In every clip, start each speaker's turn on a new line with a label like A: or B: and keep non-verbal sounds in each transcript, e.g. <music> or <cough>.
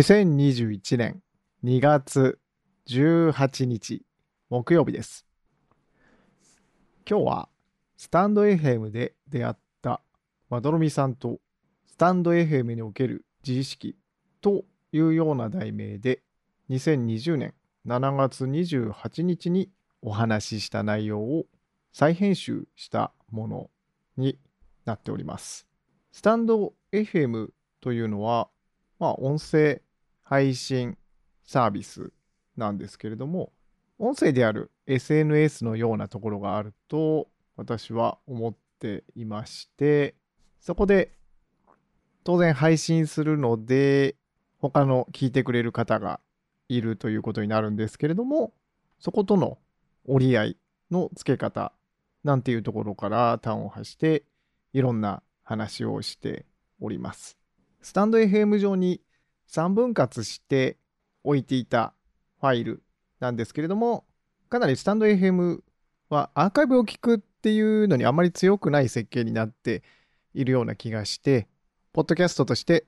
A: 2021年2月18日木曜日です。今日はスタンド FM で出会ったまどろみさんとスタンド FM における自意識というような題名で2020年7月28日にお話しした内容を再編集したものになっております。スタンド FM というのはまあ、音声配信サービスなんですけれども、音声である SNS のようなところがあると私は思っていまして、そこで当然配信するので、他の聞いてくれる方がいるということになるんですけれども、そことの折り合いのつけ方なんていうところから端を発して、いろんな話をしております。スタンド FM 上に3分割して置いていたファイルなんですけれども、かなりスタンド FM はアーカイブを聞くっていうのにあまり強くない設計になっているような気がして、ポッドキャストとして、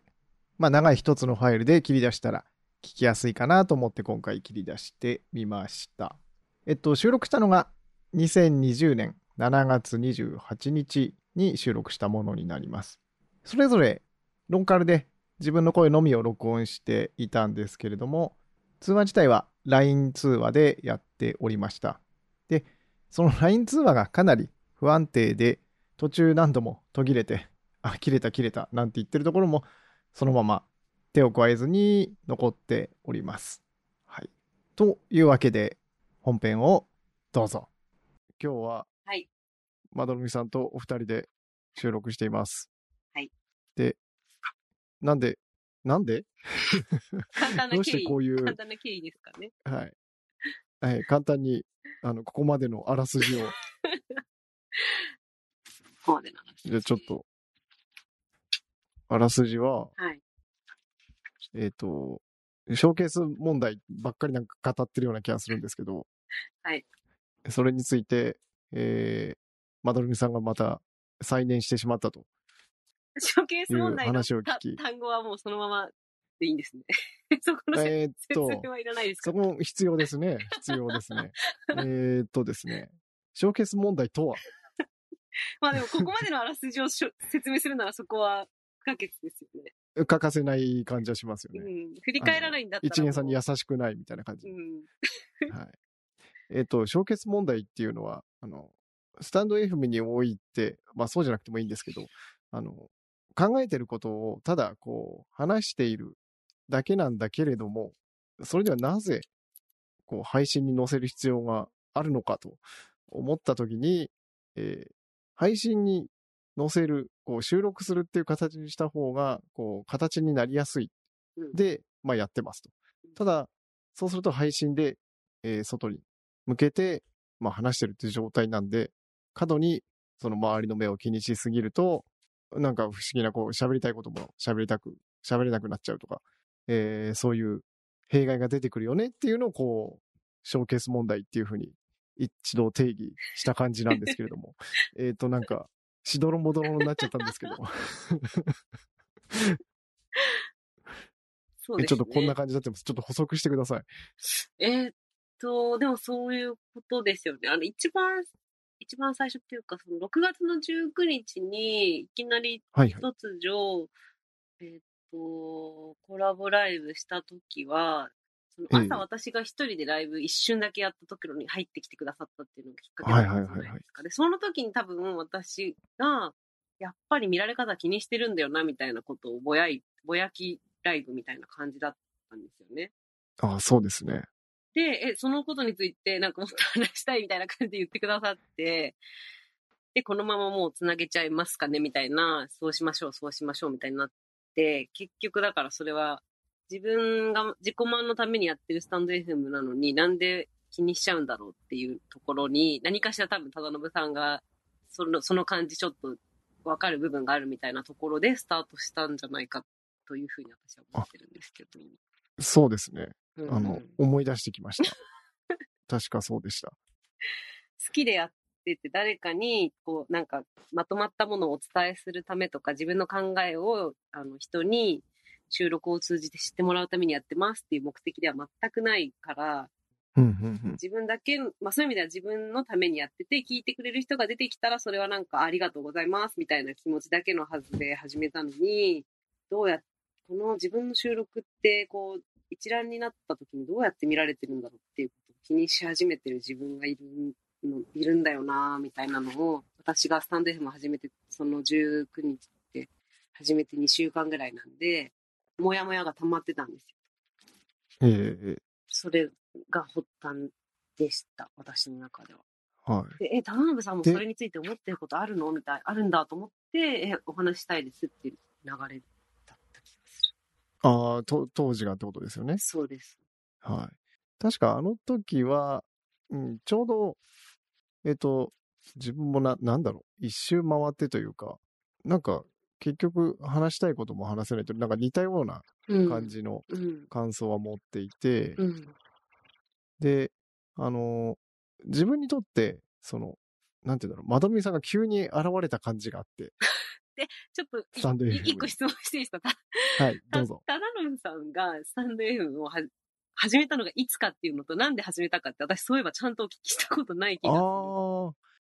A: まあ、長い一つのファイルで切り出したら聞きやすいかなと思って今回切り出してみました。えっと、収録したのが2020年7月28日に収録したものになります。それぞれロンカルで自分の声のみを録音していたんですけれども、通話自体は LINE 通話でやっておりました。で、その LINE 通話がかなり不安定で、途中何度も途切れて、あ、切れた切れたなんて言ってるところも、そのまま手を加えずに残っております。はい。というわけで、本編をどうぞ。今日は、
B: はい
A: まどろみさんとお二人で収録しています。
B: はい。
A: で、なんで、なんで
B: 簡単
A: ど
B: な
A: うし
B: 経
A: て
B: 緯
A: こ。ういう
B: 簡、単な経緯ですかね。
A: はい。はい、簡単に、あの、ここまでのあらすじを、
B: ここまでの話
A: じゃあちょっ。と、あらすじは、
B: はい。
A: えっ、と、ショーケース問題ばっかりなんか語ってるような気がするんですけど、
B: <laughs> はい。
A: それについて、えー、まどろみさんがまた再燃してしま
B: <laughs>
A: ったと。
B: ショーケース問題の
A: いう話を聞き
B: た単語はもうそのままでいいん
A: <laughs>
B: ですね。そこの説
A: えーっと、
B: 明はいらないですか
A: そこも必要ですね。必要です
B: <laughs>
A: ね。えーっとですね。ショーケース問題とは、
B: まあでもここまでのあらすじをしょ説明するならそこは不可欠ですよね。
A: 欠かせない感じはしますよ <laughs>
B: う
A: ね。
B: ん。振り返らないんだったら。
A: 一元さんに
B: や
A: 優しくないみたいな感じ
B: う。ん。
A: はい。えっ、と、小決問題っていうのは、あの、スタンド FM において、まあそうじゃなくてもいいんですけど、あの、考えてることをただこう、話しているだけなんだけれども、それではなぜ、こう、配信に載せる必要があるのかと思ったときに、えー配信に載せる、こう、収録するっていう形にした方が、こう、形になりやすい
B: うん。
A: で、まあやってますと。ただ、そうすると配信でえー外に向けて、まあ、話してるっていう状態なんで、過度にその周りの目を気にしすぎると、なんか不思議なこう喋りたいことも喋りたく、喋れなくなっちゃうとか、えーそういう弊害が出てくるよねっていうのをこう、ショーケース問題っていうふうに一度定義した感じなんですけれど
B: <laughs>
A: も、えっとなんか、しどろもどろになっちゃったんですけど、え
B: そうですね。
A: <laughs> ちょっとこんな。感じになってます。ちょっと補足してください。
B: えーっと、でもそういうことですよね。あの、一番、一番最初っていうか、その6月の19日にいきなり
A: はいはい。
B: 突如、えっ、と、コラボライブしたときは、その
A: ええ
B: 朝私が一人でライブ一瞬だけやったときに入ってきてくださったっていうのがきっかけだったじゃないですか。で、その時に多分私が、やっぱり見られ方気にしてるんだよな、みたいなことをぼやい、ぼやきライブみたいな感じだったんですよね。
A: ああ、そうですね。
B: で、え、そのことについて、なんかもっと話したいみたいな感じで言ってくださって、で、このままもうつなげちゃいますかねみたいな、そうしましょう、そうしましょうみたいになって、結局だからそれは、自分が自己満のためにやってるスタンド FM なのに、なんで気にしちゃうんだろうっていうところに、何かしら多分、忠信さんが、その、その感じちょっとわかる部分があるみたいなところでスタートしたんじゃないかというふうに私は思ってるんですけど。
A: そうですね。
B: うん
A: あの、思い出してきま
B: <laughs>
A: した。確かそうでした。
B: 好きでやってて誰かにこうなんかまとまったものをお伝えするためとか自分の考えをあの人に収録を通じて知ってもらうためにやってますっていう目的では全くないから、
A: うんうん
B: 自分だけ、まあそういう意味では自分のためにやってて、聞いてくれる人が出てきたら、それはなんかありがとうございますみたいな気持ちだけのはずで始めたのに、どうやっこの自分の収録って、こう、一覧になった時にどうやって見られてるんだろうっていうことを気にし始めてる自分がいるのいるんだよなみたいなのを、私がスタンド F も始めて、その19日って始めて2週間ぐらいなんで、もやもやが溜まってたんです
A: う
B: よ。
A: ん。え
B: それが発端でした、私の中では。
A: えはい。
B: でえ、田辺さんも
A: で
B: それについて思ってることあるのみたい、あるんだと思って、え、お話ししたいですっていう流れだった気がす
A: ああ、と当時がってことですよね
B: る。。そうです。
A: はい。確かあの時は、うん、ちょうど、えっと、自分もな、なんだろう、一周回ってというか、なんか、結局話したいことも話せないという、なんか似たような
B: うん。
A: 感じの
B: うん。
A: 感想は持っていて、
B: うん。
A: で、あの自分にとって、その、なんていうんだろう、まどみさんが急に現れた感じがあ
B: <laughs>
A: って、
B: ちょっと、
A: スタンド FM
B: い一個質問していいですかた
A: はい、 <laughs> ど
B: た
A: うぞ。
B: 田辺さんがスタンド FM をは始めたのがいつかっていうのと、なんで始めたかって、私そういえばちゃんとお聞きしたこと <laughs> ない気がする。
A: ああ、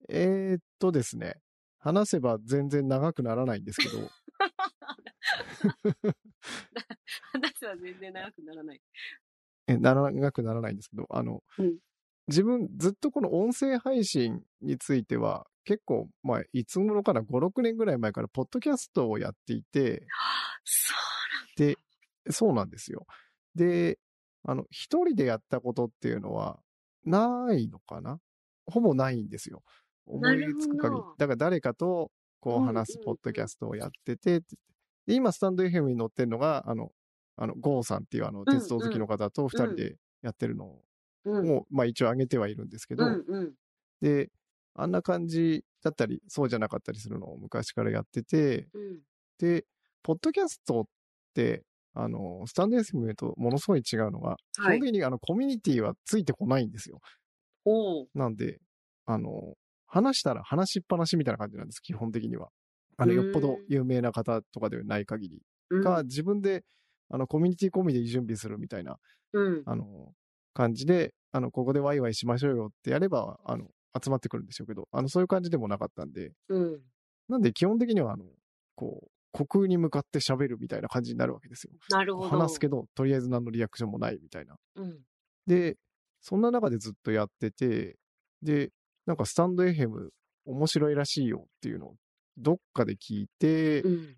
A: えー、っとですね、話せば全然長くならないんですけ
B: <laughs>
A: ど、
B: 話は全然長くならない。
A: えならなくならないんですけど、あの、
B: うん
A: 自分ずっとこの音声配信については、結構、まあ、いつ頃かな、5、6年ぐらい前から、ポッドキャストをやっていて、
B: そう。
A: で、そうなんですよ。で、あの、一人でやったことっていうのは、ないのかなほぼないんですよ。思
B: ないるほど
A: つく限り。だから誰かと、こ
B: うん
A: う
B: うん
A: 話すポッドキャストをやってて、ってで今、スタンド FM に乗ってるのが、あの、あの、ゴーさんっていう、あの、鉄道好きの方と二人でやってるのを、
B: うん。
A: まあ一応上げてはいるんですけ
B: う
A: ど、
B: ん。うん。
A: で、あんな感じだったり、そうじゃなかったりするのを昔からやってて、
B: うん。
A: で、ポッドキャストって、あの、スタンド FM とものすごい違うのが、
B: は
A: 基
B: い
A: 本。的にあのコミュニティはついてこないんですよ。
B: おう。
A: なんで、あの、話したら話しっぱなしみたいな感じなんです、基本的には。あの、
B: うーん
A: よっぽど有名な方とかではない限り。
B: うん
A: が、自分で、あの、コミュニティ込みで準備するみたいな、
B: うん。
A: あの、感じで、あの、ここでワイワイしましょうよってやれば、あの、集まってくるんでしょうけど、あの、そういう感じでもなかったんで、
B: うん。
A: なんで基本的には、あの、こう、虚空に向かって喋るみたいな感じになるわけですよ。
B: なるほど。
A: 話すけど、とりあえず何のリアクションもないみたいな。
B: うん。
A: で、そんな中でずっとやってて、で、なんかスタンド FM 面白いらしいよっていうのをどっかで聞いて、
B: うん。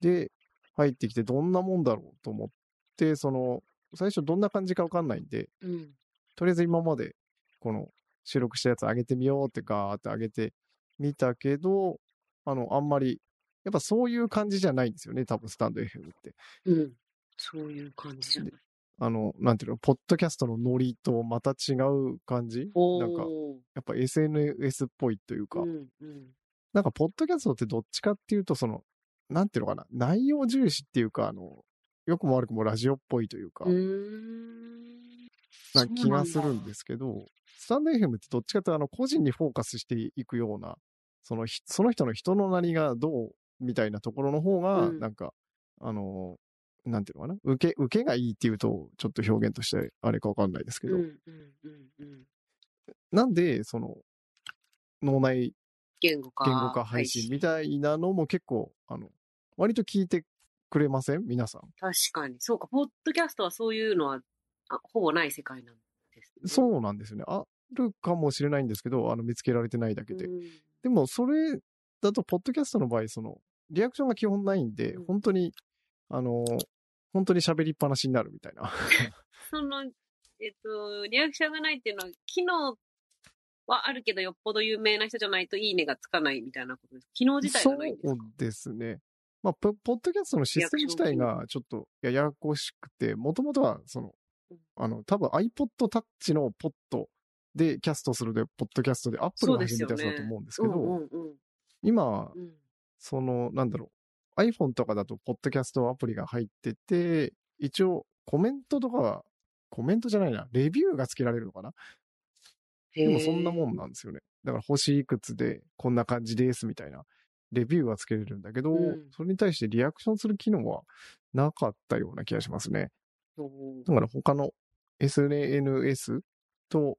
A: で、入ってきてどんなもんだろうと思って、その、最初どんな感じかわかんないんで、
B: うん。
A: とりあえず今までこの収録したやつ上げてみようってガーって上げてみたけど、あの、あんまり、やっぱそういう感じじゃないんですよね、多分スタンド FM って。
B: うん。そういう感じじゃない。
A: あの、なんていうの、ポッドキャストのノリとまた違う感じなんか、
B: おー
A: やっぱ SNS っぽいというか、
B: うん。うん。
A: なんかポッドキャストってどっちかっていうと、その、なんていうのかな、内容重視っていうか、あの、良くも悪くもラジオっぽいというか、
B: うーん。。
A: なんか気がするんですすけど、スタンド FM ってどっちかというと、あの、個人にフォーカスしていくような、そのひ、その人の人のなりがどうみたいなところの方が、
B: うん
A: なんか、あの、なんていうのかな、受け、受けがいいっていうと、ちょっと表現としてあれかわかんないですけ
B: う
A: ど、
B: ん。うん。うん。うん。
A: なんで、その、脳内
B: 言語化。
A: 言語化配信みたいなのも結構、あの、割と聞いてくれません皆さん。
B: 確かに。そうか、ポッドキャストはそういうのは、あほぼない世界なんです、ね。う
A: そうなんですよね。あるかもしれないんですけど、あの、見つけられてないだけで。
B: ん
A: でも、それだと、ポッドキャストの場合、その、リアクションが基本ないんで
B: うん、
A: 本当に、あの、本当に喋りっぱなしになるみたいな。
B: その、えっと、リアクションがないっていうのは、機能はあるけど、よっぽど有名な人じゃないといいねがつかないみたいなことです。機能自体
A: そう
B: がないんですか
A: ですね。まあ、ポポッドキャストのシステム自体がちょっといやややこしくて、もともとは、その
B: うん、
A: あの、多分 iPod Touch のポッドでキャストするで、ポッドキャストで Apple
B: そう
A: が
B: で
A: 始
B: す
A: め
B: よ
A: た
B: ね
A: やつだと思うんですけど、
B: うんうん
A: 今
B: う、ん。
A: その、なんだろう、iPhone とかだと、ポッドキャストアプリが入ってて、一応、コメントとかは、コメントじゃないな、レビューがつけられるのかな
B: で
A: でもそんなもんなんですよね。だから星いくつでこんな感じですみたいな。レビューはつけれるんだけど、
B: うん
A: それに対してリアクションする機能はなかったような気がしますね。
B: そう
A: だから他の SNS と、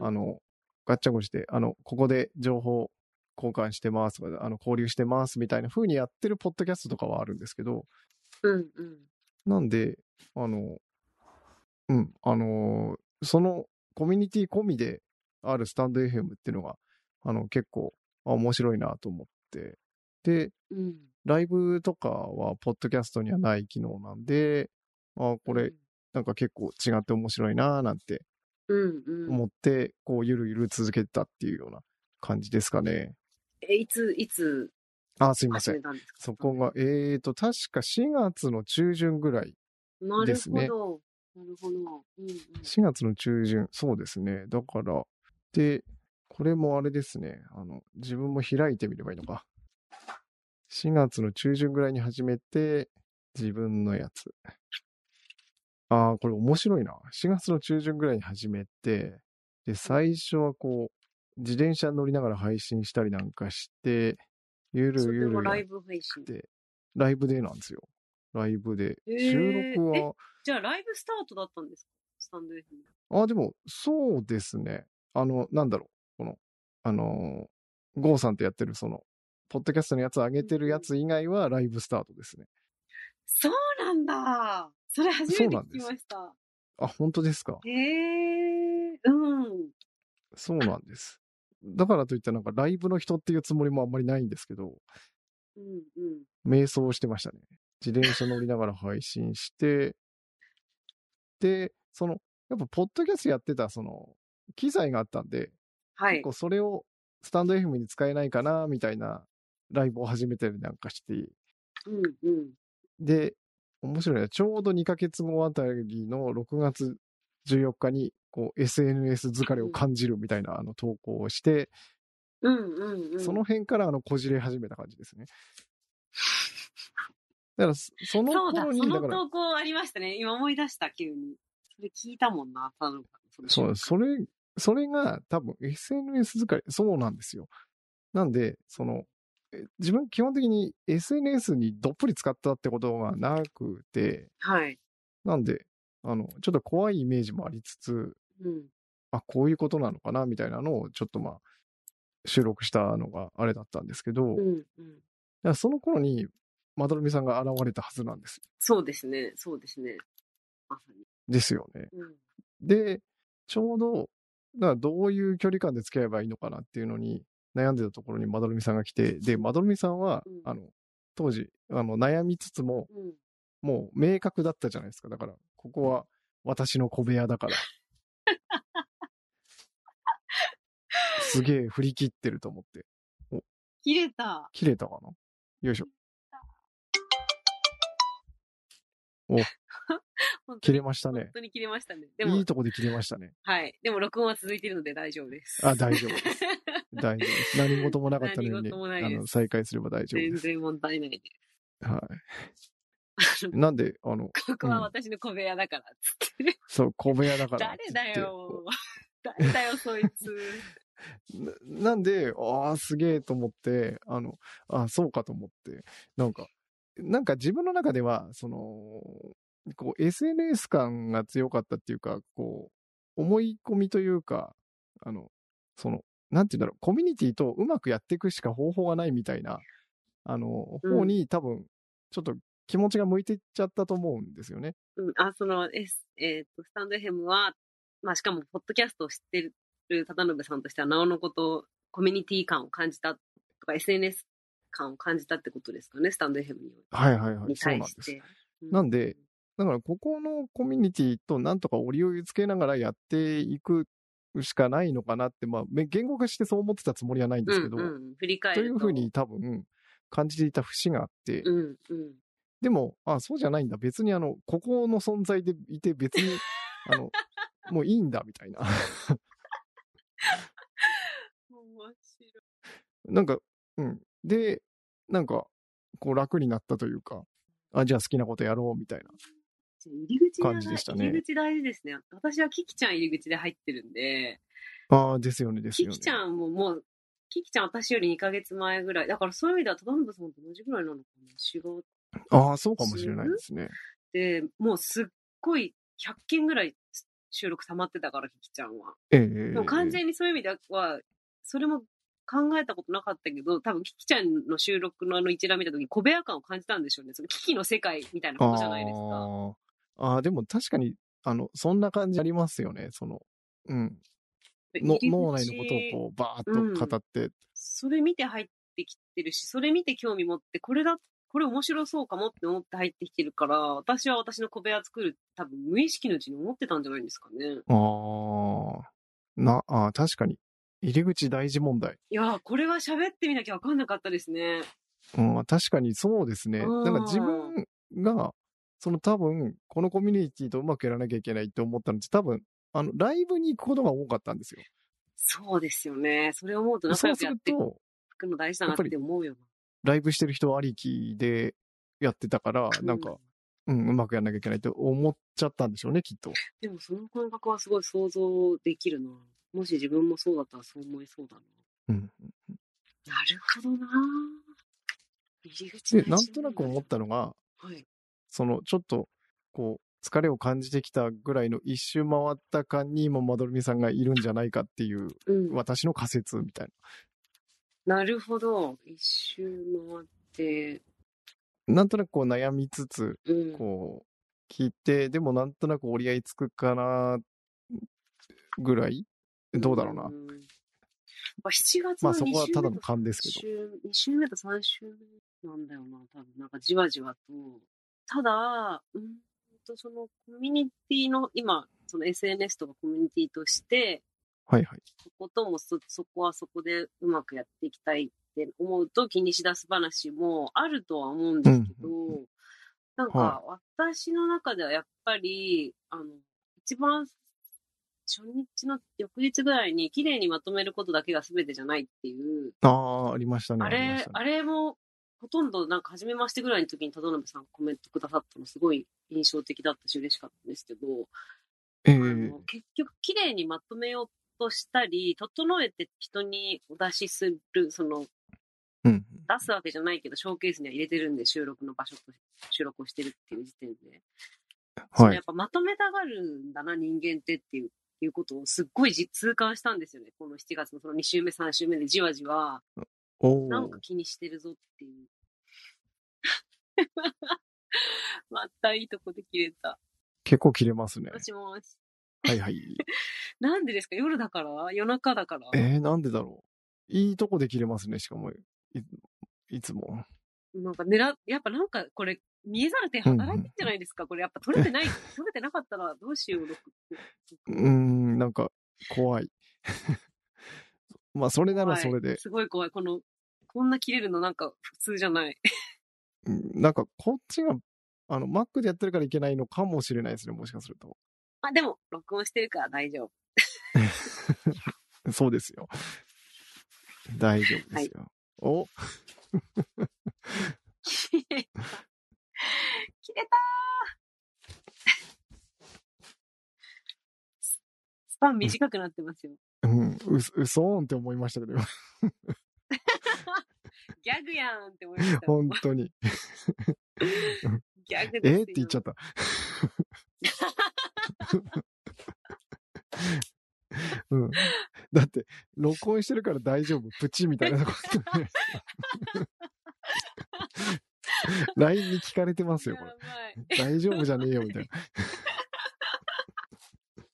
A: あ、の、ガッチャゴチで、あの、ここで情報交換してますとか、あの、交流してますみたいな風にやってるポッドキャストとかはあるんですけど、
B: うんうん。
A: なんで、あの、うん、あのーそのコミュニティ込みであるスタンド FM っていうのが、あの、結構、あ面白いなと思って。で、
B: うん。
A: ライブとかは、ポッドキャストにはない機能なんで、あこれ、なんか結構違って面白いなーなんて
B: うんうん。
A: 思って、こう、ゆるゆる続けてたっていうような感じですかね。
B: え、いつ、いつ
A: あ、すいませ
B: 始
A: ん
B: め。たんですか
A: そこが、えーと、確か4月の中旬ぐらい
B: なる
A: です
B: ほ
A: ね
B: ど。なるほど。うんうん。
A: 4月の中旬、そうですね。だから、で、これもあれですね。あの、自分も開いてみればいいのか。4月の中旬ぐらいに始めて、自分のやつ。ああ、これ面白いな。4月の中旬ぐらいに始めて、で、最初はこう、自転車に乗りながら配信したりなんかして、ゆる
B: それ
A: ゆ
B: も
A: る
B: ラ
A: や
B: イ
A: っ
B: ブ配信。
A: て、ライブでなんですよ。ライブで。
B: へー
A: 収録
B: え
A: は、
B: じゃあ、ライブスタートだったんですかスタンド F の。
A: あ、でも、そうですね。あの、なんだろう。この、あのー、ゴーさんとやってる、その、ポッドキャストのやつ上げてるやつ以外はライブスタートですね。
B: そうなんだ。それ初めて聞きました。
A: あ、本当ですか。
B: へえうん。
A: そうなんです。だからといって、なんかライブの人っていうつもりもあんまりないんですけど、
B: うんうん。
A: 瞑想してましたね。自転車乗りながら配信して、で、その、やっぱ、ポッドキャストやってた、その、機材があったんで、
B: は
A: 結
B: い
A: 構。それをスタンド FM に使えないかな、みたいなライブを始めたりなんかして、
B: うんうん。
A: で、面白いな。ちょうど2ヶ月後あたりの6月14日に、こう、SNS 疲れを感じるみたいな、あの、投稿をして、
B: うんうんうん。
A: その辺から、あの、こじれ始めた感じですね。だから、そその
B: そうだ、
A: 頃
B: そ
A: に、だか
B: の
A: ら、
B: 投稿ありましたね。今思い出した、急に。それ聞いたもんな、たのその
A: そう
B: 瞬
A: です。それ、それが多分 SNS 疲れ、そうなんですよ。なんで、その、え自分基本的に SNS にどっぷり使ったってことがなくて、
B: 間はい。
A: なんで、あの、ちょっと怖いイメージもありつつ、
B: うん。
A: あ、こういうことなのかな、みたいなのをちょっとまあ、収録したのがあれだったんですけど、だ
B: う
A: か
B: んうん。
A: らその頃に、まどろみさんが現れたはずなんです。
B: そうですね、そうですね。まさに。
A: ですよね。
B: うん。
A: で、ちょうど、だからどういう距離感で付き合えばいいのかなっていうのに悩んでたところにまどろみさんが来
B: <laughs>
A: て、で、まどろみさんは、
B: うん
A: あの、当時、あの、悩みつつも、
B: うん。
A: もう明確だったじゃないですか。だから、ここは私の小部屋だ
B: <laughs>
A: から。すげえ振り切ってると思って。
B: 切れた。
A: 切れたかなよいしょ。お、
B: 本当
A: 切
B: に
A: れました
B: 本
A: ね。
B: 当に切れましたね。でも、
A: いいとこで切れましたね。
B: はい。でも、録音は続いているので大丈夫です。
A: あ、大丈夫です。
B: <laughs>
A: 大丈夫です。何事もなかったの
B: 何
A: に、
B: 事もない
A: あ
B: です
A: の、再開すれば大丈夫
B: 全
A: です。
B: 然問題ないです。 <laughs>
A: はい。なんで、あの、
B: ここは私の小部屋だから、つって。
A: そう、小部屋だからっつ
B: 誰
A: って。
B: だよ。誰だよ、そい
A: <laughs>
B: つ。
A: ななんで、ああ、すげえと思って、あの、あーそうかと思って、なんか、なんか自分の中では、その、こう、SNS 感が強かったっていうか、こう、思い込みというか、あの、その、なんて言うんだろう、コミュニティとうまくやっていくしか方法がないみたいな、あの、
B: うん
A: 方に多分、ちょっと気持ちが向いていっちゃったと思うんですよね。
B: うん、あ、その、S、えっ、と、スタンドヘムは、まあ、しかも、ポッドキャストを知ってる忠信さんとしては、なおのこと、コミュニティ感を感じたとか、SNS 感を感じたってことですかね、スタンドヘムに
A: はいはいはい、
B: に
A: そう
B: 対
A: なん
B: し
A: です。
B: て。
A: なんで、だからここのコミュニティとなんとか折りをつけながらやっていくしかないのかなって、まあ、め言語化してそう思ってたつもりはないん
B: う
A: で
B: ん、
A: すけど、
B: うんうん、振り返
A: と
B: る
A: いうふうに、多分感じていた節があって、
B: うん、うん。
A: でも、あ、そうじゃないんだ。別にあの、ここの存在でいて別
B: <laughs>
A: に、あの、もういいんだみたいな。 <laughs>
B: 面白い。
A: なんか、うん。で、なんか、こう楽になったというか、あ、じゃあ好きなことやろうみたいな。
B: じゃあ入り口
A: 感じでしたね
B: 入り口大事ですね。私はキキちゃん入り口で入ってるんで、
A: ああ、ですよね、です
B: キ
A: よね。
B: キちゃんももう、キキちゃん私より2ヶ月前ぐらい。だからそういう意味では、ただのぶさんと同じぐらいなのかな。仕事
A: ああ、そうかもしれないですね。
B: で、もうすっごい100件ぐらい収録溜まってたから、キキちゃんは。
A: ええ
B: でも完全にそういう意味では、それも考えたことなかったけど、多分キキちゃんの収録のあの一覧見た時に小部屋感を感じたんでしょうね。そのキキの世界みたいなことじゃないですか。
A: あーあー、でも確かに、あの、そんな感じありますよね。その、うん。の
B: 入り口
A: 脳内のことをこう、ばーっと語って、
B: それ見て入ってきてるし、それ見て興味持って、これだ、これ面白そうかもって思って入ってきてるから、私は私の小部屋作る、多分無意識のうちに思ってたんじゃないんですかね。
A: ああ、な、ああ、確かに。入り口大事問題。
B: いやー、これは喋ってみなきゃ分かんなかったですね。
A: うん、確かにそうですね。
B: うん
A: なんか自分が、その多分、このコミュニティとうまくやらなきゃいけないって思ったのって、多分、あの、ライブに行くことが多かったんですよ。
B: そうですよね。それ思うと仲
A: そ
B: 良
A: う
B: く
A: す
B: やっ
A: る
B: てい
A: と、
B: くの大事だなって思うよ
A: ライブしてる人ありきでやってたから、な
B: な。
A: んか
B: う、
A: うん、うまくやらなきゃいけないって思っちゃったんでしょうね、きっと。
B: でもその感覚はすごい想像できるな。もし自分もそうだったらそう思いそうだな。
A: うん。
B: なるほどなー。入り口
A: で、
B: 大事
A: なんとなく思ったのが、
B: はい。
A: その、ちょっと、こう、疲れを感じてきたぐらいの一周回った間に、今、まどろみさんがいるんじゃないかっていう、
B: うん。
A: 私の仮説みたい
B: なるほど。一周回って。
A: な。なんとなくこう悩みつつ、
B: うん。
A: こう、聞いて、でもなんとなく折り合いつくかな、ぐらいどうだろうな。
B: んまあ、7月
A: ま
B: の
A: あそ
B: 2週目
A: ことはただの
B: 3
A: 勘ですけど。
B: 週2週目と3週目なんだよな、多分なんかじわじわと。ただ、うーんと、そのコミュニティの、今、その SNS とかコミュニティとして、
A: はいはい。
B: そこともそそこはそこでうまくやっていきたいって思うと気にしだす話もあるとは思うんですけど、なんか私の中ではやっぱり、あの、一番初日の翌日ぐらいに綺麗にまとめることだけが全てじゃないっていう、
A: ああ、ありましたね。
B: あ
A: りまし
B: れ
A: た、ね
B: あれもほとんどなんか初めましてぐらいの時に忠信さんコメントくださったのすごい印象的だったし嬉しかったんですけど、
A: ええ
B: あの結局綺麗にまとめようとしたり整えて人にお出しするその
A: うん。
B: 出すわけじゃないけどショーケースには入れてるんで収録の場所と収録をしてるっていう時点で、その
A: は
B: や
A: い
B: っ。ぱまとめたがるんだな人間ってっていういうことをすっごい実痛感したんですよねこの7月のその2週目3週目でじわじわ
A: おお。
B: なんか気にしてるぞっていう <laughs> またいいとこで切れた
A: 結構切れますね
B: も。しもし
A: はいはい。
B: なんでですか夜だから夜中だから
A: えー、なんでだろう。いいとこで切れますね、しかも。いいつも。
B: なんか狙っ、やっぱなんかこれ、見えざる手働いてんじゃないですか、これやっぱ取れてない、取れてなかったらどうしよう、録
A: うーん、なんか、怖い。 <laughs> まあ、それならそれ
B: はい
A: で、
B: すごい怖い。この、こんな切れるのなんか普通じゃない。 <laughs>
A: うんなんか、こっちが、あの、Mac でやってるからいけないのかもしれないですね、もしかすると。 <laughs>
B: あ、でも、録音してるから大丈夫。 <laughs>
A: そうですよ。 <laughs> 大丈夫ですよ。お
B: 切れた。切れたースパン短くなってますよ。
A: うん、うす、うそーんって思いましたけど、
B: ギャグやんって思いました。
A: <laughs> 本当に。
B: ギャグです
A: え
B: よ。
A: ーって言っちゃった。 <laughs> うん、だって、録音してるから大丈夫、プチみたいなところじゃないですか
B: <laughs>
A: LINE に聞かれてますよ、こ
B: や
A: れ。
B: ばい。
A: 大丈夫じゃねえ
B: <laughs>
A: よ、みたいな。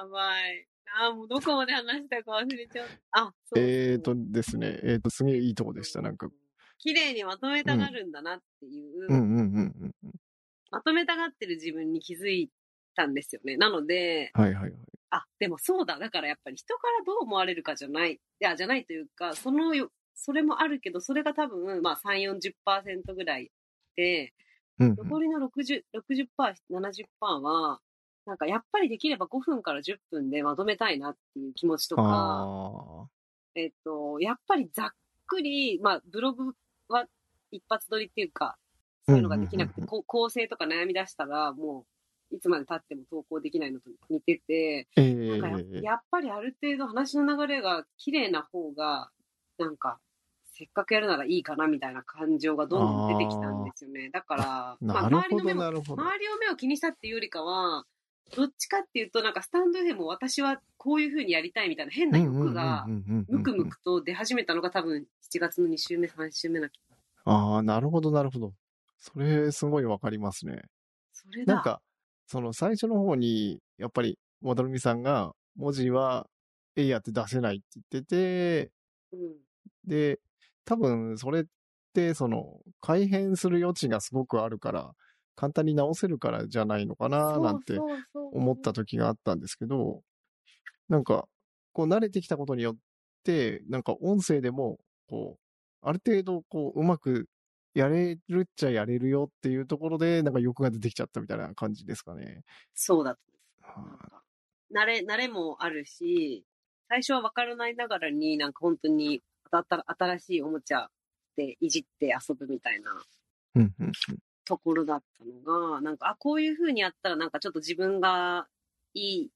B: やばい。あーもうどこまで話したか忘れちゃった。あ、そう。
A: えーとですね、えーと、すげえいいとこでした、なんか。。
B: 綺麗にまとめたがるんだなっていう、
A: うんうんうん
B: まとめたがってる自分に気づいたんですよね。なので、
A: うん。はいはいはい。
B: あ、でもそうだ。だからやっぱり人からどう思われるかじゃない。いや、じゃないというか、そのよ、それもあるけど、それが多分、まあ3、40%ぐらいで、
A: うんうん、
B: 残りの60、60%、70%は、なんかやっぱりできれば5分から10分でまとめたいなっていう気持ちとか、
A: あ
B: えっと、やっぱりざっくり、まあ、ブログは一発撮りっていうか、そういうのができなくて、
A: うんうんうんうん
B: こう構成とか悩み出したら、もう、いつまで経っても投稿できないのと似てて、
A: え
B: なんかや
A: ー、
B: やっぱりある程度話の流れが綺麗な方が、なんか、せっかくやるならいいかなみたいな感情がどんどん出てきたんですよね。だから、まあ、
A: なる
B: 周り
A: ほ
B: の目
A: ど、
B: も
A: なるほど。
B: 周りを目を気にしたっていうよりかは、どっちかっていうと、なんかスタンド FM も私はこういうふうにやりたいみたいな変な欲が、むくむ
A: く。
B: くと出始めたのが多分7月の2週目、3週目な気が
A: ああ、なるほど、なるほど。それ、すごいわかりますね。
B: それだ。
A: なんか、その最初の方に、やっぱり、まどろみさんが、文字は、えいやって出せないって言ってて、
B: うん、
A: で、多分、それって、その、改変する余地がすごくあるから、簡単に直せるからじゃないのかな、なんて
B: そうそうそう
A: 思った時があったんですけど、なんか、こう慣れてきたことによって、なんか音声でも、こう、ある程度、こう、うまくやれるっちゃやれるよっていうところで、なんか欲が出てきちゃったみたいな感じですかね。
B: そうだと思うな
A: は
B: んか慣れ、慣れもあるし、最初は分からないながらに、なんか本当に当たった新しいおもちゃでいじって遊ぶみたいな
A: あうんうん
B: ところだったのが、なんか、あ、こういう風にやったら、なんかちょっと自分がいい、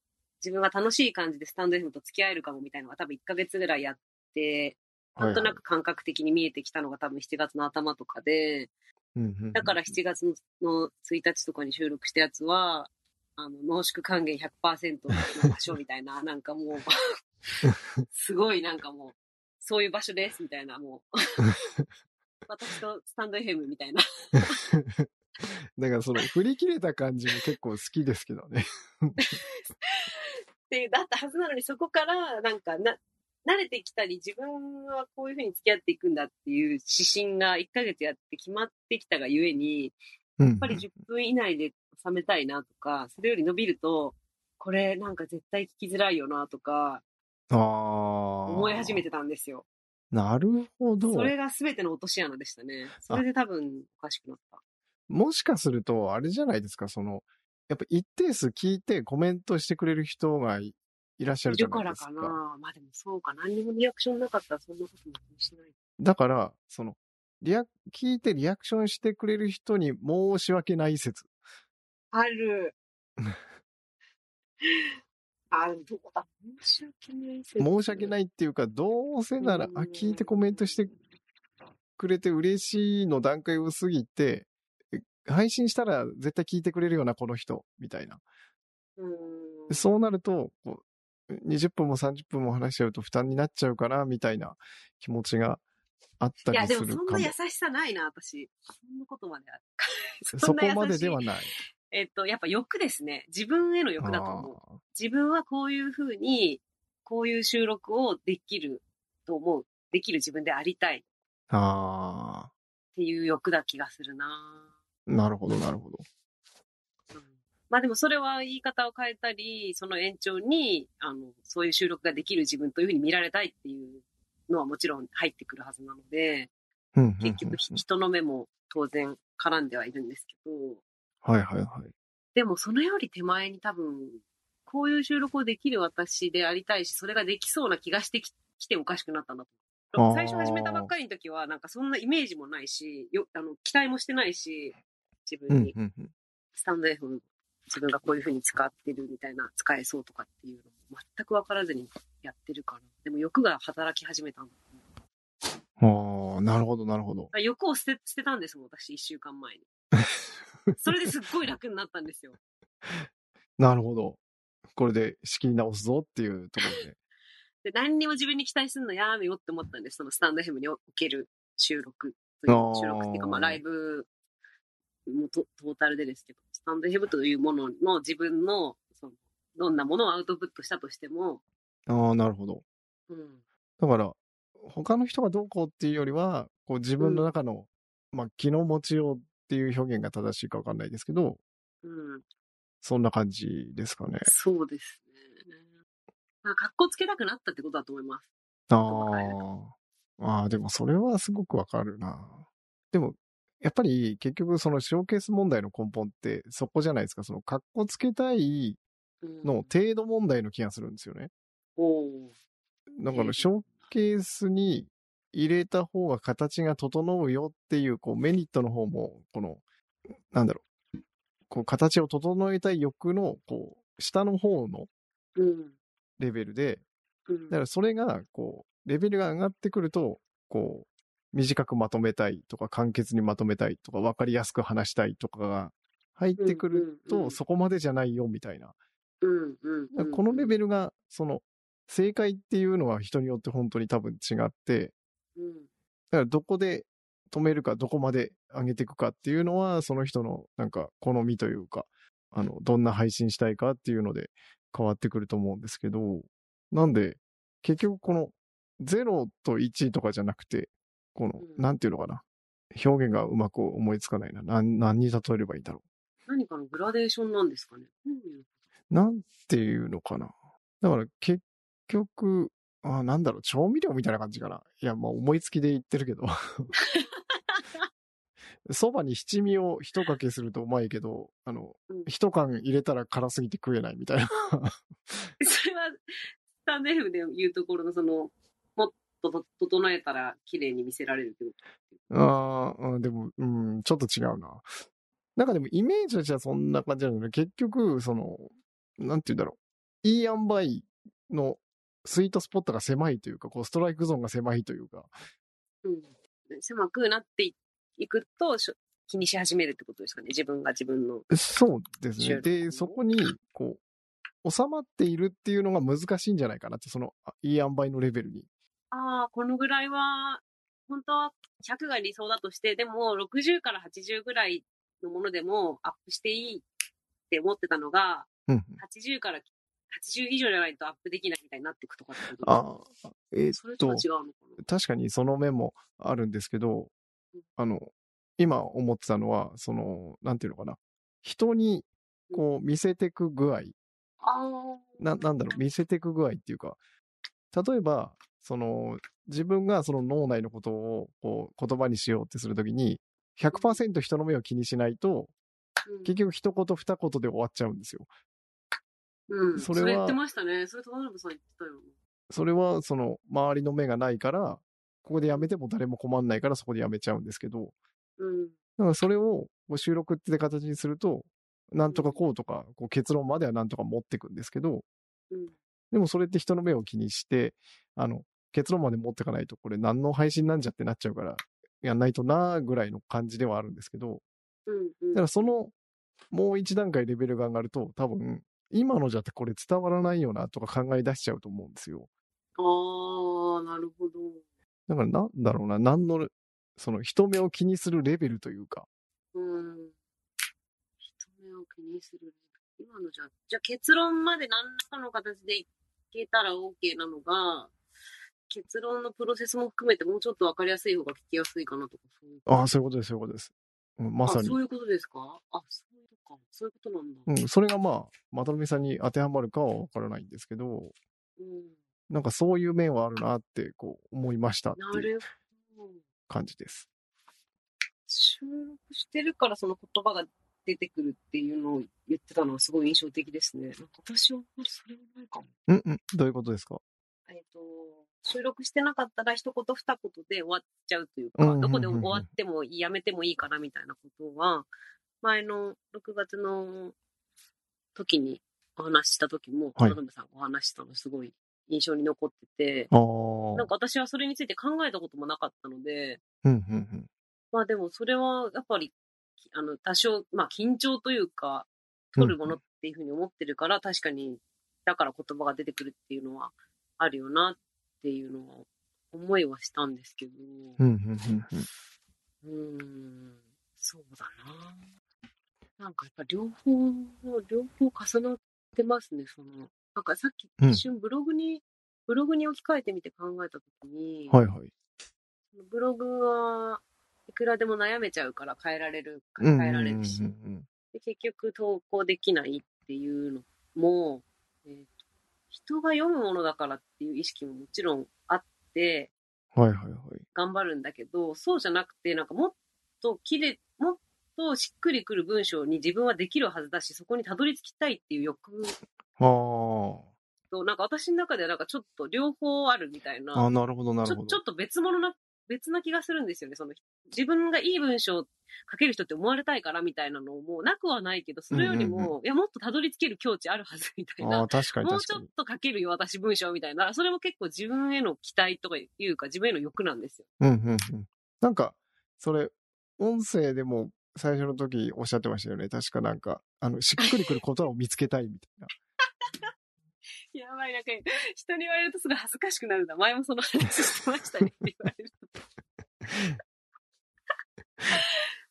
B: 自分が楽しい感じでスタンド FM と付き合えるかもみたいなのが多分1ヶ月ぐらいやって、なんとなく感覚的に見えてきたのが多分7月の頭とかで、だから7月の1日とかに収録したやつは、あの、濃縮還元100%の場所みたいな、なんかもう、すごいなんかもう、そういう場所ですみたいな、もう、私とスタンド FM みたいな。
A: だからその振り切れた感じも結構好きですけどね。
B: っていうだったはずなのにそこからなんかな慣れてきたり自分はこういうふうに付き合っていくんだっていう指針が1ヶ月やって決まってきたがゆえにや
A: や
B: っぱり10分以内で収めたいなとかそれより伸びるとこれなんか絶対聞きづらいよなとか思
A: 思
B: い始めてたんですよ。
A: なるほど。
B: それが全ての落とし穴でしたね。それで多分おかしくなった。
A: もしかすると、あれじゃないですか、その、やっぱ一定数聞いてコメントしてくれる人がいいらっしゃる
B: い
A: じゃ
B: るか
A: ない
B: ら
A: ですか。
B: かな。まあでもそうか。何にもリアクションなかったらそんなことも気にしない。
A: だから、その、リア、聞いてリアクションしてくれる人に申し訳ない説。
B: ある。 <laughs> あ、どこだ申し訳ない。
A: 申し訳
B: い。
A: ないっていうか、どうせなら、あ、
B: うん
A: 聞いてコメントしてくれて嬉しいの段階を過ぎて、え配信したら絶対聞いてくれるような、この人、みたいな。
B: うん。
A: そうなると、こう20分も30分も話しちゃうと負担になっちゃうかな、みたいな気持ちがあった
B: いや、
A: りす
B: で
A: る
B: も
A: か
B: そん
A: も。
B: な優しさないな、私。そんなことまである。 <laughs>
A: そ
B: そんな
A: こ
B: 優しい
A: までではない。
B: えっと、やっぱ欲ですね。自分への欲だと思う。
A: あー
B: 自分はこういうふうに、こういう収録をできると思う。できる自分でありたいっ
A: あ
B: ていう欲だ気がするな。
A: ー、なるほど、なるほど。
B: うんまあでもそれは言い方を変えたり、その延長に、あの、そういう収録ができる自分というふうに見られたいっていうのはもちろん入ってくるはずなので、
A: うんうんうん
B: 結局ひ人の目も当然絡んではいるんですけど、
A: はいはいはい。
B: でもそのより手前に多分、こういう収録をできる私でありたいし、それができそうな気がしてききておかしくなったんだと思
A: あ
B: う。
A: ー
B: 最初始めたばっかりの時は、なんかそんなイメージもないし、よあの期待もしてないし、自
A: う
B: 分に
A: ん。うんうん
B: スタンド F 自分がこういう風に使ってるみたいな、使えそうとかっていうのも全く分からずにやってるから。でも欲が働き始めたんだ
A: ああ、なるほど、なるほど。
B: あ欲を捨て捨てたんですもん、私、一週間前
A: <laughs>
B: に。それですっごい楽になったんですよ。
A: なるほど。これで仕切り直すぞっていうところで。
B: で、何にも自分に期待するのやめようって思ったんです。そのスタンド F における収録とい
A: あ
B: う、
A: ー
B: 収録っていうか、まあ、ライブもトトータルでですけど、スタンド F というものの自分の、その、どんなものをアウトプットしたとしても、
A: ああ、なるほど。
B: うん、
A: だから、他の人がどうこうっていうよりは、こう自分の中の、まあ、気の持ちようっていう表現が正しいかわかんないですけど、
B: うん、
A: そんな感じですかね。
B: そうですね。まあ、格好つけたくなったってことだと思います。
A: あ
B: わかる
A: あ。ああ、でもそれはすごくわかるな。でも、やっぱり結局そのショーケース問題の根本ってそこじゃないですか。その格好つけたい
B: うん、
A: の程度問題の気がするんですよね。
B: おー
A: だか
B: うん
A: らショーケースに入れた方が形が整うよっていうこうメリットの方も、この、なんだろこう形を整えたい欲のこう下の方の
B: うん。
A: レベルで、
B: うん
A: だからそれがこうレベルが上がってくるとこう短くまとめたいとか簡潔にまとめたいとか分かりやすく話したいとかが入ってくる
B: うんうんう
A: と
B: ん
A: そこまでじゃないよみたいな
B: うんう
A: だ
B: んう
A: から
B: ん。
A: このレベルがその正解っていうのは人によって本当に多分違って
B: う
A: だ
B: ん
A: からどこで止めるかどこまで上げていくかっていうのはその人のなんか好みというかあのどんな配信したいかっていうので変わってくると思うんですけどなんで結局この0と1とかじゃなくてこの
B: うん
A: なんていうのかな表現がうまく思いつかないななん何に例えればいいんだろう
B: 何かのグラデーションなんですかね。
A: なんていうのかな。だから結局、あなんだろう、調味料みたいな感じかな。いや、まあ思いつきで言ってるけど。そばに七味を一かけするとうまいけど、あの
B: うん、
A: 一缶入れたら辛すぎて食えないみたい
B: <laughs>
A: な。
B: それは、スタンド F で言うところの、その、もっとと整えたら綺麗に見せられるけど。
A: あーうんでも、うん、ちょっと違うな。なんかでもイメージとしてはそんな感じなんだけど、結局、その、なんて言うんだろう。いい塩梅のスイートスポットが狭いというか、こう、ストライクゾーンが狭いというか、
B: うん、狭くなっていくとしょ気にし始めるってことですかね自分が自分の。
A: そうです
B: 収
A: ね。
B: 録
A: で、そこに、こう、収まっているっていうのが難しいんじゃないかなって、その、あいい塩梅のレベルに。
B: ああこのぐらいは本当は100が理想だとしてでも60から80ぐらいのものでもアップしていいって思ってたのが
A: うん。
B: 80から80以上じゃないとアップできないみたいになっていくとかってこと
A: ああ、え
B: そ
A: ー
B: れ
A: っ
B: とは
A: と、
B: 違うのか
A: 確かにその面もあるんですけど
B: うん、
A: あの、今思ってたのは、その、なんていうのかな。人に、こう、見せてく具合。
B: なああ
A: な、なんだろう、見せてく具合っていうか、例えば、その、自分がその脳内のことを、こう、言葉にしようってするときに、100%人の目を気にしないと、
B: うん
A: 結局一言二言で終わっちゃうんですよ。
B: うん、
A: そ
B: そ
A: れは
B: れ言ってましたねそれと田辺さん言ってたよ
A: それはその周りの目がないから、ここでやめても誰も困んないからそこでやめちゃうんですけど、
B: うん
A: だからそれをこう収録って形にすると、なんとかこうとか、こう結論まではなんとか持ってくんですけど、
B: うん
A: でもそれって人の目を気にして、あの、結論まで持ってかないと、これ何の配信なんじゃってなっちゃうから、やんないとなーぐらいの感じではあるんですけど、
B: うん
A: だ
B: う
A: か
B: ん
A: らその、もう一段階レベルが上がると、多分、今のじゃってこれ伝わらないよなとか考え出しちゃうと思うんですよ。
B: ああなるほど
A: だからなんだろうな、何の、その人目を気にするレベルというか、
B: うん。人目を気にする。今のじゃ、じゃあ結論まで何らかの形でいけたら OK なのが、結論のプロセスも含めてもうちょっと分かりやすい方が聞きやすいかなとか、そういう。
A: ああ、そういうことです、そういうことです。うんまさ
B: あ
A: に。
B: そういうことですかあ、そういうことか。そういうことなんだ。
A: うん、それがまあ、まとめさんに当てはまるかはわからないんですけど、
B: うん。
A: なんかそういう面はあるなって、こう、思いましたって
B: な
A: いう
B: るほど。
A: 感じです。
B: 収録してるからその言葉が出てくるっていうのを言ってたのはすごい印象的ですね。なんか私はそれはないかも。
A: うんうん、どういうことですか
B: えっと収録してなかったら一言二言で終わっちゃうという
A: うんうんうん
B: か
A: うん
B: どこで終わってもいいやめてもいいかなみたいなことは前の6月の時にお話しした時も
A: はい
B: 田辺さんがお話ししたのすごい印象に残ってて
A: ああ、
B: なんか私はそれについて考えたこともなかったので
A: うんうんうん。
B: まあでもそれはやっぱりきあの多少まあ緊張というか取るものっていうふうに思ってるから確かにだから言葉が出てくるっていうのはあるよなっていうのは思いはしたんですけど
A: うんうんうんうん。
B: うーんそうだななんかやっぱ両方両方重なってますねそのなんかさっき
A: うん
B: 一瞬ブログに、ブログに置き換えてみて考えた時に、
A: はいはい。
B: ブログはいくらでも悩めちゃうから変えられる
A: うんうん
B: 変えら
A: うんう
B: れ
A: ん
B: るし、
A: うん。
B: で結局投稿できないっていうのも、えーと人が読むものだからっていう意識ももちろんあって
A: はいはいはい。
B: 頑張るんだけどそうじゃなくてなんかもっときれもっとしっくりくる文章に自分はできるはずだしそこにたどり着きたいっていう欲
A: あ
B: となんか私の中ではなんかちょっと両方あるみたい
A: あ、あ
B: な
A: ーなるほどな
B: ち
A: る
B: ょ
A: ほ
B: ちょ
A: ど。
B: っと別物な別な気がするんですよね。その自分がいい文章を書ける人って思われたいからみたいなのもなくはないけど、それよりも、
A: うんう
B: いや、もっとたどり着ける境地あるはずみたい
A: あ
B: な。
A: あ、確かに
B: もう
A: 確
B: ち
A: か
B: ょっ
A: に。
B: と書けるよ、私文章みたいな。それも結構自分への期待とかいうか、自分への欲なんですよ。
A: うんうんうん。なんか、それ、音声でも最初の時おっしゃってましたよね。確かなんか、あの、しっくりくる言葉を見つけたいみたいな。
B: やばい、なんか、人に言われるとすごい恥ずかしくなるんだ。前もその話してましたねって言われると。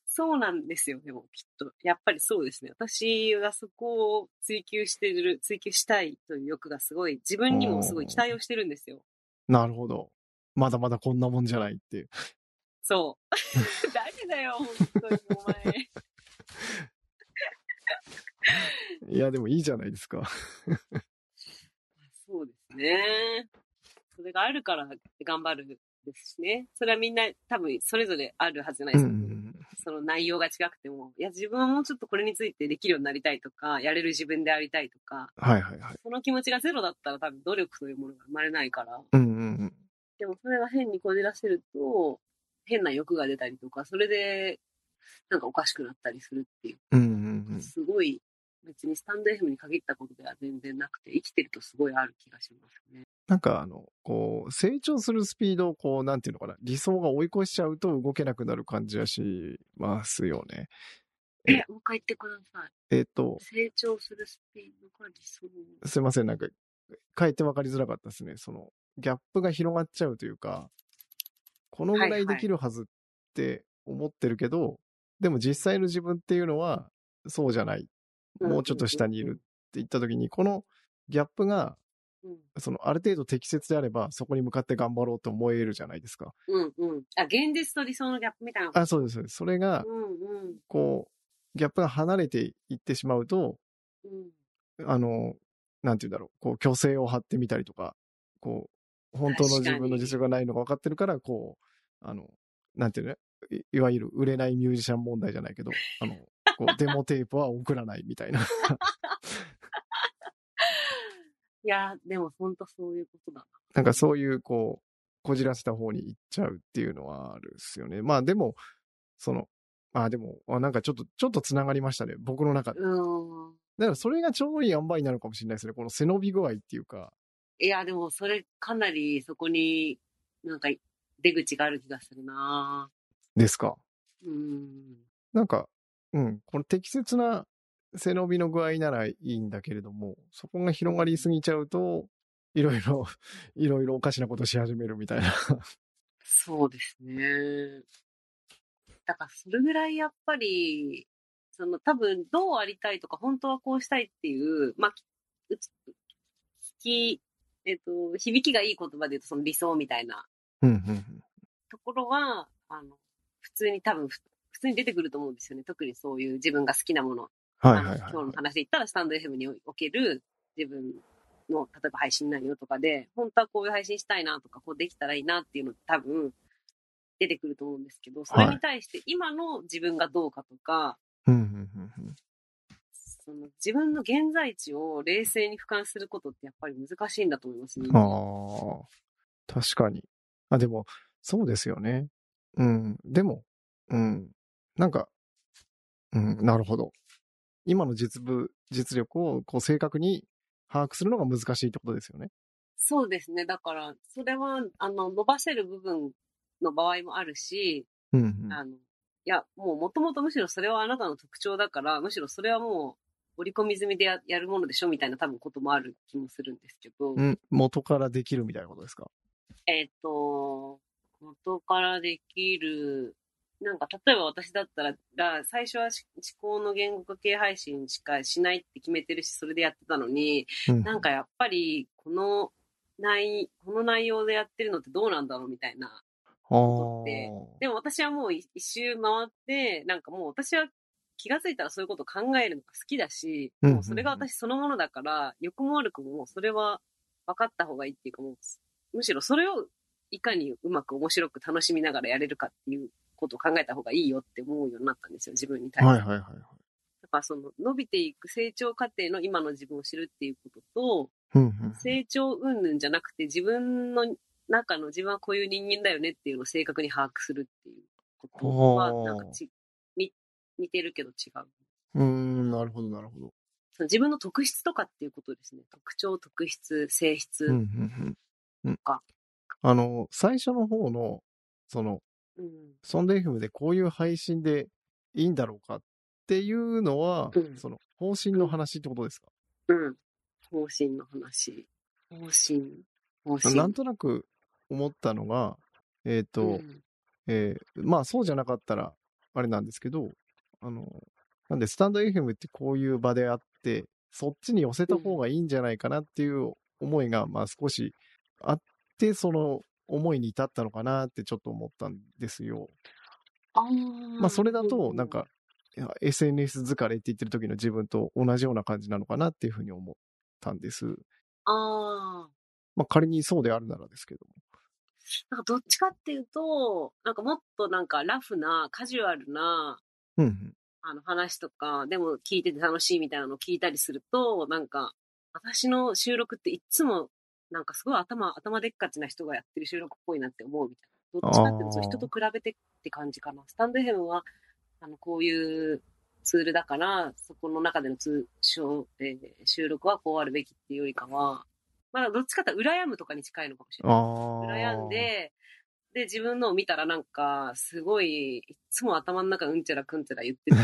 B: そうなんですよ、でもきっと。やっぱりそうですね。私はそこを追求してる、追求したいという欲がすごい、自分にもすごい期待をしてるんですよ。
A: なるほど。まだまだこんなもんじゃないっていう。
B: そう。誰だよ、本当に、お前。
A: いや、でもいいじゃないですか。
B: そうですね。それがあるから頑張るですしね。それはみんな多分それぞれあるはずじゃないですか。その内容が違くても。いや、自分はもうちょっとこれについてできるようになりたいとか、やれる自分でありたいとか、
A: はいはいはい。
B: その気持ちがゼロだったら多分努力というものが生まれないから。
A: うんうん
B: でもそれが変にこじらせると、変な欲が出たりとか、それでなんかおかしくなったりするっていう。
A: うん。うんうんうん。
B: すごい、別にスタンド FM に限ったことでは全然なくて、生きてるとすごいある気がしますね。
A: なんか、あの、こう、成長するスピードを、こう、なんていうのかな、理想が追い越しちゃうと動けなくなる感じがしますよね。
B: え、もう一回言ってください。
A: えっと、
B: 成長するスピードが理想。
A: すいません、なんか、書いて分かりづらかったですね。その、ギャップが広がっちゃうというか、このぐら
B: はい
A: い
B: はい
A: できるはずって思ってるけど、でも実際の自分っていうのは、そうじゃない。もうちょっと下にいるって言った時に、このギャップが、
B: うん。
A: その、ある程度適切であれば、そこに向かって頑張ろうと思えるじゃないですか。
B: うんうん。あ、現実と理想のギャップみたいなこと。
A: あ、そうです。そうですそれが
B: う、んうん
A: こう、ギャップが離れていってしまうと、
B: うん。
A: あの、なんて言うんだろう、こう、虚勢を張ってみたりとか、こう、本当の自分の実力がないのが分かってるから、こう、あの、なんていうのいいわゆる売れないミュージシャン問題じゃないけど、あの、こう、デモテープは送らないみたいな。 <laughs>
B: いや、でも本当そういうことだ
A: なんかそういう、こう、こじらせた方に行っちゃうっていうのはあるっすよね。まあでも、その、あ、でも、あなんかちょっと、ちょっと繋がりましたね。僕の中で。
B: な。うん。
A: だからそれがちょうどいい塩梅になるかもしれないですね。この背伸び具合っていうか。
B: いや、でもそれかなりそこになんか出口がある気がするな
A: ですか。
B: うん。
A: なんか、うん、この適切な背伸びの具合ならいいんだけれども、そこが広がりすぎちゃうと、いろいろ、 <laughs> いろいろおかしなことし始めるみたいな。
B: そうですね。だからそれぐらいやっぱり、その多分どうありたいとか、本当はこうしたいっていう、まあ、きうち聞き、えっ、と、響きがいい言葉で言うとその理想みたいな
A: うん、うん、
B: ところは、あの、普通に多分、ふ普通に出てくると思うんですよね。特にそういう自分が好きなもの。
A: は
B: あの今日の話で言ったら、スタンド FM における自分の、例えば配信内容とかで、本当はこういう配信したいなとか、こうできたらいいなっていうのって多分、出てくると思うんですけど、それに対して今の自分がどうかとか、
A: うん、うん、うん。
B: その自分の現在地を冷静に俯瞰することってやっぱり難しいんだと思いますね。
A: ああ、確かに。あ、でも、そうですよね。うん、でも、うん、なんか、うん、なるほど。今の実部、実力をこう正確に把握するのが難しいってことですよね。
B: そうですね。だから、それは、あの、伸ばせる部分の場合もあるし、
A: うん、うん。
B: あの、いや、もうもともとむしろそれはあなたの特徴だから、むしろそれはもう織り込み済みでややるものでしょみたいな多分こともある気もするんですけど、
A: うん、元からできるみたいなことですか
B: えっ、と、元からできる、なんか例えば私だったら、だ最初はし思考の言語化系配信しかしないって決めてるし、それでやってたのに、
A: な
B: なんかやっぱりこの内、この内容でやってるのってどうなんだろうみたいな。
A: 思
B: ってでも私はもう一周回って、なんかもう私は気がついたらそういうことを考えるのが好きだし、
A: うん
B: もうそれが私そのものだから、欲も悪くももうそれは分かった方がいいっていうか、もうむしろそれをいかにうまく面白く楽しみながらやれるかっていうことを考えた方がいいよって思うようになったんですよ、自分に対し
A: は
B: て。
A: いはいはいはい。
B: だからその伸びていく成長過程の今の自分を知るっていうことと、
A: うんうん
B: 成長云々じゃなくて自分の中の自分はこういう人間だよねっていうのを正確に把握するっていうことは、
A: おー
B: なんかち似似てるけど違う。
A: うーん、なるほど、なるほど。
B: その自分の特質とかっていうことですね。特徴、特質、性質。
A: うん、うん、うん。うん
B: か
A: あの、最初の方の、その、
B: うん
A: ソンデイフムでこういう配信でいいんだろうかっていうのは、
B: うん
A: その、方針の話ってことですか、
B: うん。方針の話。方針。方針。
A: なんとなく思ったのが、えっ、と、
B: うん
A: えーまあそうじゃなかったらあれなんですけど、あの、なんでスタンド FM ってこういう場であって、そっちに寄せた方がいいんじゃないかなっていう思いが、まあ少しあって、その思いに至ったのかなってちょっと思ったんですよ。
B: あー
A: まあそれだと、
B: う
A: なんか、いや SNS 疲れって言ってる時の自分と同じような感じなのかなっていうふうに思ったんです。
B: ああ。
A: まあ仮にそうであるならですけども。
B: なんかどっちかっていうと、なんかもっとなんかラフな、カジュアルな、
A: うんうん。
B: あの話とか、でも聞いてて楽しいみたいなのを聞いたりすると、なんか、私の収録っていつも、なんかすごい頭、頭でっかちな人がやってる収録っぽいなって思うみたいな。どっちかっていうと、そう
A: あー
B: 人と比べてって感じかな。スタンドヘムは、あの、こういうツールだから、そこの中での通称、えー収録はこうあるべきっていうよりかは、まあ、どっちかっていうと羨むとかに近いのかもしれない。
A: ああ。
B: 悩ん。で、で、自分のを見たらなんか、すごい、いつも頭の中うんちゃらくんちゃら言ってて、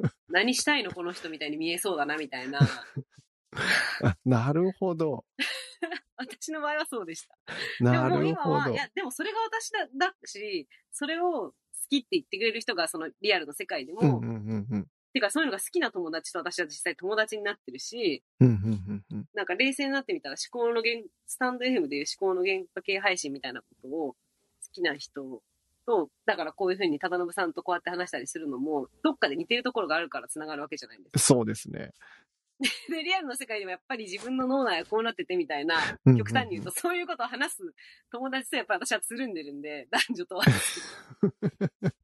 A: <laughs>
B: 何したいのこの人みたいに見えそうだな、み
A: <laughs>
B: たいな。
A: あ <laughs> なるほど。
B: 私の場合はそうでした。で
A: な
B: ももう
A: る
B: 今
A: ほ
B: は、
A: ど
B: い。や、でもそれが私だだし、それを好きって言ってくれる人が、そのリアルの世界でも、
A: うんうんうんうん。
B: てかそういうのが好きな友達と私は実際友達になってるし、
A: うんうんうんうん。
B: なんか冷静になってみたら思考の原、スタンド FM でいう思考の原価系配信みたいなことを好きな人と、だからこういうふうに忠信さんとこうやって話したりするのも、どっかで似てるところがあるから繋がるわけじゃないんです
A: そうですね。
B: か。 <laughs> で、リアルの世界でもやっぱり自分の脳内はこうなっててみたいな、
A: うんうん
B: 極端に言うとそういうことを話す友達とやっぱ私はつるん <laughs> でるんで、男女とはですけど。 <laughs>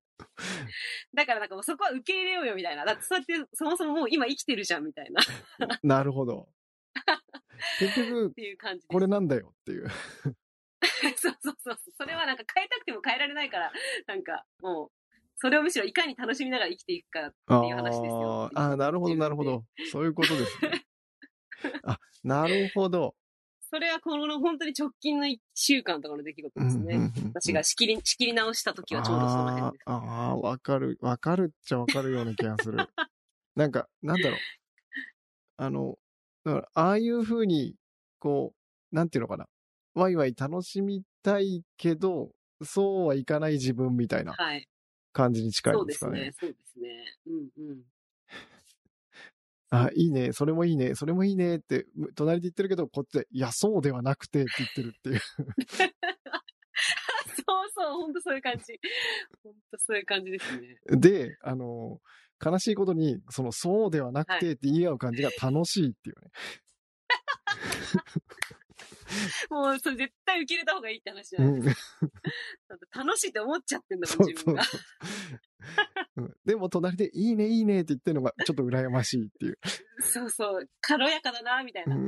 B: だからなんかもうそこは受け入れようよみたいな。だってそうやってそもそももう今生きてるじゃんみたいなっ
A: なるほ
B: <laughs>
A: ど。結局、
B: ていう感じです。
A: これなんだよって
B: <laughs>
A: いう。
B: そうそうそう。それはなんか変えたくても変えられないから、なんかもう、それをむしろいかに楽しみながら生きていくかっていう話ですよ。
A: あーあー、なるほど、なるほど。そういうことです
B: <laughs>
A: ね。あ、なるほど。
B: それはこの本当に直近の1週間とかの出来事ですね。私が仕切り、仕切り直した時はちょうどその辺
A: あ
B: です。
A: あー、あーわかる。わかるっちゃわかるような気がす
B: <laughs>
A: る。なんか、なんだろう。あの、だから、ああいうふうに、こう、なんていうのかな。ワイワイ楽しみたいけど、そうはいかない自分みたいな
B: はい。
A: 感じに近
B: そ
A: いうで
B: ですす
A: かね
B: ね。。そうですね。うんうん。 <laughs>
A: あ、いいね、それもいいね、それもいいねって、む隣で言ってるけど、こっちで、いや、そうではなくてって言ってるっていう。
B: そうそう、本当そういう感じ。本当そういう感じですね。
A: で、あの、悲しいことに、その、そうではなくてって言い合う感じが楽しいっていうね。
B: もう、それ絶対受け入れた方がいいって話じゃ
A: う
B: ない、
A: ん、
B: だって楽しいって思っちゃってんだも
A: そ
B: ん、
A: う
B: 自
A: そ
B: 分
A: う
B: が。
A: そう。うん <laughs> でも、隣で、いいね、いいねって言ってるのが、ちょっと羨ましいっていう。
B: そうそう、軽やかだな、み <laughs> たいうな。
A: ん、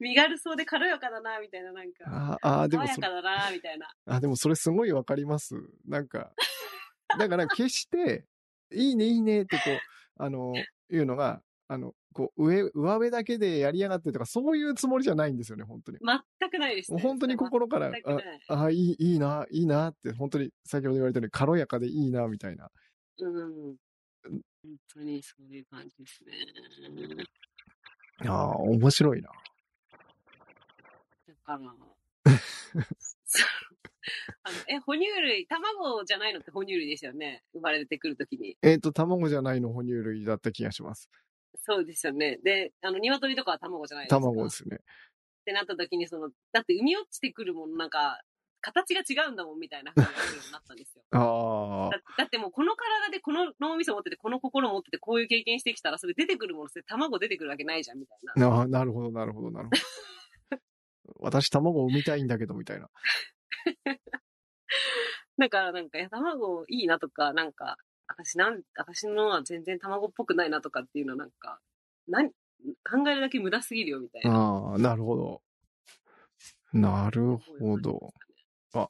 B: 身軽そうで軽やかだな、みたいな、なんか。
A: あーあー、で
B: 爽
A: も
B: や
A: それ
B: か、だな、みたいな。
A: あ、でもそれすごいわかります。なんか、だから決して、いいね、いいねってこう、あの、いうのが、あの、こう、上、上辺だけでやりやがってとか、そういうつもりじゃないんですよね、本当に。
B: 全くないです、
A: もう
B: ね。
A: 本当に心から、
B: 全くない。
A: あ、あ、いい、いいな、いいなって、本当に先ほど言われたように、軽やかでいいな、みたいな。
B: うん。本当にそういう感じですね。
A: ああ、面白いな。
B: だから、そうあのえ、哺乳類、卵じゃないのって哺乳類ですよね。生まれてくるときに。
A: えっ、と、卵じゃないの哺乳類だった気がします。
B: そうですよね。で、あの、鶏とかは卵じゃないですか。
A: 卵
B: っ
A: ですね。
B: てなったときに、その、だって産み落ちてくるものなんか、形が違うんだもんみたいな風になるようになったんですよ。
A: あ
B: だだってもうこの体でこの脳みそ持ってて、この心持ってて、こういう経験してきたら、それ出てくるものって卵出てくるわけないじゃん、みたいな
A: あ、。なあ、なるほど、なるほど、なるほ
B: <laughs>
A: ど。私、卵を産みたいんだけど、みたいな。
B: だからなんか、いや、卵いいなとか、なんか、私なん、私のは全然卵っぽくないなとかっていうのはなんか、何、考えるだけ無駄すぎるよみたいな。
A: ああ、なるほど。なるほど。あ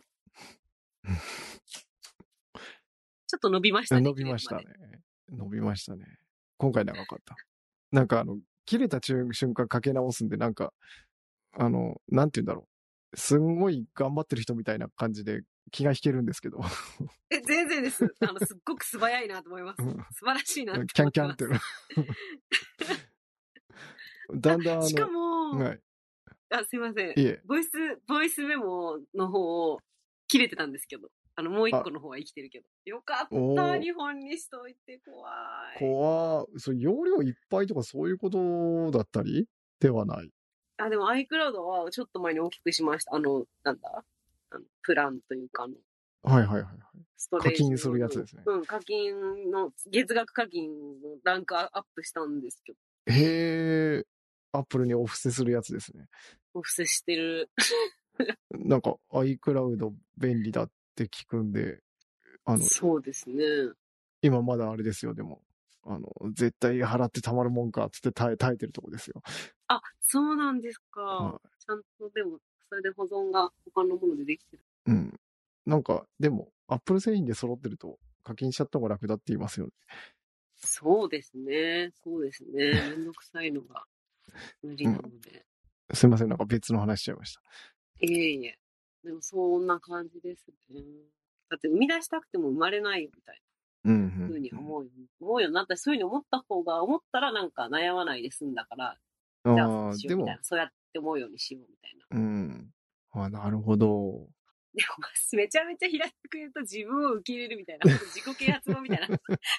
B: ちょっと伸びましたね。
A: 伸びましたね。伸びましたね。今回長かった。なんかあの、切れた瞬間かけ直すんで、なんか、あの、なんて言うんだろう。すんごい頑張ってる人みたいな感じで気が引けるんですけど、
B: え、全然です。あの、すっごく素早いなと思います
A: うん。
B: 素晴らしいなって思います。
A: <laughs> キャンキャンって。
B: <laughs>
A: だんだんあの、
B: しかも、
A: はい、
B: あ、すいません
A: い。え、
B: ボイス、ボイスメモの方を切れてたんですけど。あの、もう一個の方は生きてるけど。よかっ
A: お
B: た、
A: ー
B: 日本にしといて怖い。
A: 怖そう、容量いっぱいとかそういうことだったりではない。
B: あ、でも iCloud はちょっと前に大きくしました。あの、なんだあのプランというか、あの
A: はいはいはいはい。
B: ストレージ
A: 課金するやつですね
B: うん、課金の、月額課金のランクアップしたんですけど、
A: へえ、アップルにお布施するやつですね。
B: お布施してる。
A: なんか iCloud 便利だって聞くんで、あの、
B: そうですね。
A: 今まだあれですよ、でも。あの、絶対払ってたまるもんかっつって耐え、耐えてるとこですよ。
B: あ、そうなんですか。
A: は
B: ちゃんとでも、それで保存が他のものでできてる。
A: うん。なんか、でも、Apple 製品で揃ってると課金しちゃった方が楽だって言いますよね。
B: そうですね。そうですね。めんどくさいのが無理なので。
A: すいません、なんか別の話しちゃいました。
B: いえいえ。でもそんな感じですね。だって生み出したくても生まれないみたい
A: うん
B: なふ
A: う
B: うんに思うよ、思うようになったし、そういうふうに思った方が、思ったらなんか悩まないで済んだから、じゃあ
A: あ
B: そう
A: あ、
B: し
A: で
B: ようみ
A: も
B: たいな。、そうやって思うようにしようみたいな。
A: うん。あなるほど。 <laughs>
B: でも、まあめちゃめちゃ平たく言うと自分を受け入れるみたいな、自己啓発本みたい
A: <laughs>
B: な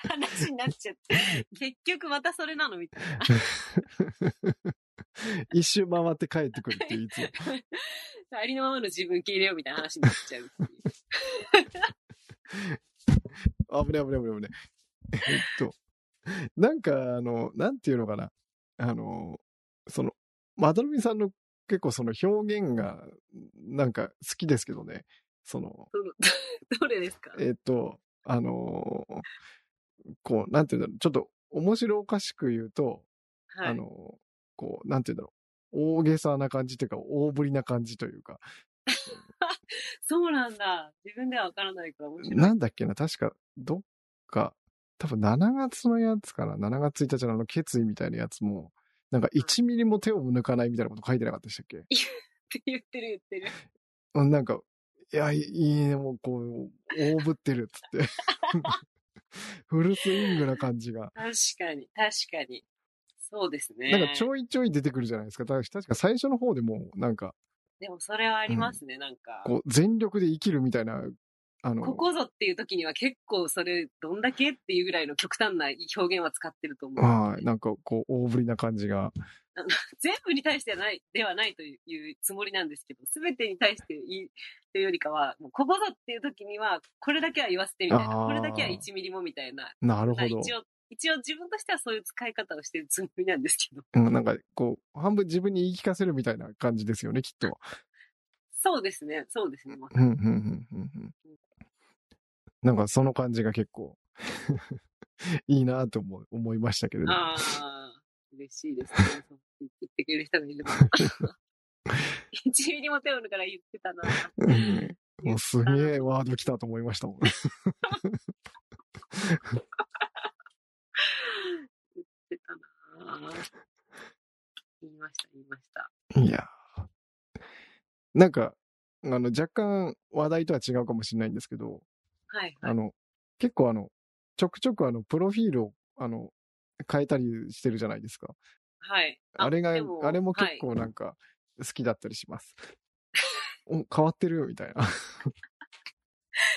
B: 話になっちゃって、結局またそれなのみたいな。
A: 一周回って帰ってくるっていういつも。
B: ありのままの自分受け入れようみたいな話になっちゃうっていう。
A: <laughs> 危ね危ね危ね危ね。えっと、なんか、あの、なんていうのかな。あの、その、まどろみさんの結構その表現が、なんか好きですけどね。その、
B: どのどれですか
A: えっと、あの、こう、なんていうんだろう。ちょっと面白おかしく言うと、
B: は
A: あ
B: い。
A: の、こう、なんていうんだろう。大げさな感じというか、大ぶりな感じというか、
B: そうなんだ。自分ではわからないから面白い。
A: なんだっけな、確か、どっか、多分7月のやつかな、7月1日のあの決意みたいなやつも、なんか1ミリも手を抜かないみたいなこと書いてなかったでしたっけ
B: って言ってる言ってる。
A: うんなんか、いや、いいね、もうこう、大ぶってるっつって。 <laughs> フルスイングな感じが。
B: 確かに、確かに。そうですね。
A: なんかちょいちょい出てくるじゃないですか。た確か最初の方でもう、なんか、
B: でもそれはありますね、なんか。
A: こう、全力で生きるみたいな、あの、
B: ここぞっていう時には結構それどんだけっていうぐらいの極端な表現は使ってると思う。
A: はい、なんかこう、大ぶりな感じが。
B: 全部に対してはない、ではないというつもりなんですけど、すべてに対していいというよりかは、もうここぞっていう時には、これだけは言わせてみたいな、
A: あー
B: これだけは1ミリもみたいな、
A: なる
B: まあ
A: ほど。
B: 一応、一応自分としてはそういう使い方をしてるつもりなんですけど、
A: うん、なんか、こう、半分自分に言い聞かせるみたいな感じですよね、きっと。
B: そうですね、そうですね。まあ
A: うん、うん、うん、うんうん。なんか、その感じが結構、 <laughs> いいなと思う思いましたけれど。
B: ああ、嬉しいですね。そう言ってくれる人がい
A: <laughs>
B: るのは。一ミリも手を抜くから言ってたな。
A: うんもうすげえワード来たと思いましたもん。 <laughs>
B: 言ってたな。言いました、言いました。
A: いやー。なんか、あの、若干話題とは違うかもしれないんですけど、
B: はい、は
A: あ
B: い。
A: の、結構あの、ちょくちょくあの、プロフィールを、あの、変えたりしてるじゃないですか。
B: はい、
A: あれが、
B: でも
A: あれも結
B: はい
A: 構なんか好きだったりし
B: <laughs>
A: ます。お変わってるよ、みたいな。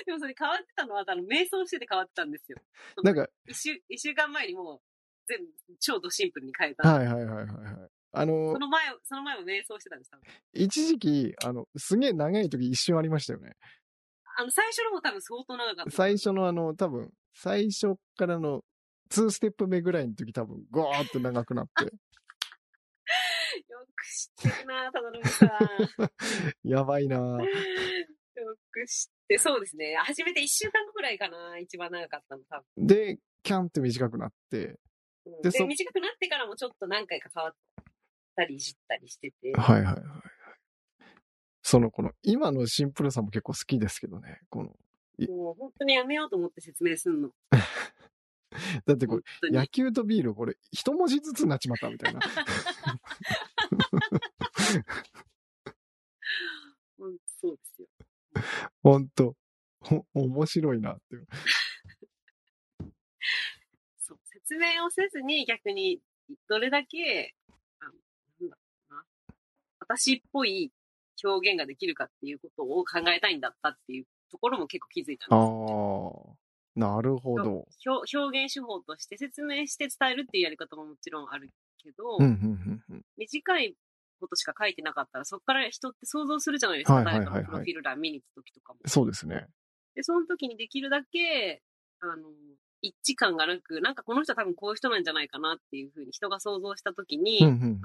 B: でもそれ変わってたのは、あの、瞑想してて変わってたんですよ。
A: なんか、
B: 一週、一週間前にもう、全部、超ドシンプルに変えた。
A: はいはいはいはい。はいあの
B: そ、の前、その前も瞑想してたんです、多分
A: 一時期、あの、すげえ長い時一瞬ありましたよね。
B: あの、最初のも多分相当長かった。
A: 最初のあの、多分、最初からの2ステップ目ぐらいの時多分、ゴーって長く
B: <laughs>
A: なって、
B: よく知ってるな、ただのぶ <laughs> さん。
A: やばいなぁ
B: よく知って、そうですね。初めて1週間後くらいかな、一番長かったの、多
A: で、キャンって短くなって、
B: 分。うん
A: で
B: で
A: そ
B: 短くなってからもちょっと何回か変わったり、知ったりしてて。
A: はいはいはいはい。その、この、今のシンプルさも結構好きですけどね。この、
B: もう本当にやめようと思って説明すんの。
A: だってこれ
B: 本、当に
A: 野。球とビール、これ、一文字ずつになっちまったみたいな。 <laughs>
B: うんそうですよ。
A: ほんと、ほ面白いなっていう。
B: そう説明をせずに逆にどれだけあのなんだろうな私っぽい表現ができるかっていうことを考えたいんだったっていうところも結構気づいたん
A: あ
B: です
A: ー、なるほど。
B: 表表現手法として説明して伝えるっていうやり方ももちろんあるけど、
A: うん、うん、うん、うん。
B: 短いことしか書いてなかったらそこから人って想像するじゃないですか、
A: はいはいはいはい
B: 誰かのプロフィール欄見に行く時とかも。
A: そうですね。
B: で、その時にできるだけ、あの、一致感がなく、なんかこの人多分こういう人なんじゃないかなっていうふうに人が想像した時に、
A: うん、うん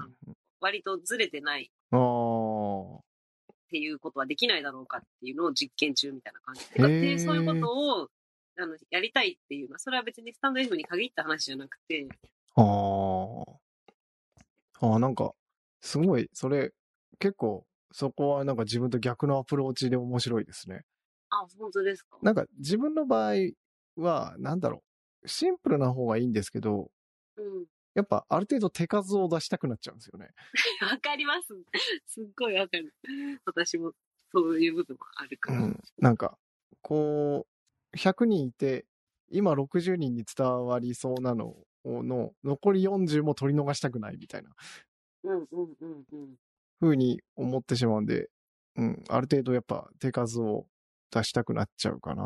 B: 割とずれてないっ
A: うん。あ
B: ていうことはできないだろうかっていうのを実験中みたいな感じ
A: へ
B: で。
A: ー
B: で、そういうことを、あの、やりたいっていうのは、それは別にスタンド F に限った話じゃなく
A: ー、
B: て、
A: あー。あー、なんか、すごい、それ、結構、そこはなんか自分と逆のアプローチで面白いですね。
B: あ、本当ですか
A: なんか自分の場合は、なんだろう、シンプルな方がいいんですけど、
B: うん。
A: やっぱある程度手数を出したくなっちゃうんですよね。
B: <laughs> わかります。すっごいわかる。私もそういう部分もあるから。
A: なんか、こう、100人いて、今60人に伝わりそうなのの、残り40も取り逃したくないみたいな
B: うんうんうんうん。
A: 風に思ってしまうんで、うん、ある程度やっぱ手数を出したくなっちゃうかな。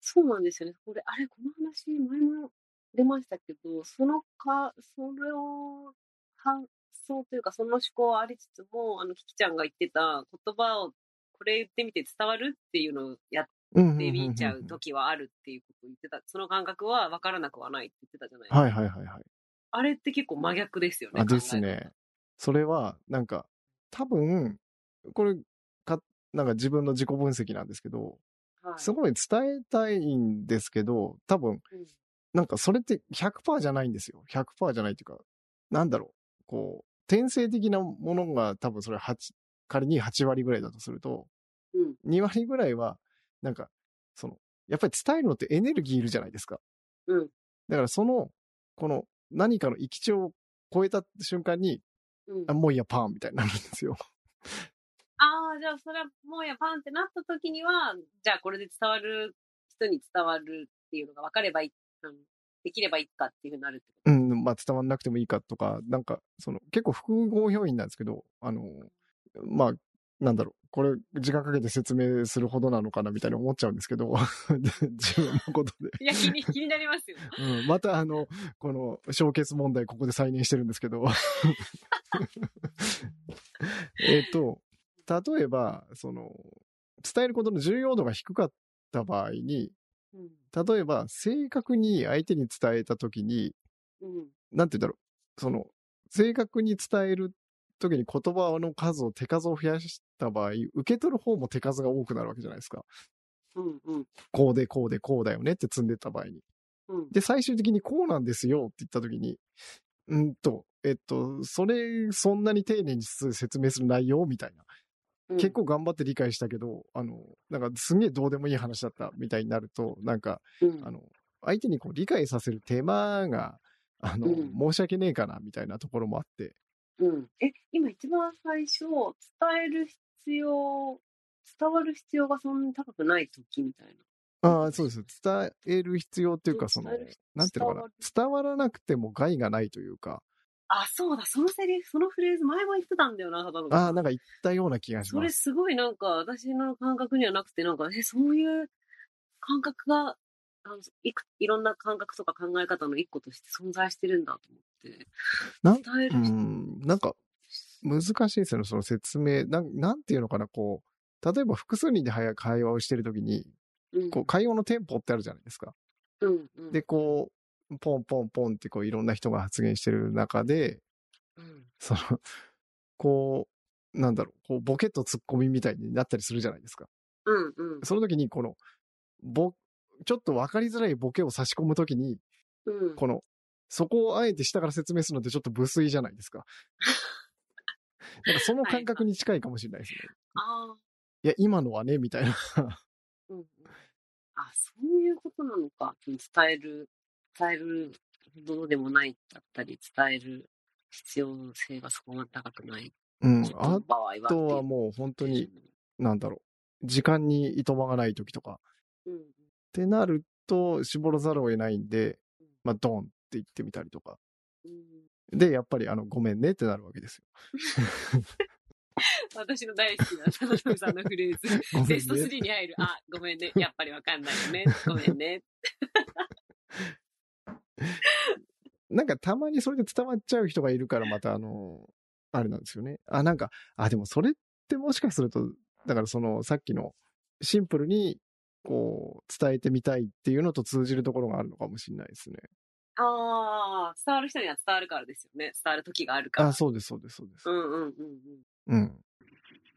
B: そうなんですよね。これ、あれ、この話、前も出ましたけど、そのか、それを、反想というか、その思考はありつつも、あの、キキちゃんが言ってた言葉を、これ言ってみて伝わるっていうのをやっ
A: うんうんうんうん
B: て
A: うん
B: みちゃう時はあるっていうことを言ってた。その感覚は分からなくはないって言ってたじゃないですか。
A: はいはいはいはい。
B: あれって結構真逆ですよね。
A: あです
B: 考え
A: ね。それは、なんか、多分、これ、か、なんか自分の自己分析なんですけど、
B: たら。はい、
A: すごい伝えたいんですけど、多分
B: うん、
A: なんかそれって100%じゃないんですよ。100%じゃないっていうか、なんだろう、こう、転生的なものが多分それ8、仮に8割ぐらいだとすると、
B: うん。
A: 2割ぐらいは、なんか、その、やっぱり伝えるのってエネルギーいるじゃないですか。
B: うん。
A: だからその、この何かの域地を超えた瞬間に、
B: うん、
A: あもういいや、パーンみたいになるんですよ。
B: ああ、じゃあ、それはもうやパンってなった時には、じゃあこれで伝わる人に伝わるっていうのが分かればいい、うん、できればいいかっていうふうになるってこ
A: うん、まあ伝わんなくてもいいかとか、なんか、その、結構複合表現なんですけど、あの、まあ、なんだろう、これ、時間かけて説明するほどなのかなみたいに思っちゃうんですけど、 <laughs> 自分のことで。
B: と。いや、気に気になりますよ。
A: うん、また、あの、この、小決問題、ここで再燃してるんですけど。 <laughs> えっと、例えば、その、伝えることの重要度が低かった場合に、
B: うん。
A: 例えば、正確に相手に伝えたときに、
B: うん。
A: なんて言うんだろう、その、正確に伝えるときに言葉の数を手数を増やした場合、受け取る方も手数が多くなるわけじゃないですか。
B: うん。うん。
A: こうでこうでこうだよねって積んでった場合に。
B: うん。
A: で、最終的にこうなんですよって言ったときに、うんと、えっと、それ、そんなに丁寧に説明する内容みたいな。
B: うん
A: 結、構頑張って理解したけど、あの、なんかすんげえどうでもいい話だったみたいになると、なんか、
B: うん
A: あの、相手にこう理解させる手間が、あの、
B: うん
A: 申し訳ねえかな、みたいなところもあって、
B: うん。え、今一番最初、伝える必要、伝わる必要がそんなに高くない時みたいな。
A: ああ、そうです。伝える必要っていうか、そ
B: そう
A: の
B: 伝える必、
A: なんていうのかな、伝わらなくても害がないというか、
B: あ、そうだ、そのセリフ、そのフレーズ前も言ってたんだよな、片野さん
A: ああ、なんか言ったような気がし
B: そ
A: ま
B: れ
A: す。
B: すごいなんか私の感覚にはなくてなんかえそういう感覚があのいくいろんな感覚とか考え方の一個として存在してるんだと
A: な
B: 思って伝え
A: う
B: る人
A: ん、なんか、難しいですよね、その説明。なん、なんていうのかな、こう、例えば複数人で会会話をしてるときに、
B: うん
A: こう、会話のテンポってあるじゃないですか。
B: うんうん
A: で、こう、ポンポンポンってこういろんな人が発言してる中で、
B: うん
A: その、こう、なんだろう、こうボケとツッコミみたいになったりするじゃないですか。
B: うんうん
A: その時に、この、ぼ、ちょっと分かりづらいボケを差し込む時に、
B: うん <laughs>
A: この、そこをあえて下から説明するのってちょっと無粋じゃないですか。なんかその感覚に近いかもしれないですね。
B: ああ、
A: いや、今のはね、みたいな。
B: うんうん。あ、そういうことなのか。伝える、伝えるものでもないだったり、伝える必要性がそこまで高くない
A: うん。
B: ことの
A: あ
B: 場合はっていう。
A: とはもう本当に、なんだろう。時間にいとまがない時とか。っ
B: うん。
A: てなると、絞らざるを得ないんで、まあ、ドンって言ってみたりとか。
B: うん
A: で、やっぱり、あの、ごめんねってなるわけです
B: 私の大好きな田辺さんのフレーズ。
A: よ。ごめ
B: ベスト
A: んね。
B: 3に入る。あ、ごめんね。やっぱりわかんない
A: <laughs>
B: よね。ごめんね。
A: なんかたまにそれで伝わっちゃう人がいるから、またあの、あれなんですよね。あ、なんか、あ、でもそれってもしかすると、だからその、さっきの、シンプルに、こう、伝えてみたいっていうのと通じるところがあるのかもしれないですね。
B: ああ、伝わる人には伝わるからですよね。伝わる時があるから。
A: あ、そうです、そうです、そうです
B: う。んうんうんうん。
A: うん。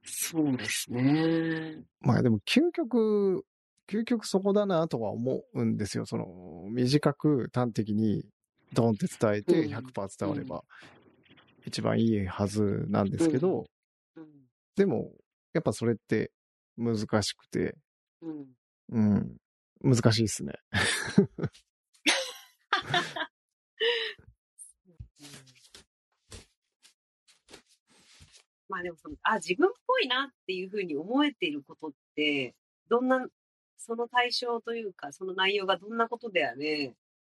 B: そうですね。
A: まあでも、究極、究極そこだなとは思うんですよ。その、短く端的に、ドンって伝えて
B: うん
A: 100%伝われば、一番いいはずなんですけど、
B: うん。
A: でも、やっぱそれって難しくて、
B: うん。
A: うん、難しいですね。
B: うんまあでもその、あ、自分っぽいなっていうふうに思えていることって、どんな、その対象というか、その内容がどんなことであれ、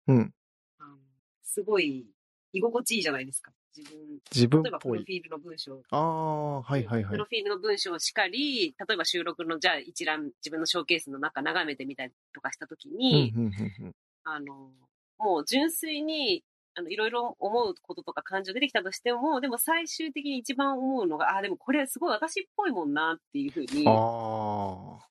A: うん、
B: あのすごい居心地いいじゃないですか。自分、
A: 自分っ
B: 例えばプ
A: ぽ
B: ロフ
A: い。
B: ィールの文章
A: ああ、はいはいは
B: プ
A: い
B: ロ。フィールの文章をしかり、例えば収録のじゃあ一覧、自分のショーケースの中眺めてみたりとかしたときに、
A: うんうんうんうん
B: あの、もう純粋に、あの、いろいろ思うこととか感情出てきたとしても、でも最終的に一番思うのが、あ、でもこれすごい私っぽいもんなっていうふうに、
A: ああ、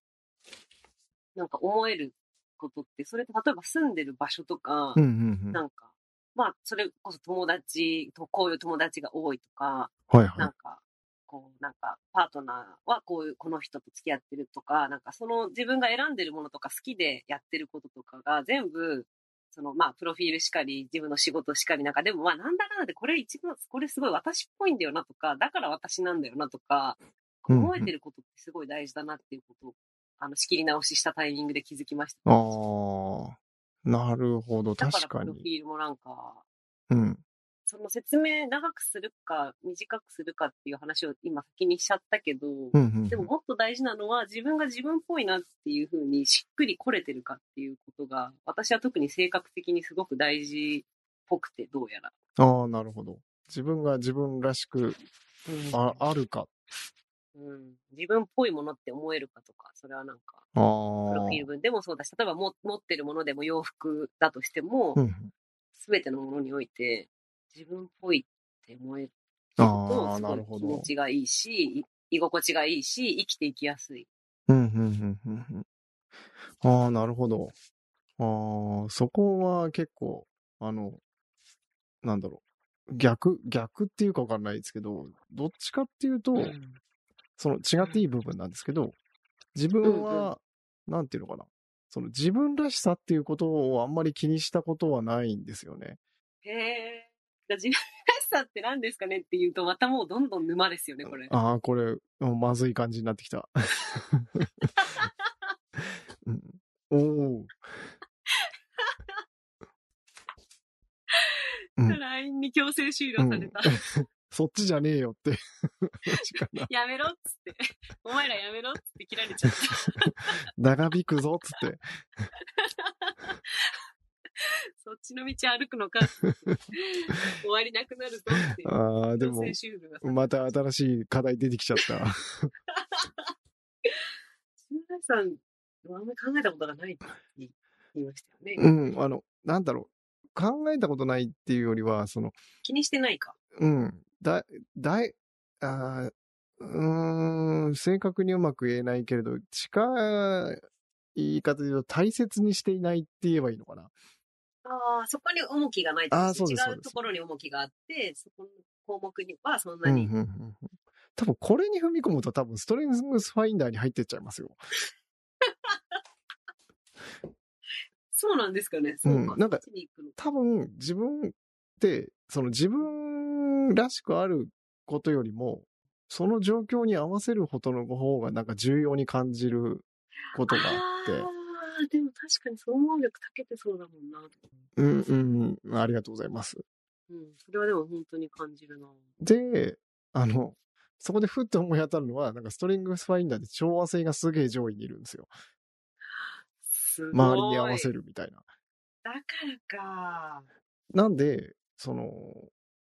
B: なんか思えることって、それって例えば住んでる場所とか、
A: うんうんうん。
B: なんか、まあ、それこそ友達と、こういう友達が多いとか、
A: はい
B: な
A: は
B: んか、こう、なんか、パートナーはこういう、この人と付き合ってるとか、なんかその自分が選んでるものとか好きでやってることとかが全部、そのまあ、プロフィールしかり、自分の仕事しかり、なんかでもまあ、なんだかんだでこれ一番、これすごい私っぽいんだよなとか、だから私なんだよなとか、
A: うんうん
B: 思えてることってすごい大事だなっていうことを、あの、仕切り直ししたタイミングで気づきました。
A: い。ああ、なるほど、
B: だから
A: 確
B: プ
A: か
B: ロフ
A: に。
B: ィールもなんか、
A: うん。
B: その説明長くするか短くするかっていう話を今先にしちゃったけど、
A: うんうんうん
B: でももっと大事なのは自分が自分っぽいなっていうふうにしっくり来れてるかっていうことが私は特に性格的にすごく大事っぽくてどうやら。
A: ああ、なるほど。自分が自分らしくああるか。
B: うん、自分っぽいものって思えるかとかそれはなんか
A: ああ。
B: プロフィール文でもそうだし例えばも持ってるものでも洋服だとしても
A: うんうん
B: 全てのものにおいて自分っぽいって思える
A: あ
B: と
A: あ、
B: す
A: な
B: ご
A: る
B: い
A: ほ
B: 気持
A: ど。
B: ちがいいしい居心地がいいし生きていきやすい。
A: うんうんうんうんうん。ああ、なるほど。ああ、そこは結構、あの、なんだろう。逆、逆っていうかわかんないですけど、どっちかっていうと、
B: うん
A: その違っていい部分なんですけど、自分は、なんていうのかな。その自分らしさっていうことをあんまり気にしたことはないんですよね。
B: へえ。だから自分らしさって何ですかねっていうと、またもうどんどん沼ですよね、これ。
A: ああ、これ、うんまずい感じになってき <laughs> た。うん、おお。うん
B: LINE に強制終了された。
A: そっちじゃねえよって。 <laughs> 確か
B: やめろっつって。お前らやめろっつって切られちゃった。
A: <laughs> に長引くぞっつって。
B: そっちの道歩くのかっつって。終わりなくなるぞって。
A: ああ、でも
B: 強、制終了がさ
A: また新しい課題出てきちゃった。
B: 自分らしさん、あんまり考えたことがないって言いましたよね。
A: うん、あの、なんだろう。考えたことないっていうよりは、その、
B: 気にしてないか。
A: うん。だ、だい、あーうーん、正確にうまく言えないけれど、近い言い方で言うと、大切にしていないって言えばいいのかな。
B: ああ、そこに重きがないって
A: あー
B: こと
A: そうですそう
B: 違
A: で
B: う
A: す
B: ところに重きがあって、そこの項目にはそん
A: う、
B: なん
A: う
B: に
A: ん、うんうん。多分、これに踏み込むと、多分、ストレングスファインダーに入ってっちゃいますよ。
B: そうなんですかね。
A: う
B: そ
A: ん
B: うか。
A: なんか
B: そっちに行くの
A: 多分、自分って、その自分らしくあることよりも、その状況に合わせることの方がなんか重要に感じることがあ
B: あ
A: っ
B: ーでも確かに総合力たけてそうだもんな。
A: て、うんうんうん、ありがとうございます。
B: うん、それはでも本当に感じるな。
A: で、あの、そこでふっと思い当たるのは、なんかストリングスファインダーで調和性がすげえ上位にいるんですよ。
B: すごい。
A: 周りに合わせるみたいな。
B: だからか。
A: なんで、その、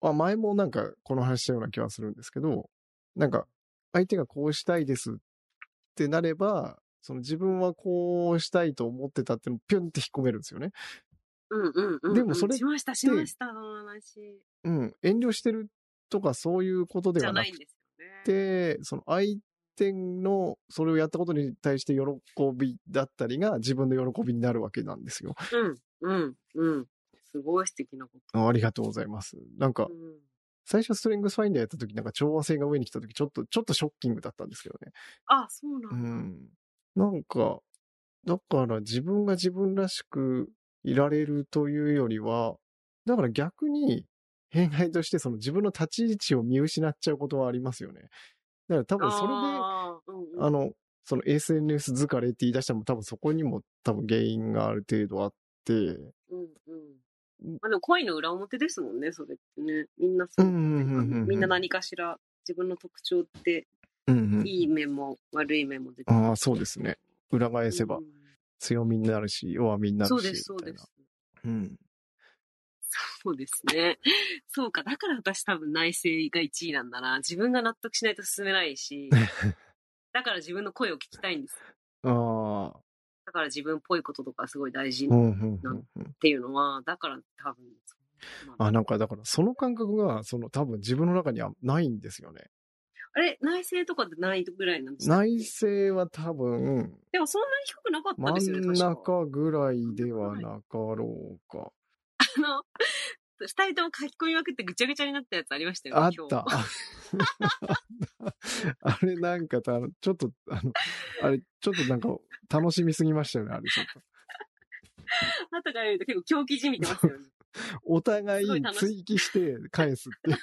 A: あ前もなんかこの話したような気はするんですけど、なんか相手がこうしたいですってなれば、その自分はこうしたいと思ってたっていうのをピュンって引っ込めるんですよね。
B: うんうんうん。
A: でもそれって
B: しました、しました、その話。
A: うん。遠慮してるとかそういうことで
B: じゃ
A: はな
B: な
A: く
B: いんですよね。
A: て、その相手のそれをやったことに対して喜びだったりが自分の喜びになるわけなんですよ。
B: うんうんうん。すごい素敵なこ
A: あありがとうございます。なんか
B: と。うん
A: 最初ストリングスファインダーやった時なんか調和性が上に来た時ちょっと、ちょっとショッキングだったんですけどね。
B: あ、そうな
A: うん
B: だ。
A: ん。なんか、だから自分が自分らしくいられるというよりは、だから逆に、弊害としてその自分の立ち位置を見失っちゃうことはありますよね。だから多分それで、あ
B: あーうんうん
A: の、その SNS 疲れって言い出したのも多分そこにも多分原因がある程度あって、
B: うんうん。まあでも恋の裏表ですもんね、それってね。みんなそう。みんな何かしら自分の特徴って、
A: うんうん
B: いい面も悪い面も出て
A: ああ、そうですね。裏返せば
B: うん
A: 強みになるし、弱みになるし。
B: そうです、そうで
A: みたい
B: す
A: な。。うん。
B: そうですね。 <laughs> そうか。だから私多分内政が1位なんだな。自分が納得しないと進めな
A: <laughs>
B: いし。だから自分の声を聞きたいんです。
A: ああ、
B: だから自分っぽいこととかすごい大事っ
A: うんうんうんうん。
B: ていうのは、だから多分そう、まあ
A: あ、なんかだからその感覚が、その多分自分の中にはないんですよね。
B: あれ内政とかってないぐらいなんですか
A: 内政は多分、
B: でもそんなに低くなかったですよね、
A: 真ん
B: 確か。
A: 中ぐらいではなかろうか。
B: あの、二人とも書き込みまくってぐちゃぐちゃになったやつありましたよね、
A: あっ
B: 今日
A: た。 <laughs> あれなんかた、ちょっと、あの、あれ、ちょっとなんか楽しみすぎましたよね、あれちょっと。
B: 後から見ると結構狂気じみてます
A: <laughs>
B: よね。
A: お互い
B: すごい楽し
A: 追記して返すっていう。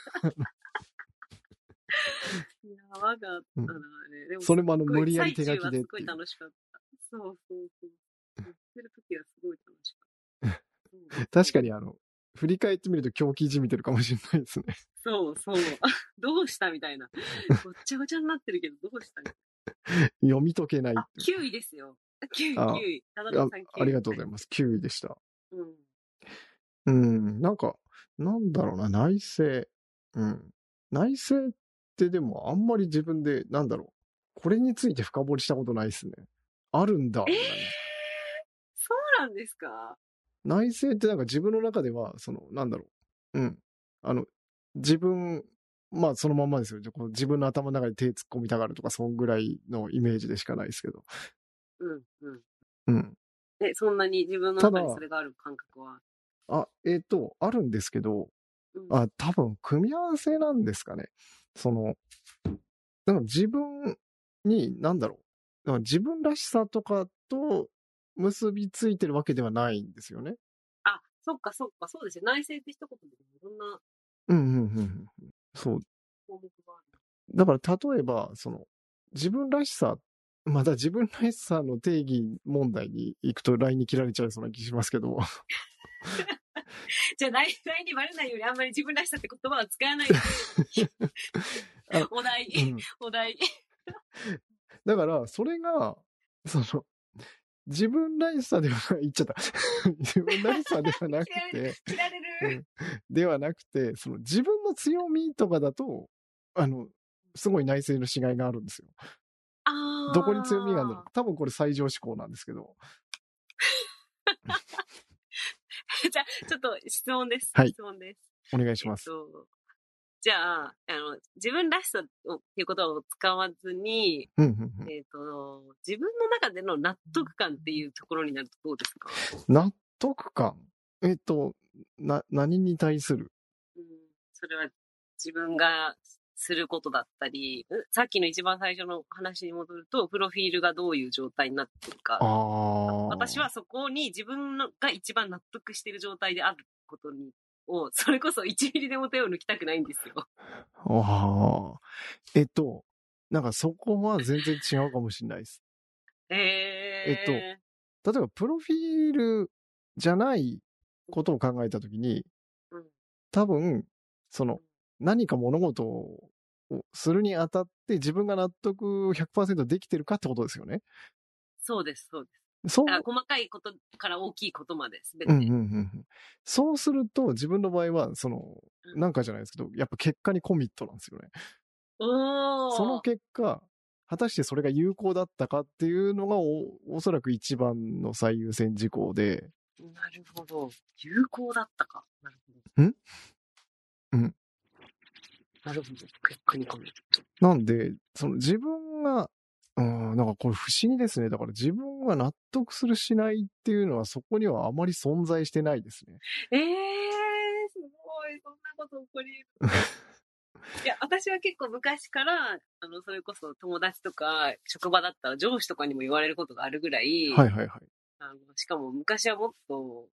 B: いや、我があったな、あれ。で
A: <laughs>
B: も
A: それもあの
B: すごい
A: 無理やり手書き
B: 最
A: でっ
B: 中はす
A: て
B: ご
A: い。
B: いう楽しかった。そうそうそう。やってる時はすごい楽しかった。
A: 確か
B: に。
A: にあの、振り返ってみると狂気じみてるかもしれないですね。
B: そうそう。どうしたみたいな。ごっちゃごちゃになってるけど、どうしたみたい
A: 読み解けない
B: な。あ
A: って、いう
B: 9位ですよ。9位、
A: あ
B: 9位。ただ
A: あ
B: のさん9位。
A: ありがとうございます。9位でした。
B: うん。
A: うん、なんか、なんだろうな、内政。うん。内政ってでもあんまり自分で、なんだろう。これについて深掘りしたことないですね。あるんだ。みたい
B: そうなんですか
A: な内政ってなんか自分の中では、その、なんだろう。うん。あの、自分、まあそのまんまですよ。こう自分の頭の中に手突っ込みたがるとか、そんぐらいのイメージでしかないですけど。
B: うんうん。
A: うん。
B: え、そんなに自分の中にそれがある感覚は。
A: あ、えっ、と、あるんですけど、
B: うん、
A: あ、多分、組み合わせなんですかね。その、だから自分に、なんだろう。だから自分らしさとかと結びついてるわけではないんですよね。
B: あ、そっかそっか、そうですよ。内政って一言でいろんな
A: うんうんうんうん。そう。
B: 項目がある。
A: だから、例えば、その、自分らしさ、また自分らしさの定義問題に行くと LINE に切られちゃいそうな気しますけ <laughs> ど、
B: <laughs> じゃあ、内政にバレないようにあんまり自分らしさって言葉は使わない。
A: <laughs> あ
B: お題、
A: うん
B: お題。
A: だから、それが、その、自分らしさではない、言っちゃった。 <laughs> 自分らしさではなく
B: 嫌い
A: て、
B: 切られ
A: う
B: る。
A: んではなくて、その自分の強みとかだと、あの、すごい内政のしがいがあるんですよ。
B: あー
A: どこに強みがあるんだろう。多分これ最上志向なんですけど。
B: じゃあ、ちょっと質問です。
A: はい
B: 質問です。
A: お願いします。
B: えっとじゃあ、あの、自分らしさをっていうことを使わずに、
A: うんうんうん
B: えっ、と、自分の中での納得感っていうところになるとどうですか、
A: 納得感。えっと、な、何に対する
B: うん、それは自分がすることだったり、うさっきの一番最初の話に戻ると、プロフィールがどういう状態になってるか
A: あ。あ。
B: 私はそこに自分のが一番納得している状態であることにを、それこそ1ミリでも手を抜きたくないんですよ。
A: ああ。えっと、なんかそこは全然違うかもしれないです。
B: え
A: <laughs>
B: ー、
A: え例えば、プロフィールじゃないことを考えたときに、
B: うん
A: 多分、その、何か物事をするにあたって自分が納得100%できてるかってことですよね。
B: そうです、そうです。
A: そう、
B: あ細かいことから大きいことまで、すべて。
A: うんうんうんうん。そうすると、自分の場合は、その、
B: うん
A: なんかじゃないですけど、やっぱ結果にコミットなんですよね。
B: おー
A: その結果、果たしてそれが有効だったかっていうのがお、おそらく一番の最優先事項で、
B: なるほど。有効だったか。なるほど。
A: んうん。
B: なるほど。結果にコミット。
A: なんで、その自分が、うん、なんかこれ不思議ですね。だから自分が納得するしないっていうのはそこにはあまり存在してないですね。
B: えー、すごい。そんなこと起こり
A: <laughs>
B: 得る。いや、私は結構昔から、あの、それこそ友達とか、職場だったら上司とかにも言われることがあるぐらい、
A: はいはいはい。
B: あのしかも昔はもっと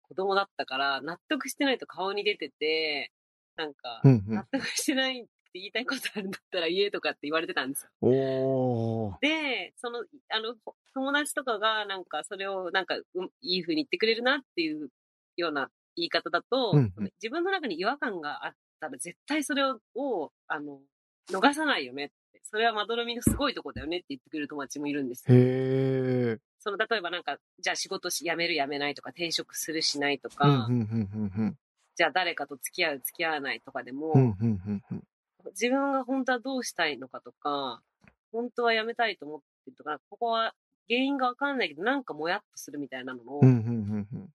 B: 子供だったから、納得してないと顔に出てて、なんか
A: う、ん
B: 納得してないって言いたいことあるんだったら言えとかって言われてたんですよ
A: うん。おー。
B: で、その、あの、友達とかが、なんか、それを、なんか、うんいい風に言ってくれるなっていうような言い方だと、
A: うんうん
B: その自分の中に違和感があったら、絶対それを、をあの、逃さないよねって。それはまどろみのすごいとこだよねって言ってくれる友達もいるんですよ。
A: へー。
B: その、例えばなんか、じゃあ仕事し辞める辞めないとか、転職するしないと
A: う
B: か、
A: んうんうんうん
B: じゃあ誰かと付き合う付き合わないとかでも、
A: うん。うんうんうんうん。
B: 自分が本当はどうしたいのかとか、本当はやめたいと思ってるとか、ここは原因がわかんないけど、なんかもやっとするみたいなのを、
A: うんうんうんうん。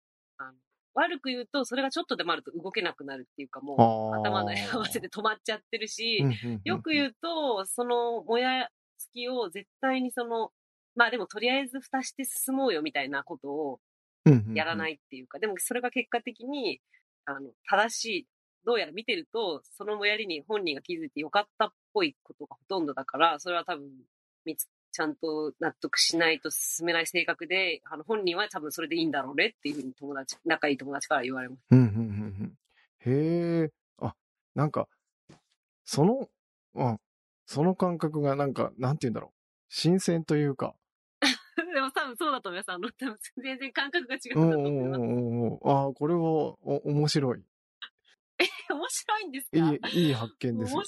B: 悪く言うと、それがちょっとでもあると動けなくなるっていうか、もう
A: あー
B: 頭の合わせて止まっちゃってるし、
A: うんうんうんうん。
B: よく言うと、そのもやつきを絶対にその、まあでもとりあえず蓋して進もうよみたいなことをやらないいっていうか、でもそれが結果的に、あの、正しい、どうやら見てると、そのもやりに本人が気づいてよかったっぽいことがほとんどだから、それは多分、みつ、ちゃんと納得しないと進めない性格で、あの、本人は多分それでいいんだろうねっていうふうに友達、仲いい友達から言われます。
A: うんうんうんうん。へー。あ、なんか、その、うん、その感覚がなんか、なんて言うんだろう。新鮮というか、
B: <laughs> でも多分そうだと思います。あの、多分全然感覚が違う
A: うんん
B: だ
A: う
B: と
A: ん
B: <laughs> 思います。
A: うんうんうん。ああ、これはお面白い。
B: 面白いんです
A: い
B: か
A: い、いい発見ですよ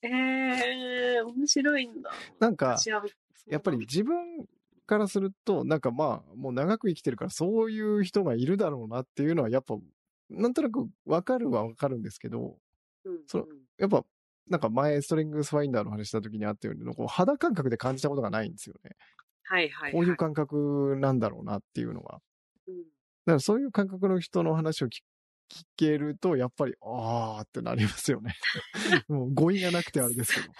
B: 面。ええー、面白いんだ。
A: なんか、
B: 私は
A: やっぱり、自分からすると、なんかまあ、もう長く生きてるから、そういう人がいるだろうなっていうのは、やっぱ、なんとなくわかるはわかるんですけど、
B: うん
A: その
B: うん
A: やっぱ、なんか前、ストレングスファインダーの話した時にあったように、こう肌感覚で感じたことがないんですよね。
B: はいはい、はい。
A: こういう感覚なんだろうなっていうのが。
B: うん
A: だからそういう感覚の人の話を聞聞けると、やっぱり、あーってなりますよね。 <laughs> もう語彙がなくてあれ
B: <laughs>
A: ですけど。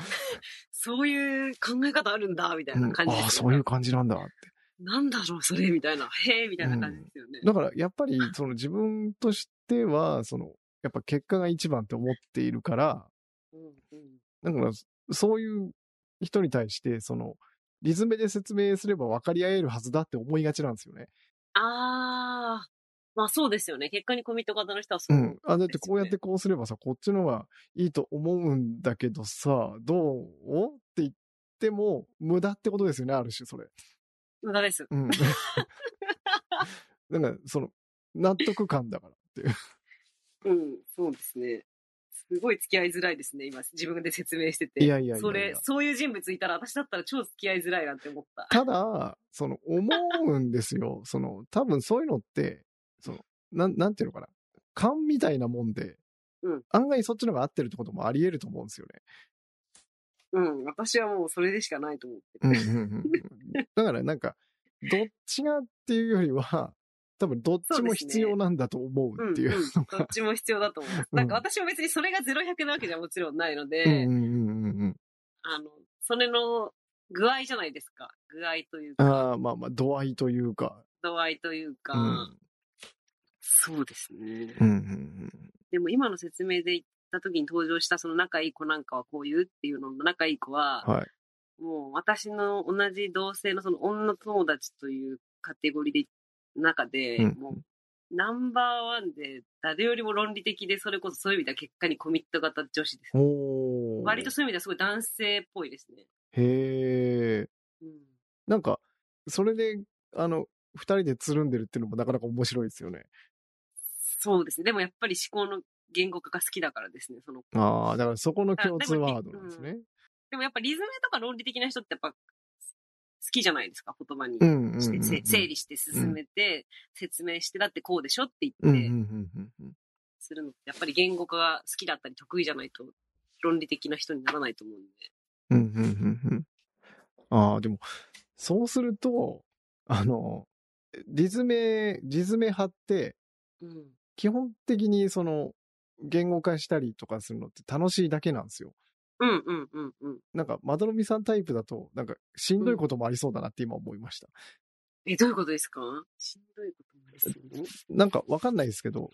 B: そういう考え方あるんだ、みたいな感じ
A: うんああ、
B: です
A: そ
B: よ
A: う
B: ね
A: いう感じなんだって。
B: なんだろう、それ、みたいな。へえ、みたいな感じですよね。
A: だから、やっぱり、その自分としては、その、やっぱ結果が一番って思っているから、
B: うんうん
A: だから、そういう人に対して、その、リズムで説明すれば分かり合えるはずだって思いがちなんですよね。
B: あー、まあそうですよね。結果にコミット型の人はそうう。
A: ん。あ、だって
B: ですよね
A: こうやってこうすればさ、こっちの方がいいと思うんだけどさ、どうって言っても、無駄ってことですよね、ある種、それ。
B: 無駄です。
A: うん。 <laughs> だから、その、納得感だからっていう。 <laughs>
B: うん、そうですね。すごい付き合いづらいですね、今、自分で説明してて。
A: いやいやいやいや
B: それ、そういう人物いたら、私だったら超付き合いづらいなって思った。
A: ただ、その、思うんですよ。その、多分そういうのって、その、なん、なんていうのかな。勘みたいなもんで、
B: うん
A: 案外そっちの方が合ってるってこともあり得ると思うんですよね。
B: うん、私はもうそれでしかないと思ってて。
A: うんうん
B: <laughs>
A: うんうんだからなんか、どっちがっていうよりは、多分どっちも必要なんだと思
B: うん、う、
A: うんっていう。
B: どっちも必要だと思う。なんか私も別にそれが0100なわけじゃもちろんないので、
A: うんうんうんうんうん
B: あの、それの具合じゃないですか。具合というか、
A: ああ、まあまあ、度合いというか。
B: 度合いというか。
A: うん
B: そうですね。
A: うんうん
B: でも今の説明で言った時に登場したその仲いい子なんかはこういうっていうのの仲いい子は、
A: うんはい。
B: もう私の同じ同性のその女友達というカテゴリーで、中で、
A: うん
B: もう、ナンバーワンで、誰よりも論理的で、それこそそういう意味では結果にコミット型女子ですね。
A: おお。
B: 割とそういう意味ではすごい男性っぽいですね。
A: へえ。
B: うん。
A: なんか、それで、あの、二人でつるんでるっていうのもなかなか面白いですよね。
B: そうですね。でもやっぱり思考の言語化が好きだからですね、その子
A: ああ、だからそこの共通ワードなんですね。
B: でもやっぱリズムとか論理的な人ってやっぱ好きじゃないですか、言葉に
A: うんうんうんうん。
B: して、せ整理して進めて、説明して、だってこうでしょって
A: うん
B: 言
A: うん
B: って、
A: うんうん
B: するのって、やっぱり言語化が好きだったり得意じゃないと、論理的な人にならないと思うんで。
A: うんうんうんうん。ああ、でも、そうすると、あの、リズメ、リズメ派って、
B: うん。
A: 基本的にその、言語化したりとかするのって楽しいだけなんですよ。
B: うんうんうんうん。
A: なんか、まどろみさんタイプだと、なんか、しんどいこともありそうだなって今思いました。
B: え、どういうことですかしんどいこともありそうね
A: なんか、わかんないですけど、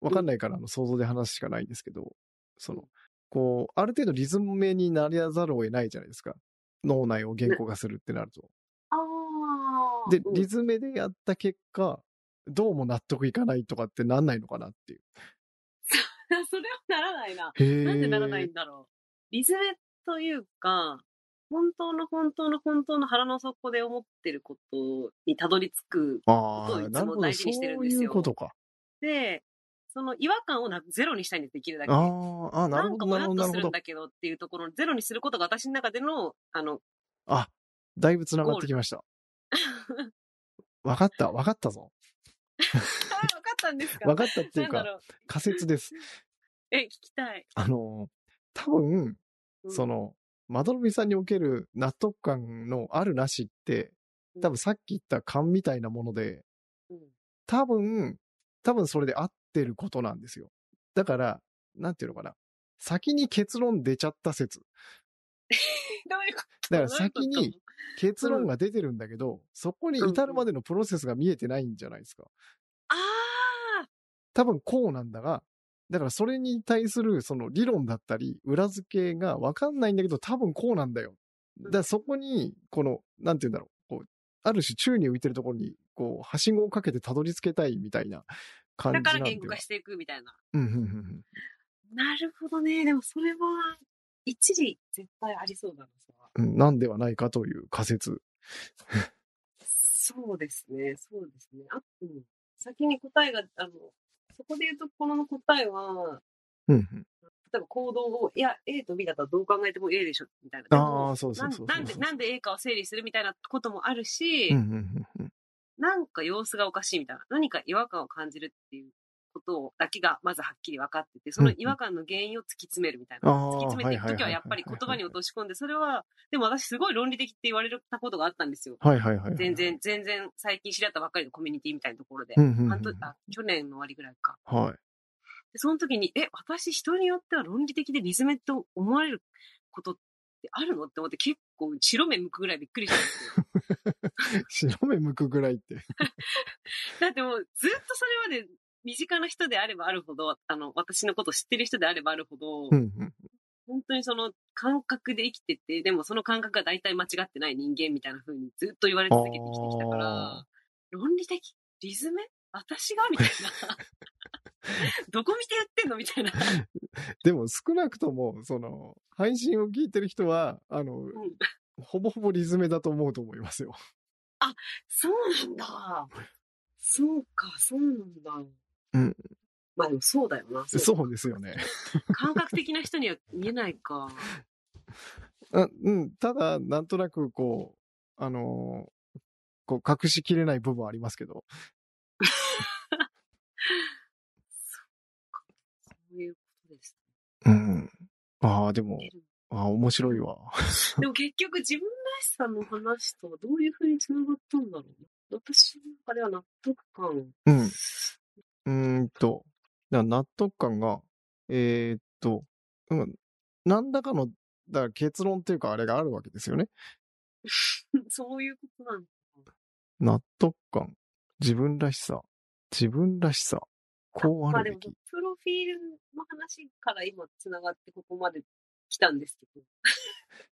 A: わかんないから、あの、想像で話すしかないんですけど、その、こう、ある程度リズム目になりざるを得ないじゃないですか。脳内を言語化するってなると。
B: ああ。
A: で
B: う、ん <laughs>
A: リズムでやった結果、どうも納得いかないとかってなんないのかなっていう。
B: それはならないな。
A: へ
B: なんでならないんだろう。リズムというか、本当の本当の本当の腹の底で思ってることにたどり着く。
A: あ
B: ことをい
A: あ、
B: つも
A: なるほど。
B: 大事
A: そ
B: にしてるん
A: う
B: ですよ
A: いうことか。
B: で、その違和感をなゼロにしたいんです、できるだけ。
A: あーあー、なる
B: な
A: ほ
B: ん
A: ど、
B: かも
A: なる
B: やっ
A: ほど、
B: と
A: な
B: す
A: るほ
B: るん
A: ど。
B: だけどっていうところをゼロにすることが私の中での、あの、
A: あ、だいぶ繋がってきま
B: <laughs>
A: した。わかった、わかったぞ。
B: あ分かったんですか
A: わかったってい
B: な
A: うん
B: だ
A: か、
B: ろう。
A: 仮説です。
B: え、聞きたい。
A: あのー、多分、
B: うん
A: その、まどろみさんにおける納得感のあるなしって、多分さっき言った勘みたいなもので、
B: うん
A: 多分、多分それで合ってることなんですよ。だから、なんていうのかな。先に結論出ちゃった説。
B: どういうこ
A: だか
B: と
A: ら先
B: どういう
A: に
B: こ
A: 結論が出てるんだけど、そこに至るまでのプロセスが見えてないんじゃないですか。
B: とあ
A: 多分こうなんだが、だからそれに対するその理論だったり、裏付けがわかんないんだけど、多分こうなんだよ。だからそこに、この、なんていうんだろう。こう、ある種宙に浮いてるところに、こう、はしごをかけてたどり着けたいみたいな
B: あ
A: 感
B: だ
A: じな
B: か
A: ん
B: ら
A: だ
B: 言
A: よ
B: 語。化していくみたいな。
A: うんうんうんうん。
B: なるほどね。でもそれは、一理絶対ありそうだな、それは
A: うんなんではないかという仮説。
B: そうですね、そうですね。あ、うん、先に答えが、あの、そこで言うと、この答えは、
A: うん
B: 例えば行動を、いや、A と B だったらどう考えても A でしょ、みたいな。
A: う
B: で
A: ん、
B: も
A: ああ、そうそうそうそうそう。
B: なんなんで、なんで A かを整理するみたいなこともあるし、
A: うんうんうんうん
B: なんか様子がおかしいみたいな、何か違和感を感じるっていうことをだけがまずはっきり分かってて、その違和感の原因を突き詰めるみたいな。
A: あー
B: 突き詰めていくときはやっぱり言葉に落とし込んで、それは、でも私すごい論理的って言われたことがあったんですよ。
A: はいはいはいはい。
B: 全然、全然最近知り合ったばっかりのコミュニティみたいなところで
A: う。んうんうん。
B: 半年あ去年の終わりぐらいか。
A: はい。 <laughs>
B: で、その時に、え、私人によっては論理的でリズムと思われることってあるのって思って結構白目向くぐらいびっくりしたんで
A: <laughs>
B: すよ。
A: 白目向くぐらいって。
B: だってもうずっとそれまで身近な人であればあるほど、あの、私のこと知ってる人であればあるほど、
A: うんうん。
B: 本当にその感覚で生きてて、でもその感覚が大体間違ってない人間みたいな風にずっと言われ続けて生きてきたか
A: あ
B: ら、論理的リズム私がみたいな。
A: <laughs>
B: どこ見てやってんのみたいな。
A: でも少なくとも、その、配信を聞いてる人は、あの、
B: ん
A: ほぼほぼリズムだと思うと思いますよ。
B: そうなんだ。そうか、そうなんだ。
A: うん。
B: まあでもそうだよな。 <laughs> そう
A: そうですよね。
B: 感覚的な人には見えないか。
A: あうん。ただ、なんとなく、こう、あのーこう、隠しきれない部分はありますけど。
B: そういうことです。
A: うん。ああ、でも
B: ね、
A: ああ、面白いわ。
B: でも結局自分らしさの話とはどういうふうにつながったんだろうな。私の中では納得感。
A: <laughs> うん。うーんと、だから納得感が、えーっと、うん、何らかの、だから結論っていうかあれがあるわけですよね。
B: <laughs> そういうことなの。
A: 納得感、自分らしさ、自分らしさ、こう
B: ま
A: あ
B: あで
A: る
B: も
A: べき。、
B: プロフィールの話から今つながってここまで来たんですけど。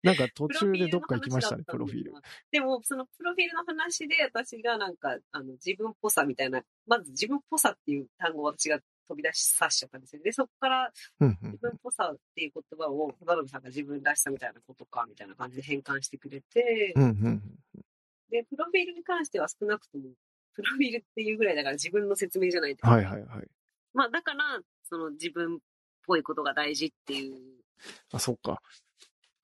A: なんか途中でどっか行きましたね、プロフィール。。
B: でも、そのプロフィールの話で、私がなんか、あの、自分っぽさみたいな、まず自分っぽさっていう単語を私が飛び出しさしちゃったんですよ。で、そこから
A: うんう
B: 自
A: ん
B: 分っぽさっていう言葉を、小田さんが自分らしさみたいなことか、みたいな感じで変換してくれて、
A: うんうん
B: で、プロフィールに関しては少なくとも、プロフィールっていうぐらいだから自分の説明じゃないですか。
A: はいはいはい。
B: まあ、だから、その自分っぽいことが大事っていう
A: あ、そっか。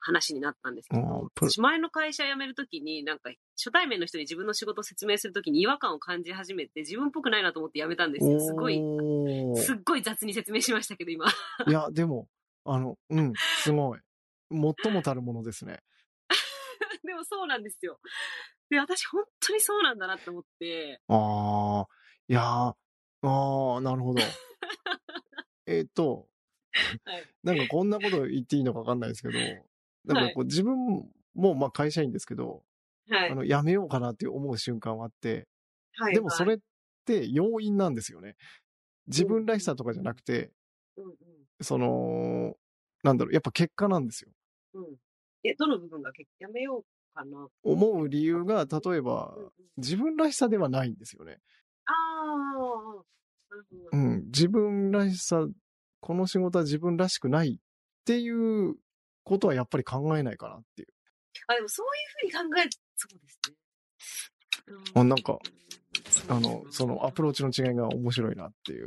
B: 話になったんですけ
A: ああ
B: ど、
A: プロ
B: 私前の会社辞めるときに、なんか、初対面の人に自分の仕事を説明するときに違和感を感じ始めて、自分っぽくないなと思って辞めたんですよ。すごい、
A: おー
B: すっごい雑に説明しましたけど、今。 <laughs>
A: いや、でも、あの、うん、すごい。最もたるものですね。
B: でもそうなんですよ。で、私本当にそうなんだなって思って、
A: ああ、いやー、ああ、なる
B: <laughs>
A: ほど。えっと、
B: はい
A: なんかこんなこと言っていいのかわかんないですけど、なんかこう自分も、まあ会社員ですけど、
B: はい
A: あ。の、やめようかなって思う瞬間はあって、
B: はい
A: でもそ
B: は
A: れ
B: い
A: って要因なんですよね。自分らしさとかじゃなくて、
B: うん
A: その、なんだろう、やっぱ結果なんですよ。
B: うんうん。え、どの部分が結やめようかな。
A: 思う理由が、例えば
B: うん、うん
A: 自分らしさではないんですよね。
B: ああ、なるほど。
A: うん、自分らしさ、この仕事は自分らしくないっていうことはやっぱり考えないかなっていう。
B: あ、でもそういうふうに考え、そうですね。
A: あなんか
B: そう、
A: あの、そのアプローチの違いが面白いなっていう。
B: い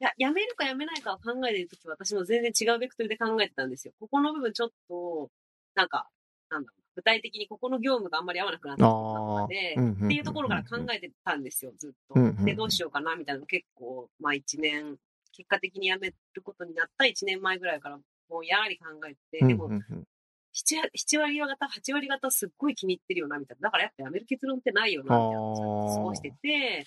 B: や、やめるかやめないかを考えてるとき、私も全然違うベクトルで考えてたんですよ。ここの部分ちょっと、なんか、なんだろうな具体的にここの業務があんまり合わなくなってきたので、っていうところから考
A: え
B: えてたんですよ、ずっ
A: うんう
B: と
A: んうん。
B: で、どうしようかな、みたいなの結構、まあ一年、結果的に辞めることになった1年前ぐらいから、ぼんやり考えて、でも、7, 7割方、8割方すっごい気に入ってるよな、みたいな。だからやっぱやめる結論ってないよな、みたいな
A: あー
B: 過ごしてて、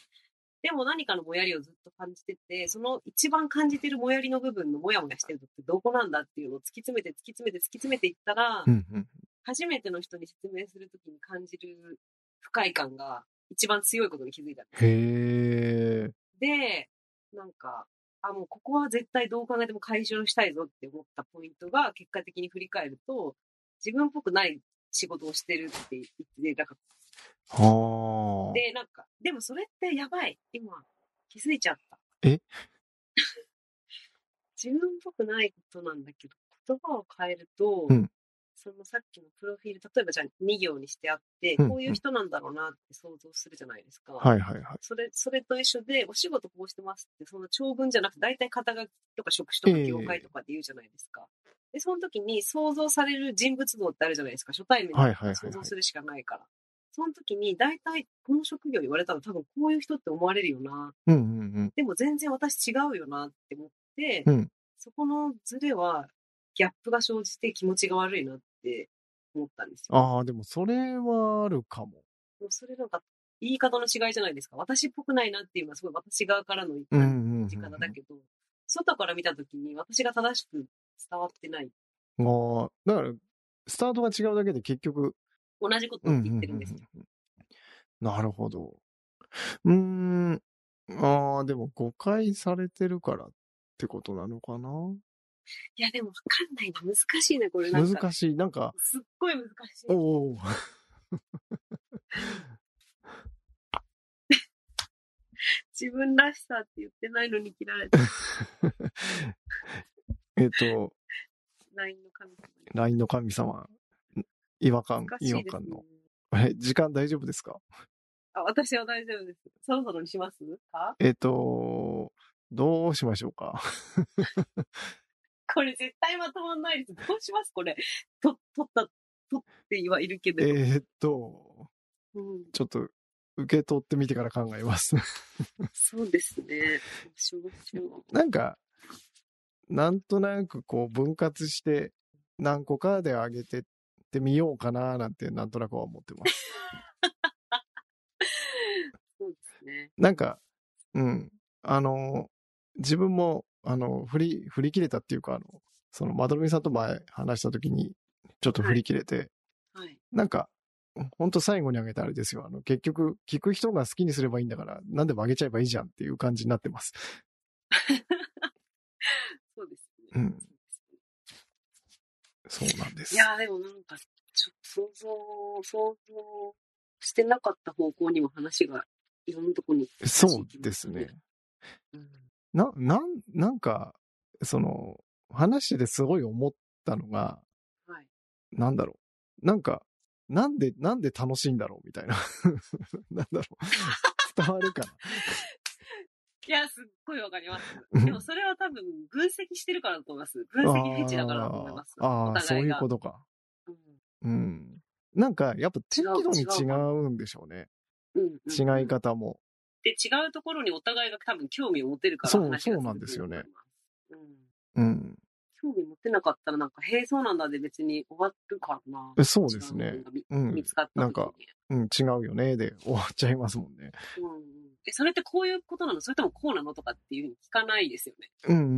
B: でも何かのもやりをずっと感じてて、その一番感じてるもやりの部分のもやもやしてるのってどこなんだっていうのを突き詰めて突き詰めて突き詰めていったら、
A: うんうん
B: 初めての人に説明するときに感じる不快感が一番強いことに気づいたんです。
A: へえ。
B: で、なんか、あ、もうここは絶対どう考えても解消したいぞって思ったポイントが、結果的に振り返ると、自分っぽくない仕事をしてるって言って、なんか、
A: はあ。
B: で、なんか、でもそれってやばい。今、気づいちゃった。
A: え
B: <laughs> 自分っぽくないことなんだけど、言葉を変えると、
A: うん
B: そのさっきのプロフィール、例えばじゃあ2行にしてあって、
A: うん
B: こういう人なんだろうなって想像するじゃないですか。
A: はいはいはい。
B: それ、それと一緒で、お仕事こうしてますって、その長文じゃなくて、大体肩書きとか職種と
A: ええ
B: か業界とかで言うじゃないですか。で、その時に想像される人物像ってあるじゃないですか。初対面
A: はいはいはいはい
B: で想像するしかないから。その時に、大体この職業言われたら多分こういう人って思われるよな。
A: うんうん
B: でも全然私違うよなって思って、
A: うん
B: そこのズレは、ギャップが生じて気持ちが悪いなって思ったんです
A: うん。
B: よ。
A: ああ、でもそれはあるかも。
B: もうそれなんか、言い方の違いじゃないですか。私っぽくないなっていうのはすごい私側からの
A: うんうんうん
B: 時間だけど、外から見たときに私が正しく伝わってない。
A: うん。ああ、だから、スタートが違うだけで結局、
B: 同じこ
A: う
B: とを
A: んうん
B: 言っ
A: うん
B: て
A: う
B: るんですよ。
A: んなるほど。うーん。ああ、でも誤解されてるからってことなのかない
B: や、でもわかんないな。難しいね、これなんか。
A: 難しい。なんか、
B: すっごい難しい。 <laughs>
A: おお。
B: 自分らしさって言ってないのに切られた
A: えっと、
B: LINE の神様に。
A: LINE の神様、違和感
B: 難、し
A: 違
B: い
A: 和
B: です、
A: 感
B: ね
A: の。。え、時間大丈夫ですか
B: あ、私は大丈夫です。そろそろにしますか
A: えっと、どうしましょうか。
B: これ絶対まとまんないです。どうしますこれ。と、取った、取ってはいるけ
A: え
B: ど。
A: っと、
B: うん、
A: ちょっと、受け取ってみてから考えます。 <laughs>
B: そうですね。しょうしょう
A: なんか、なんとなくこう分割して何個かで上げてってみようかななんてなんとなくは思ってます。
B: そうですね。
A: なんか、うん。あの、自分も、あの、振り、振り切れたっていうか、あの、その、まどろみさんと前話した時に、ちょっと振り切れて、
B: はい。
A: なんか、ほんと最後にあげたあれですよ。あの、結局、聞く人が好きにすればいいんだから、何でもあげちゃえばいいじゃんっていう感じになってます。
B: そうですね。
A: うん
B: そうですね
A: そうなんです。です。
B: いやーでもなんか、ちょ想像、想像してなかった方向にも話がいろんなとこに。
A: そうですね。
B: うん
A: な、なん、なんか、その、話しててすごい思ったのが、
B: はい。
A: なんだろう。なんか、なんで、なんで楽しいんだろうみたいな。 <laughs> なんだ
B: <laughs>
A: ろう。伝わるか
B: いや、すっごいわかり
A: <laughs>
B: ます。
A: な。
B: でもそれは多分、分析してるからだと思います。分析フェチだからだと思います。
A: あーあー、
B: お
A: そう
B: 互
A: い
B: いうが
A: ことか。
B: うん
A: うん。なんか、やっぱ適度に違
B: 違う違うか
A: うんでしょうね。
B: うんうん
A: 違い方も。
B: で、違うところにお互いが多分興味を持てるから
A: そう
B: 話が続く
A: そうなんですよね
B: と思います。うん
A: うん。
B: 興味持てなかったらなんか、へえ、そうなんだで別に終わるからな。
A: そうですね。う
B: 違うのが見
A: ん
B: 見。つかった時に。
A: なんかうん、違うよね。で、終わっちゃいますもんね。
B: うんうんえ、それってこういうことなのそれともこうなのとかっていうふうに聞かないですよね。
A: うんうんうんうん。
B: 違う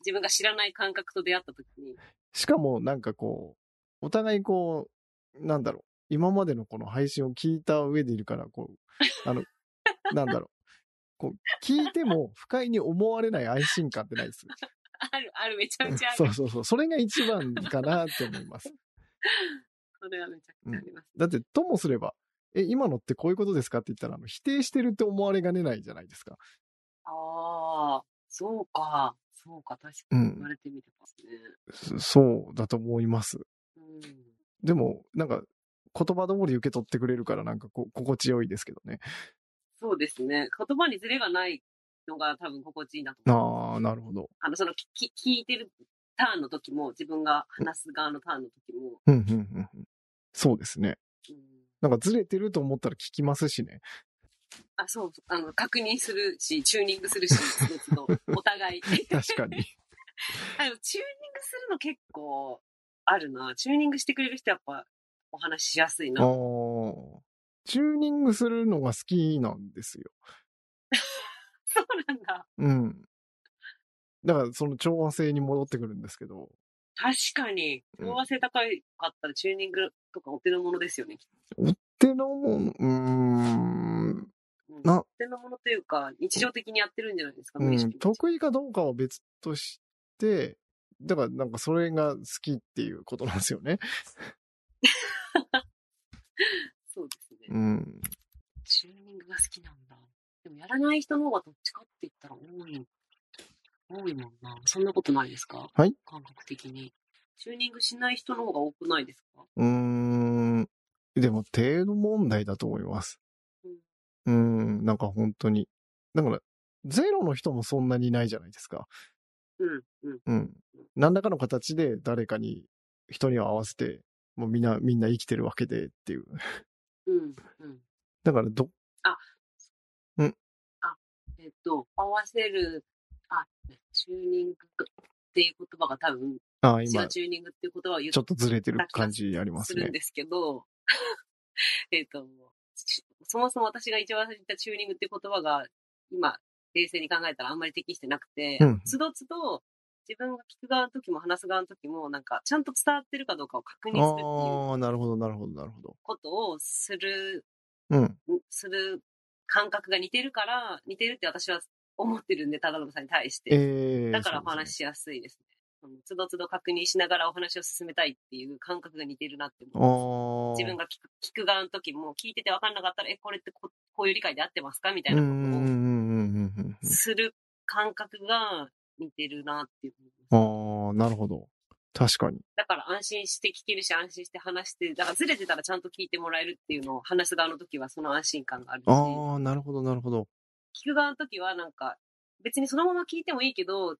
B: 自分が知らない感覚と出会った時に。
A: しかも、なんかこう、お互いこう、なんだろう、今までのこの配信を聞いた上でいるから、こ <laughs> う、あの、なんだろう、こう、聞いても不快に思われない安心感ってないです。
B: ある、ある、めちゃめちゃある。
A: そうそうそう、それが一番かなって思います。 <laughs>
B: それはめちゃくちゃあります。
A: だって、ともすれば、え、今のってこういうことですかって言ったら、あの否定してるって思われがねないじゃないですか。
B: ああ、そうか。そうか、確か
A: うん
B: に言われてみてますね。
A: そそうだと思います。
B: うん。
A: でも、なんか、言葉通り受け取ってくれるから、なんかこう、心地よいですけどね。
B: そうですね。言葉にズレがないのが多分心地いいなと思う。
A: ああ、なるほど。
B: あの、その、きき聞いてるターンの時も、自分が話す側のターンの時も、
A: うんうんうんうん。そうですね。
B: うん
A: なんかずれてると思ったら聞きますし
B: <laughs>
A: ね。
B: あ、そう、あの、確認するし、チューニングするし、その都度お互い。
A: 確か
B: <laughs>
A: に。
B: あのチューニングするの結構あるな。チューニングしてくれる人やっぱお話ししやすい
A: ああ
B: な。。
A: チューニングするのが好きなんですよ。
B: <laughs> そうなんだ。
A: うん。だからその調和性に戻ってくるんですけど、
B: 確かに。
A: うん
B: 調和性高いかったらチューニングとかお手の物ですよね。
A: 手のもん、うーん、
B: うん、
A: な
B: お手の物というか、日常的にやってるんじゃないですか、
A: う
B: 無意識
A: ん、
B: に
A: 得意かどうかは別として、だからなんかそれが好きっていうことなんですよね。
B: そうですね。
A: うん。
B: チューニングが好きなんだ。でもやらない人の方がどっちかって言ったら多い。多いもんな。そんなことないですか
A: はい。
B: 感覚的に。チューニングしない人の方が多くないですか
A: うーん。でも程度問題だと思います。うーん、なんか本当に。だから、ゼロの人もそんなにいないじゃないですか。
B: うん、うん。
A: うん。何らかの形で誰かに、人には合わせて、もうみんな、みんな生きてるわけでっていう。
B: うん、うん。
A: だから、ど、
B: えっと、合わせる、あ、チューニングっていう言葉が多分、
A: ああ、
B: 私
A: 今、
B: は
A: ち
B: チューニングっていう言葉を言っ
A: ょっとずれてる感じありますす
B: るん
A: ね。
B: ですけど、 <laughs> えっと、ちそもそも私が一番最初に言ったチューニングっていう言葉が、今、冷静に考えたらあんまり適してなくて、
A: うん
B: つどつど、自分が聞く側の時も話す側の時も、なんか、ちゃんと伝わってるかどうかを確認するっていう
A: ああ、なるほど、なるほど、なるほど。
B: ことをする、
A: うん。
B: する感覚が似てるから、似てるって私は思ってるんで、忠信さんに対して。
A: ええ
B: だからお話ししやすいですね。そのつどつど確認しながらお話を進めたいっていう感覚が似てるなって思
A: そ
B: う。
A: うです
B: 自
A: ね
B: 分が聞く聞く側の時も聞いてて分かんなかったら、え、これってここういう理解で合ってますかみた
A: ああ、、
B: いうなんこ
A: うん、うん、うん、
B: と
A: うんうん
B: をする感覚が似てるなっていう。
A: うん。ああ、なるほど。確かに。
B: だから安心して聞けるし、安心して話して、だからずれてたらちゃんと聞いてもらえるっていうのを話す側の時はその安心感があるし、
A: ああ、なるほど、なるほど。
B: 聞く側の時はなんか、別にそのまま聞いてもいいけど、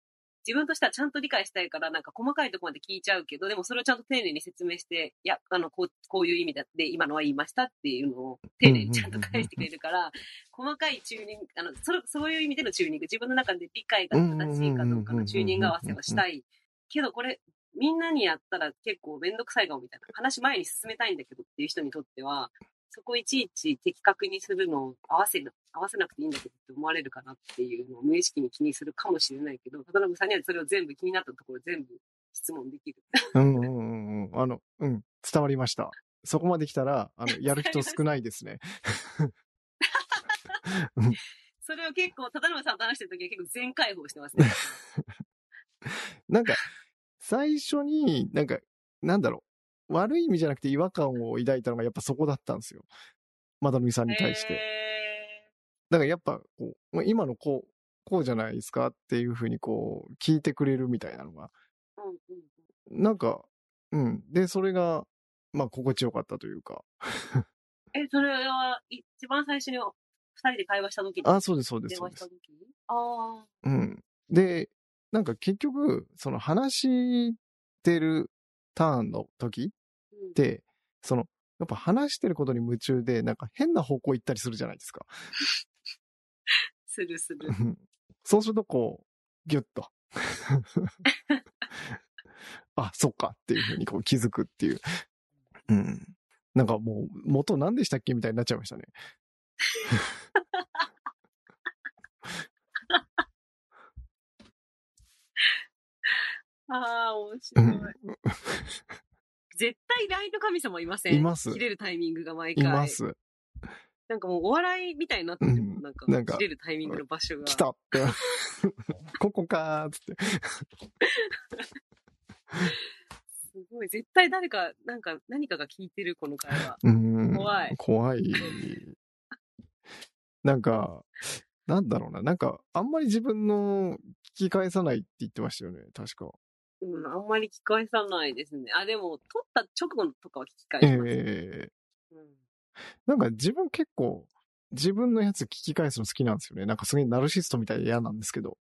B: 自分としてはちゃんと理解したいから、なんか細かいところまで聞いちゃうけど、でもそれをちゃんと丁寧に説明して、いや、あの、こう、こういう意味だって、今のは言いましたっていうのを丁寧にちゃんと返してくれるから、細かいチューニング、あの、それそういう意味でのチューニング、自分の中で理解が正しいかどうかのチューニング合わせをしたい。けどこれ、みんなにやったら結構めんどくさいかもみたいな。話前に進めたいんだけどっていう人にとっては、そこいちいち的確にするのを合わせな、合わせなくていいんだけどって思われるかなっていうのを無意識に気にするかもしれないけど、渡辺さんにはそれを全部気になったところ全部質問できる。
A: うんうんうんうん。あの、うん、伝わりました。そこまで来たら、あの、やる人少ないですね。
B: それを結構、渡辺さんと話してる時は結構全開放してますね。
A: なんか、最初になんか、なんだろう、悪い意味じゃなくて違和感を抱いたのがやっぱそこだったんですよ。まどろみさんに対して。
B: え
A: だからやっぱこう、まあ今のこう、こうじゃないですかっていうふうにこう、聞いてくれるみたいなのが、
B: ーうんうん
A: なんか、うん。で、それが、まあ心地よかったというか。
B: え、それは、一番最初にお二人で会話した時に
A: あ、そうです、そうです、
B: 電
A: そう
B: 話
A: で
B: した
A: す。
B: 時にああ。
A: うん。で、なんか結局、その話してるターンの時
B: うん
A: って、その、やっぱ話してることに夢中で、なんか変な方向行ったりするじゃないですか。
B: するする。
A: <laughs> うんそうするとこう、ギュッと。 <laughs> あ、そっかっていうふうにこう気づくっていう。うん。なんかもう、元何でしたっけみたいになっちゃいましたね。
B: ああ、
A: <laughs>
B: 面白い。
A: うん
B: 絶対 LINE の神様いません
A: います
B: 切れるタイミングが毎
A: い
B: 回。
A: ます。
B: なんかもうお笑いみたいになってるもん
A: うん
B: なんか、
A: なんか
B: 切れるタイミングの場所が。
A: 来たって。 <laughs> ここかーっつって。
B: すごい。絶対誰か、なんか、何かが聞いてる、この会
A: <laughs>
B: 話。
A: うん
B: 怖い
A: 怖い。なんか、なんだろうな。なんか、あんまり自分の聞き返さないって言ってましたよね。確か。
B: うん、あんまり聞き返さないですね。あ、でも、撮った直後のとかは聞き返
A: え
B: します。
A: え
B: うん
A: なんか自分結構、自分のやつ聞き返すの好きなんですよね。なんかすげえナルシストみたいで嫌なんですけど。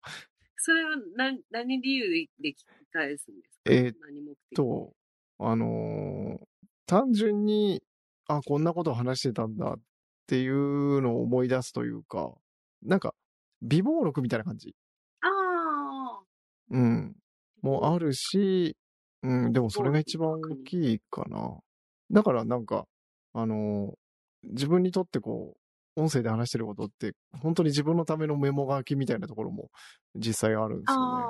B: それは何、何理由で聞き返すんですか
A: えーっ
B: 何目的
A: と、あのー単純に、あ、こんなこと話してたんだっていうのを思い出すというか、なんか、微暴録みたいな感じ。
B: ああ。
A: うん。もあるし、うん、でもそれが一番大きいかな。だからなんか、あのー自分にとってこう、音声で話してることって、本当に自分のためのメモ書きみたいなところも実際あるんですよね。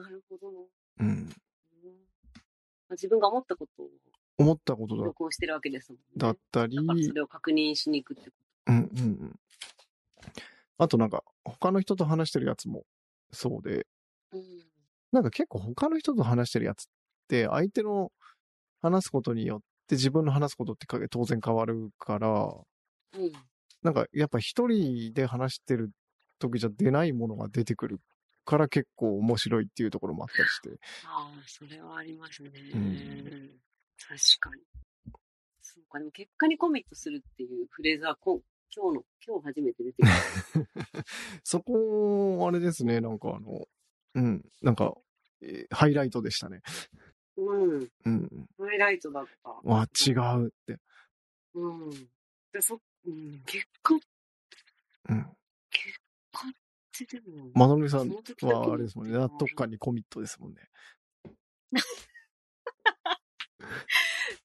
B: ああ、なるほど。
A: うん。
B: うん自分が思ったことを
A: 思ったことだ
B: 録音してるわけですもんね。
A: だったり、
B: だからそれを確認しに行くってこ
A: うんうんうん。あとなんか、他の人と話してるやつもそうで、
B: と。うん
A: なんか結構他の人と話してるやつって、相手の話すことによって自分の話すことってか当然変わるから、
B: うん。
A: なんかやっぱ一人で話してる時じゃ出ないものが出てくるから結構面白いっていうところもあったりして。
B: ああ、それはありますね。
A: ん
B: 確かに。そうか、でも結果にコミットするっていうフレーズはこ今日の、今日初めて出てきた。
A: そこ、あれですね、なんかあの、うん、なんか、えーハイライトでしたね。
B: うん。
A: うん。
B: ハイライトだった。
A: わ、違うって。
B: うん。でそうん、結果っ
A: うん。
B: てでも、
A: まのりさ
B: そ
A: ん
B: の時々に
A: は、あれですもんね、納得感にコミットですもんね。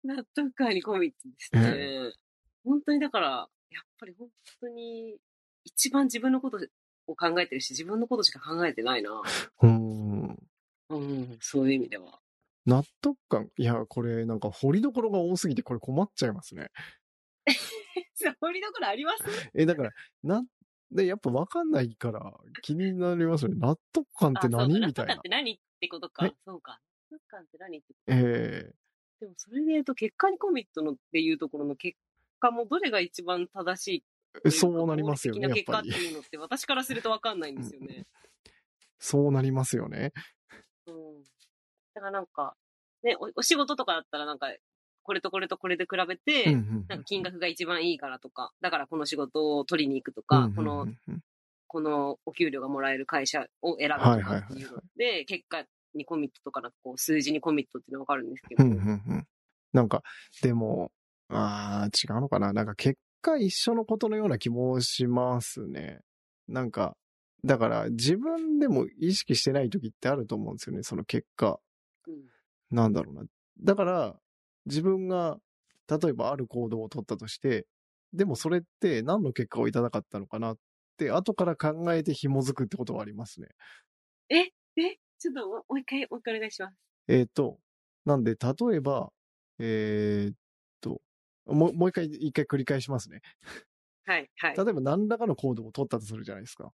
B: 納得感に込みですね。本当にだから、やっぱり本当に、一番自分のことを考えてるし、自分のことしか考えてないな。
A: うん。
B: うん、そういう意味では。
A: 納得感、いや、これなんか掘りどころが多すぎてこれ困っちゃいますね。
B: 掘りどころあります
A: え、だから、な、で、やっぱわかんないから気になりますよね。納得感って
B: あそう
A: 何
B: か
A: みたい
B: 納得感
A: な
B: っ。て何ってこと
A: は
B: か
A: い。
B: そうか。納得感って何って
A: え
B: でもそれで言うと、結果にコミットのっていうところの結果もどれが一番正しい
A: えそうなりますよね、
B: 合
A: や
B: 理
A: っ
B: 的な
A: ぱ
B: 結果
A: り
B: っ。ていうのって私からすると分かんないんですよね。
A: そうなりますよね。
B: うん。だからなんか、ね、おお仕事とかだったらなんか、これとこれとこれで比べて、
A: うん
B: なんか金額が一番いいからとか、だからこの仕事を取りに行くと
A: う
B: か、
A: ん
B: この、このお給料がもらえる会社を選ぶと
A: はいはいはい
B: か
A: はい
B: っていうので、結果にコミットとかなんかこう数字にコミットっていうの分かるんですけ
A: う
B: ど、
A: んうんうんなんか、でも、あー違うのかな。なんか結果一緒のことのような気もしますね。なんか、だから自分でも意識してない時ってあると思うんですよね、その結果。
B: うん
A: なんだろうな。だから、自分が、例えばある行動を取ったとして、でもそれって何の結果をいただかったのかなって、後から考えて紐づくってことはありますね。
B: え、ちょっともうもう一回、もう一回お願いします。
A: えっ、と、なんで、例えば、えーっと、もう、もう一回、一回繰り返しますね。
B: はい、はい
A: 例え。ば何らかの行動を取ったとするじゃないですか。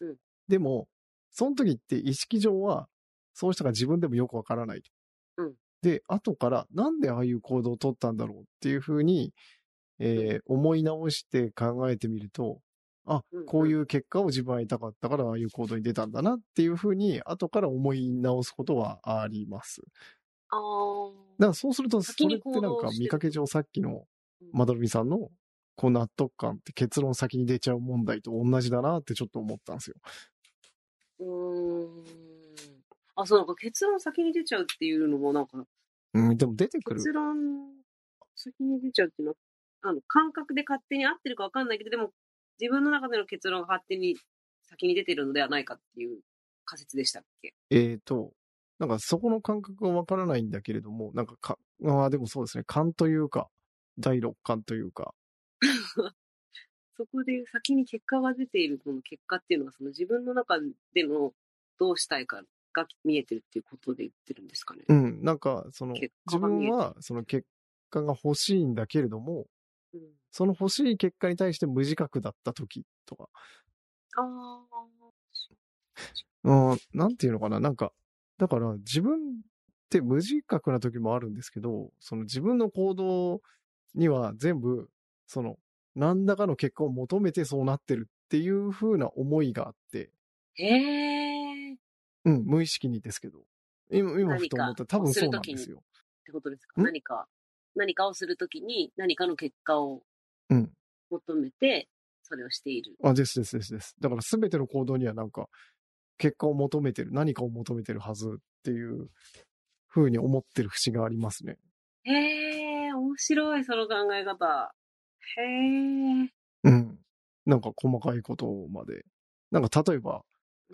B: うん
A: でも、その時って意識上は、そうしたが自分でもよくわからないと。
B: うん
A: で、後からなんでああいう行動を取ったんだろうっていうふうに、えー思い直して考えてみると、あ
B: うんうん、
A: こういう結果を自分は得たかったからああいう行動に出たんだなっていうふうに、後から思い直すことはあります。
B: ああ。
A: だからそうすると、そ
B: 先
A: れっ
B: に
A: てなん
B: 行
A: か
B: 動してる
A: 見かけ上さっきのまどろみさんのこう納得感って結論先に出ちゃう問題と同じだなってちょっと思ったんですよ。
B: うーん。あ、そう、なんか結論先に出ちゃうっていうのも、なんか、
A: うん、でも出てくる
B: 結。論先に出ちゃうっていうのは、あの、感覚で勝手に合ってるかわかんないけど、でも、自分の中での結論が勝手に先に出てるのではないかっていう仮説でしたっけ
A: えーと、なんかそこの感覚はわからないんだけれども、なんかか、ああ、でもそうですね、感というか、第六感というか、
B: そこで先に結果が出ているこの結果っていうのは、その自分の中でのどうしたいかが見えてるっていうことで言ってるんですかね。
A: うん、なんか、その、
B: 結
A: 自
B: 果が見えて
A: 分
B: る
A: はその結果が欲しいんだけれども、
B: うん
A: その欲しい結果に対して無自覚だった時とか、
B: ああ。
A: うん、なんていうのかな、なんか、だから自分って無自覚な時もあるんですけど、その自分の行動には全部、その、何らかの結果を求めてそうなってるっていう風な思いがあって、
B: へえ。っ
A: うん、無意識にですけど、今、今ふ
B: 何
A: と
B: か
A: 思ったら多分そうなんですよ。
B: てことですか
A: ん
B: 何か、何かをするときに何かの結果を
A: うん。
B: 求めて、それをしている。
A: あ、ですですですです。だから全ての行動にはなんか、結果を求めてる、何かを求めてるはずっていう風に思ってる節がありますね。
B: へえ、面白い、その考え方。へえ。
A: うん。なんか細かいことまで。なんか例えば、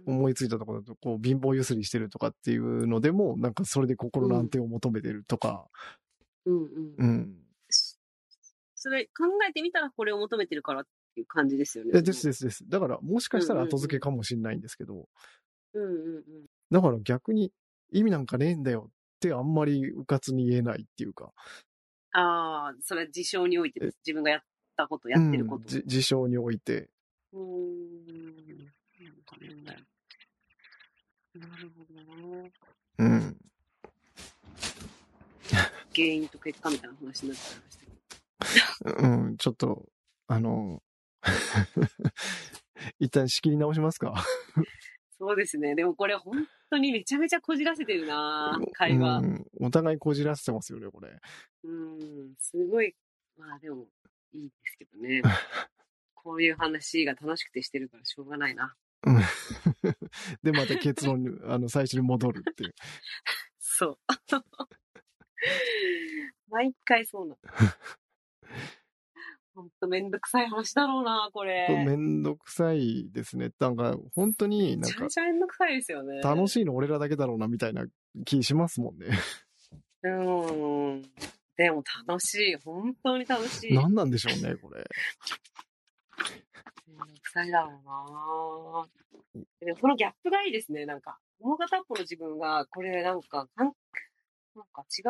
A: 思いついたところだと、こう、貧乏ゆすりしてるとかっていうのでも、なんかそれで心の安定を求めてるとか、
B: うんうん。
A: うん。
B: それ、考えてみたらこれを求めてるからっていう感じですよね。
A: えですですです。だから、もしかしたら後付けかもしれないんですけど、
B: うんうんうん。
A: だから逆に意味なんかねえんだよってあんまりうかつに言えないっていうか、
B: ああ、それは事象においてです自分がやったこと、やってること。
A: うんじ事象において、
B: うーん。なんかねなるほどな。
A: うん。
B: 原因と結果みたいな話になっちゃいましたけど。
A: うん、ちょっと、あの、 <laughs> 一旦仕切り直しますか。
B: そうですね。でもこれ本当にめちゃめちゃこじらせてるな会話
A: う。んお互いこじらせてますよね、これ。
B: うん、すごい。まあでも、いいですけ
A: <laughs>
B: どね。こういう話が楽しくてしてるからしょうがないな。
A: うん <laughs> で、また結論に、あの、最初に戻るって
B: <laughs>
A: いう。
B: そう。 <laughs> 毎回そうなの。
A: <laughs>
B: ほんとめんどくさい話だろうなこれ。
A: めんどくさいですね。なんか、本当に
B: め
A: なん
B: ちゃ
A: か
B: め、ちゃめんどくさいですよね。
A: 楽
B: い。
A: しいの俺らだけだろうな、みたいな気しますもんね。
B: うん。でも楽しい。本当に楽しい。
A: <laughs> 何なんでしょうね、これ。 <laughs>
B: めんどくさいだろうなぁでもそのギャップがいいですね、なんか。もう片っぽの自分が、これなんか、なんなんか違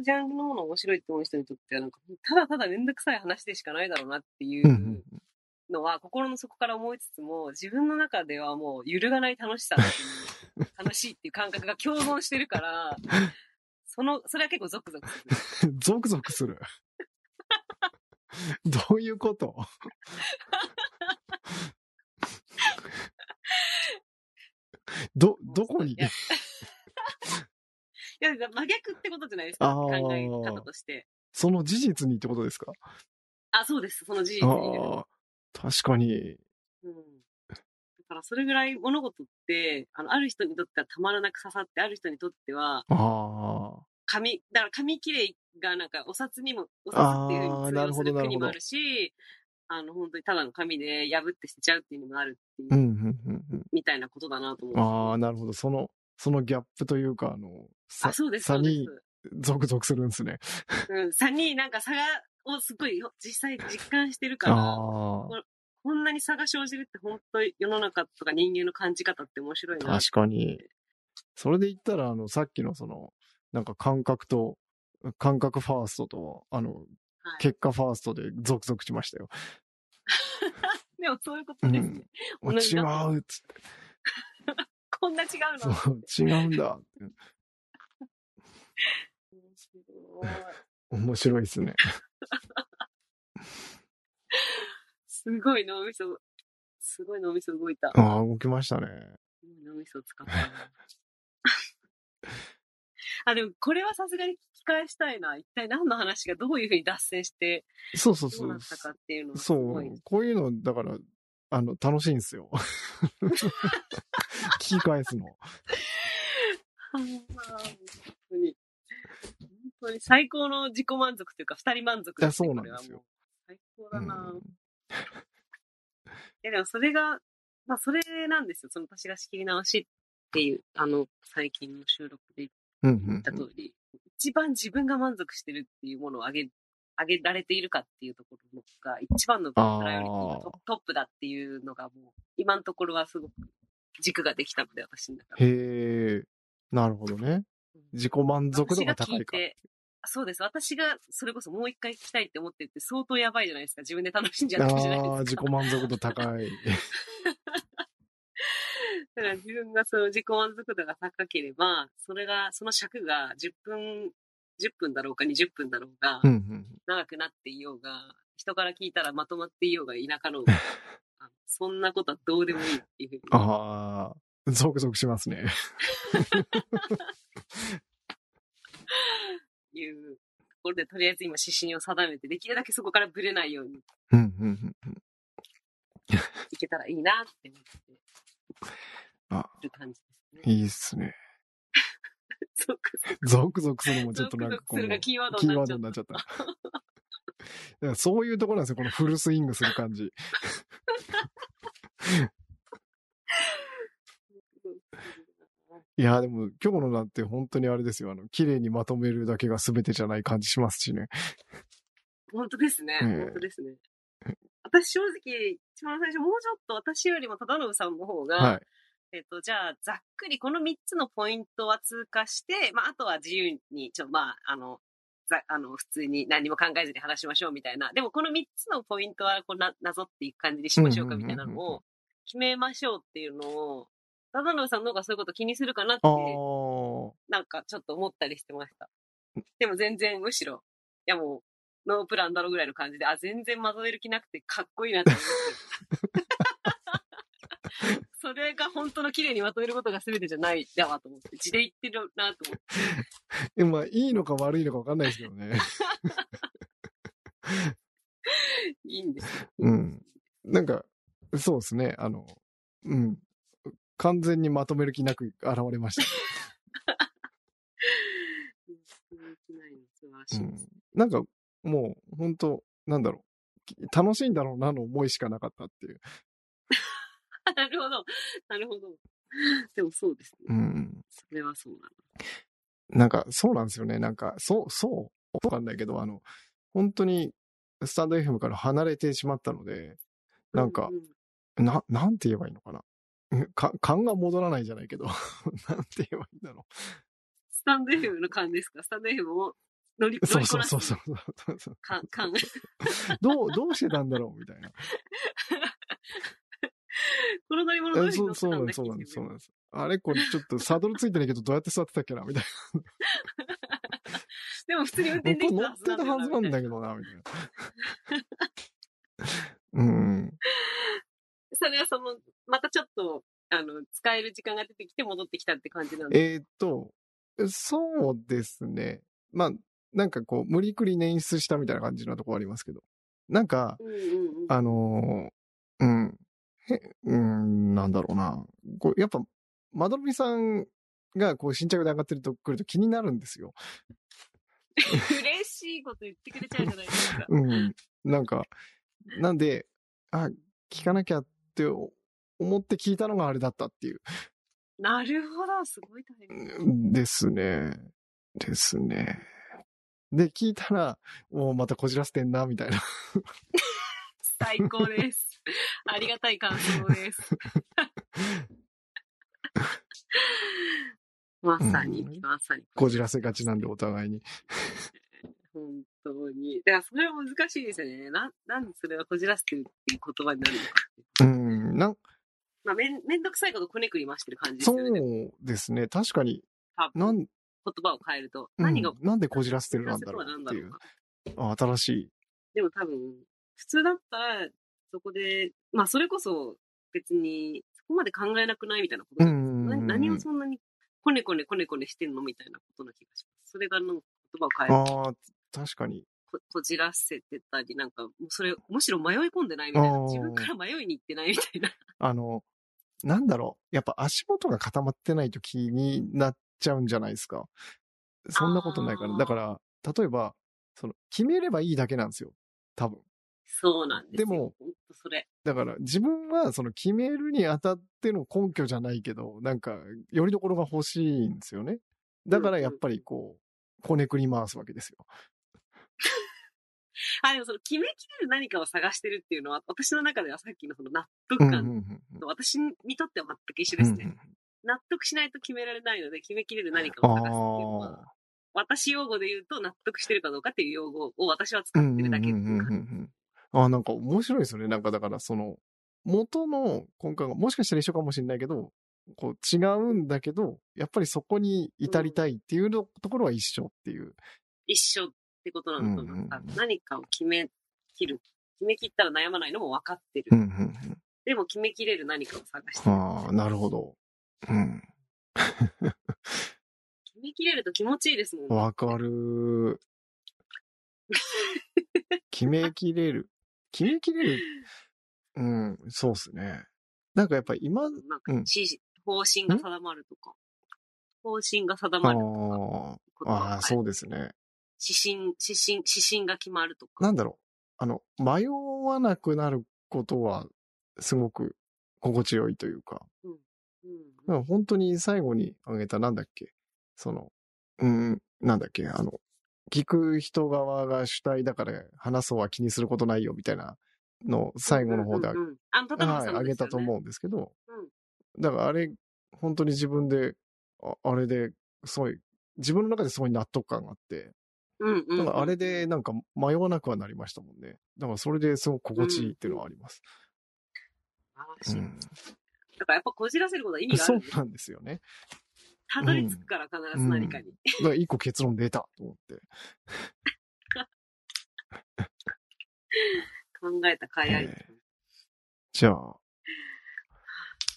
B: うジャンルのもの面白いって思う人にとっては、なんか、ただただめんどくさい話でしかないだろうなってい
A: うんうん
B: うのは、心の底から思いつつも、自分の中ではもう揺るがない楽しさって
A: <laughs>
B: いう、楽しいっていう感覚が共存してるから、その、それは結構ゾクゾクする。
A: ゾクゾクする。 <laughs> どういうこと <laughs> ど、どこに
B: いや、いや真逆ってことじゃないです
A: あ
B: か、考
A: ー
B: え方として。
A: その事実にってことですか
B: あ、そうです、その事実
A: あ
B: にね。
A: あ、確かに。
B: うんだからそれぐらい物事って、あの、ある人にとってはたまらなく刺さって、ある人にとっては、
A: ああ、
B: 紙、だから紙切れがなんかお札にも、お札っていうふうに通
A: あーなる
B: 用
A: ほ
B: す
A: ど
B: る
A: なるほど
B: 国もあるし、あの、本当にただの紙で破って捨てちゃうっていうのもあるっていう、
A: うん、うん、うん、うん。
B: みたいなことだなと思
A: ああ、
B: う。
A: なるほど。その、そのギャップというか、あの、さ
B: あ、そうです、
A: 差
B: そうで
A: に
B: す。
A: ゾクゾクするんですね。
B: うん、差になんか差が、をすごいよ実際実感してるから、
A: ああ、
B: こんなに差が生じるって本当に世の中とか人間の感じ方って面白いなって
A: 確かに。それで言ったら、あの、さっきのその、なんか感覚と、感覚ファーストと、あの、
B: はい
A: 結果ファーストでゾクゾクしましたよ。
B: でもそういうことですね。
A: うんあ
B: 同じ
A: 違
B: だ
A: うっつって
B: こんな違うの
A: そう違うんだ。
B: ごい。
A: 面白いです
B: <laughs>
A: ね。
B: すごい脳みそ、すごい脳みそ動いた。
A: ああ、動きましたね。
B: 脳みそを使ったな。 <laughs> あ、でもこれはさすがに聞き返したいな。一体何の話がどういうふうに脱線して、
A: そうそう
B: ど
A: そう
B: な
A: う
B: っ。たかっていうのはす
A: そ
B: ごい。
A: う、こういうの、だから、あの、楽しいん
B: <laughs>
A: ですよ。聞き返すの。
B: あー本当に。本当に最高の自己満足というか、二人満足
A: いやそうなんですよ
B: これはもう最高だな、
A: うん
B: いや、でもそれが、まあ、それなんですよ。その私が仕切り直しっていう、あの、最近の収録で
A: うんう
B: 言
A: ん
B: った通り、一番自分が満足してるっていうものをあげ、あげられているかっていうところが、一番のプライオリティがト
A: あー
B: トップだっていうのが、もう、今のところはすごく軸ができたので、私の中で。
A: へえ、なるほどね。自己満足度が高いか。
B: 私が聞いてそうです。私がそれこそもう一回聞きたいって思ってるって相当やばいじゃないですか。自分で楽しんじゃったじゃない
A: ああー、
B: です
A: 自己
B: か。
A: 満足度高
B: <laughs>
A: い。
B: だから自分がその自己満足度が高ければ、それが、その尺が10分、10分だろうか20分だろうが
A: う、んうん。
B: 長くなっていようが、人から聞いたらまとまっていようが田舎の
A: <laughs>
B: うが、あのそんなことはどうでもいいっていうふうに。
A: ああ、ゾクゾクしますね。
B: いうところで、とりあえず今指針を定めて、できるだけそこからブレないように
A: うんうんうんうん。
B: いけたらいいなって思って
A: あ、
B: る感じですね。
A: いいっすね。
B: そうか
A: ゾクゾクするのもちょっとなんかこ
B: ゾクゾクする
A: の
B: がキーワード
A: キ
B: に
A: ー
B: な
A: ワ
B: っ
A: ー
B: ち
A: ド
B: ゃっ
A: にな
B: た。
A: っちゃった。だからそう <laughs> いうところなんですよ、このフルスイングする感じ。
B: <laughs>
A: いや、でも今日のなんて本当にあれですよ、あの、綺麗にまとめるだけが全てじゃない感じしますしね。
B: 本当ですね。
A: ええ
B: 本当ですね。私正直、一番最初、もうちょっと私よりも忠信さんの方が、
A: はい。
B: えっと、じゃあ、ざっくりこの3つのポイントは通過して、まあ、あとは自由に、ちょ、まあ、あの、ざあの、普通に何も考えずに話しましょうみたいな。でも、この3つのポイントは、こうな、なぞっていく感じにしましょうか
A: うんう
B: み
A: んうん
B: た
A: うん
B: いなのを決めましょうっていうのを、忠信さんの方がそういうこと気にするかなって
A: あ、あ。
B: なんかちょっと思ったりしてました。でも全然、むしろ、いやもう、ノープランだろぐらいの感じで、あ、全然まとめる気なくてかっこいいなって思
A: <laughs>
B: って。それが本当の綺麗にまとめることが全てじゃないだわと思って、字で言ってるなと思って。
A: えまあ、いいのか悪いのか分かんないですけどね。
B: いいんですよ。
A: うん。なんか、そうですね。あの、うん。完全にまとめる気なく現れました。
B: うんないの素晴らし
A: う
B: いで
A: ん
B: す。
A: なんか、もう、本当なんだろうき。楽しいんだろうなの思いしかなかったっていう。
B: なるほど。なるほど。でもそうです
A: う
B: ね。
A: ん。
B: それはそうだ
A: なんか、そうなんですよね。なんか、そう、そう、わかんないけど、あの、本当に、スタンド FM から離れてしまったので、
B: な。
A: なんか
B: う、う
A: な、なんて言えばいいのかな。うんか、勘が戻らないじゃないけど、 <laughs> なんて言えばいいんだろう。
B: スタンド FM の感ですかスタンド FM を乗り乗
A: <laughs> そう
B: りこ
A: そう
B: な
A: そう
B: す
A: そうそうそう。
B: 感。 <laughs> 感
A: どう、どうしてたんだろうみたいな。 <laughs>
B: この乗り物ど
A: え
B: うして
A: そ
B: 乗
A: う
B: ってた
A: そうなん
B: ん
A: で
B: だ
A: す、そうなんです、そう
B: っ
A: なんです。あれこれちょっとサドルついてないけどどうやって座ってたっけなみたい
B: けでも普通に運
A: <laughs> な。
B: 転で
A: これ
B: きた
A: 乗ってたはずなんだ
B: ど。
A: けどな、みたいな。 <laughs> うん。
B: それはその、またちょっと、あの、使える時間が出てきて戻ってきたって感じなんで。
A: えーっと、そうですね。まあ、なんかこう、無理くり捻出したみたいな感じのとこありますけど。なんか、
B: うんうんうん。
A: あのーうん。へうん、なんだろうな。こうやっぱ、まどろみさんがこう新着で上がってると来ると気になるんですよ。
B: 嬉しいこと言ってくれちゃうじゃないですか。
A: うん。なんか、なんで、あ、聞かなきゃって思って聞いたのがあれだったっていう。
B: なるほど、すごいタイミング。
A: ですね。ですね。で、聞いたら、もうまたこじらせてんな、みたいな。 <laughs>
B: 最高です。ありがたい感想
A: <laughs>
B: です。まさに、
A: うん
B: まさに。
A: こじらせがちなんで、お互いに。
B: 本当に。だからそれは難しいですよね。な、なんでそれはこじらせてるっていう言葉になるのか。
A: うん、なん
B: まあ、めん、めんどくさいことこねくり回してる感じです
A: そ
B: よね。
A: うですね。確かに、
B: 多分
A: なん、
B: 言葉を変えると、
A: うん
B: 何が、
A: なんでこじらせてるなんだろうっていう
B: こじらせとは何だろうか。
A: あ新しい。
B: でも多分、普通だったら、そこで、まあそれこそ別に、そこまで考えなくないみたいなこと
A: う
B: じ
A: ん
B: ゃん、
A: うんうんう。
B: なん何をそんなに、こねこねこねこねしてんのみたいなことな気がします。それがなんか言葉を変え
A: あ
B: る
A: あ、確かに。
B: こ、こじらせてたり、なんか、もうそれ、むしろ迷い込んでないみたいな。
A: あー
B: 自分から迷いに行ってないみたいな。 <laughs>
A: あの、なんだろう。やっぱ足元が固まってないと気になっちゃうんじゃないですか。そんなことないか
B: あ
A: ら。
B: ー
A: だから、例えば、その、決めればいいだけなんですよ。多分。
B: そうなんですよ。
A: でも、
B: ほんとそれ。
A: だから、自分は、その、決めるにあたっての根拠じゃないけど、なんか、よりどころが欲しいんですよね。だから、やっぱり、こう、こねくり回すわけですよ。
B: あ、でもその決めきれる何かを探してるっていうのは、私の中ではさっきのその納得
A: うんうん
B: 感
A: うん
B: と私にとっては全く
A: う
B: 一緒で
A: ん
B: す
A: うん
B: ね。
A: うん。
B: 納得しないと決められないので、決めきれる何か
A: あ
B: を探すっていうの
A: あ
B: は、。私用語で言うと納得してるかどうかっていう用語を私は使ってるだけっ
A: う
B: て
A: んうん
B: いう
A: うんうんう
B: か。
A: んあなんか面白いですよね。なんかだからその元の今回がもしかしたら一緒かもしれないけどこう違うんだけどやっぱりそこに至りたいっていうのところは一緒っていう。
B: 一緒ってことなのと、なんか
A: うんうんう
B: 何かを決めきる。決めきったら悩まないのも分かってる。
A: うんうん
B: でも決めきれる何かを探し
A: う
B: てる。
A: ん、ああなるほど。うん。
B: 決めきれると気持ちいいですもんね。
A: わかる。決めきれる。決めきれる。うんそうっすね。なんかやっぱ今 <laughs>
B: なん
A: う
B: か
A: ん
B: 指示、方針が定まるとか。方針が定まるとか。
A: あーあー
B: う。
A: そうですね。
B: 指針、指針、指針が決まるとか。
A: なんだろう、あの、迷わなくなることは、すごく心地よいというか、
B: うん
A: だから本当に最後に挙げた、なんだっけ、その、うん、なんだっけ、あの、聞く人側が主体だから、話そうは気にすることないよ、みたいなのを最後の方で、
B: うんうんうんあ、パターン
A: は
B: さ
A: い、
B: んの
A: 挙
B: で
A: げ
B: すよ
A: た
B: ね
A: と思うんですけど、
B: うん
A: だからあれ、本当に自分で、ああれで、すごい、自分の中ですごい納得感があって、
B: うんうん
A: だからあれでなんか迷わなくはなりましたもんね。だからそれですごく心地いいっていうのはあります。
B: 素晴らしい
A: うん
B: だからやっぱこじらせることは意味があ
A: そ
B: る
A: うん
B: です
A: なんですよね。
B: たどり着くから必ず何かに。
A: だから一個結論出たと思って。
B: 考えた甲斐あり
A: ええじゃあ、 <laughs>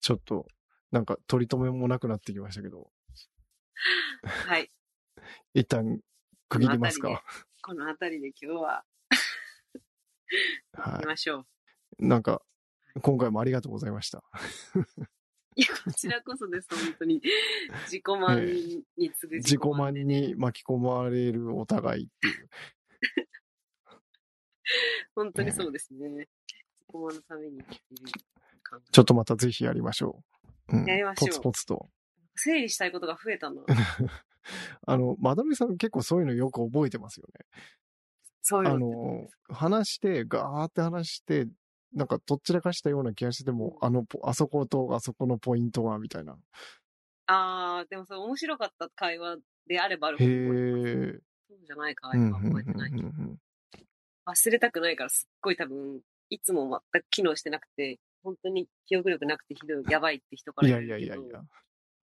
A: ちょっとなんか取り留めもなくなってきましたけど、
B: はい。
A: 一旦区切りますか。
B: この辺りで今日は行
A: は
B: きましょう。
A: い。なんか、今回もありがとうございました。
B: い、や、こちらこそです。本当に。自己満に次ぐ
A: 自己満に巻き込まれるお互いっていう。
B: 本当にそうですね。自己満のために生きてる感
A: ちょっとまたぜひやりましょう。うん
B: やりましょう
A: ポツポツと。
B: 整理したいことが増えたの。
A: あの、まどみさん結構そういうのよく覚えてますよね。
B: そういう
A: あ
B: の
A: の、話して、ガーって話して、なんかどっちらかしたような気がしてても、あのポ、あそことあそこのポイントは、みたいな。
B: ああー、でもそれ面白かった会話であればある
A: へ
B: ほ
A: え。
B: ど
A: う
B: 覚えてます。
A: ん
B: そうじゃないか、
A: うんうん
B: 今覚えてないけど
A: うんうん
B: 忘れたくないからすっごい多分、いつも全く機能してなくて、本当に記憶力なくてひどい、やばいって人か
A: い
B: ら
A: や
B: 言
A: いや
B: うけ
A: い
B: ど
A: やいや。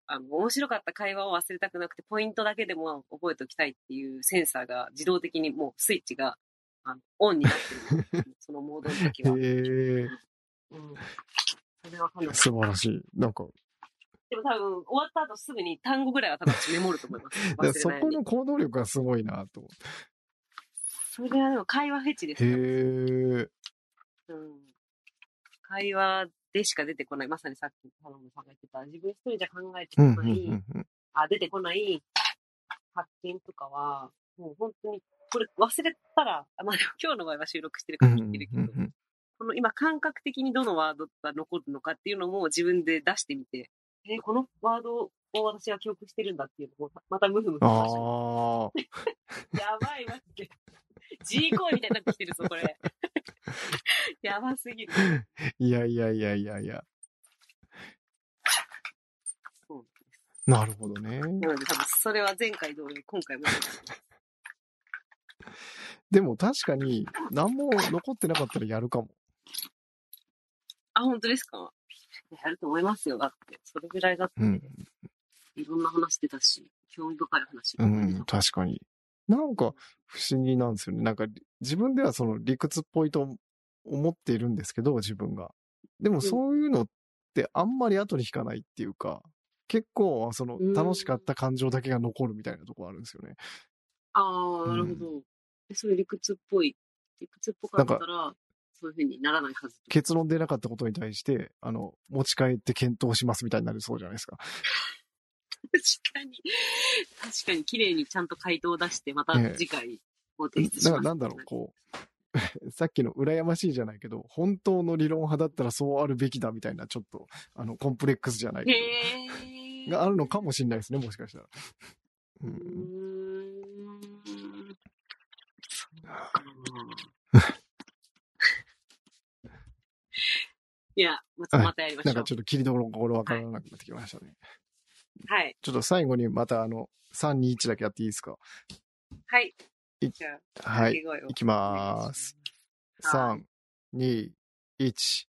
B: あの、面白かった会話を忘れたくなくて、ポイントだけでも覚えておきたいっていうセンサーが自動的にもうスイッチがあのオンになってるんですよ。 <laughs> そのモードの時は。
A: へえ。
B: うん。それはかんない。
A: 素晴らしい。なんか、
B: でも多分、終わった後すぐに単語ぐらいは多分私メモると思います。忘
A: <laughs>
B: れ
A: だからそ
B: ないよ
A: こ
B: うに。
A: の行動力がすごいなと思っ
B: それはでも会話フェチです
A: て。
B: よ。
A: へえ。
B: うん会話でしか出てこない。まさにさっきハロンも考えてた。自分一人じゃ考えて
A: う
B: こ
A: んうん
B: な
A: う
B: い、
A: んうん。
B: あ、出てこない発見とかは、もう本当に、これ忘れたら、あまあでも今日の場合は収録してる
A: う
B: か
A: ん
B: ら
A: うん
B: 聞いてるけ
A: う
B: ど、
A: ん
B: この今感覚的にどのワードが残るのかっていうのも自分で出してみて、えーこのワードを私は記憶してるんだっていうのも、またムフムフ
A: あ
B: しましたね。
A: あ。
B: やばいわけ。G 行為みたいになってきてるぞ、
A: <laughs>
B: これ。やばすぎる。
A: いやいやいやいやいや
B: そう。
A: なるほどね。
B: なので、多分それは前回同様、今回も。
A: でも確かに何も残ってなかったらやるかも。
B: あ、本当ですかやると思いますよ。だって、それぐらいだって。
A: うん
B: いろんな話出たし、興味深い話。
A: うん、確かに。なんか不思議なんですよね。なんかり自分ではその理屈っぽいと思っているんですけど、自分が。でもそういうのってあんまり後に引かないっていうか、結構その
B: うん
A: 楽しかった感情だけが残るみたいなとこあるんですよね。
B: あ
A: う
B: あ、
A: ん
B: なるほど。でそういう理屈っぽい。理屈っぽかったら、そういうふうにならないはず。
A: 結論出なかったことに対して、あの、持ち帰って検討しますみたいになりそうじゃないですか。
B: <laughs> 確かに。確かに、綺麗にちゃんと回答を出して、また
A: ええ
B: 次回を提出し
A: だ
B: ま
A: か
B: す。
A: らなんだろう、こう、 <laughs> さっきの羨ましいじゃないけど、本当の理論派だったらそうあるべきだみたいな、ちょっと、あの、コンプレックスじゃないけど
B: へえ。
A: があるのかもしれないですね、もしかしたら。う
B: うー
A: ん、
B: ん。そうか。 <laughs> いや、また
A: はい
B: またやりましょ
A: な
B: う。
A: んかちょっと切りどころがこれわからなくなってきましたね。
B: はい。
A: ちょっと最後にまたあの、3、2、1だけやっていいですか
B: はい。
A: い
B: じゃあ、
A: は
B: 掛け
A: い。
B: 声を
A: いきまーす。
B: お願いします
A: 3、2、1。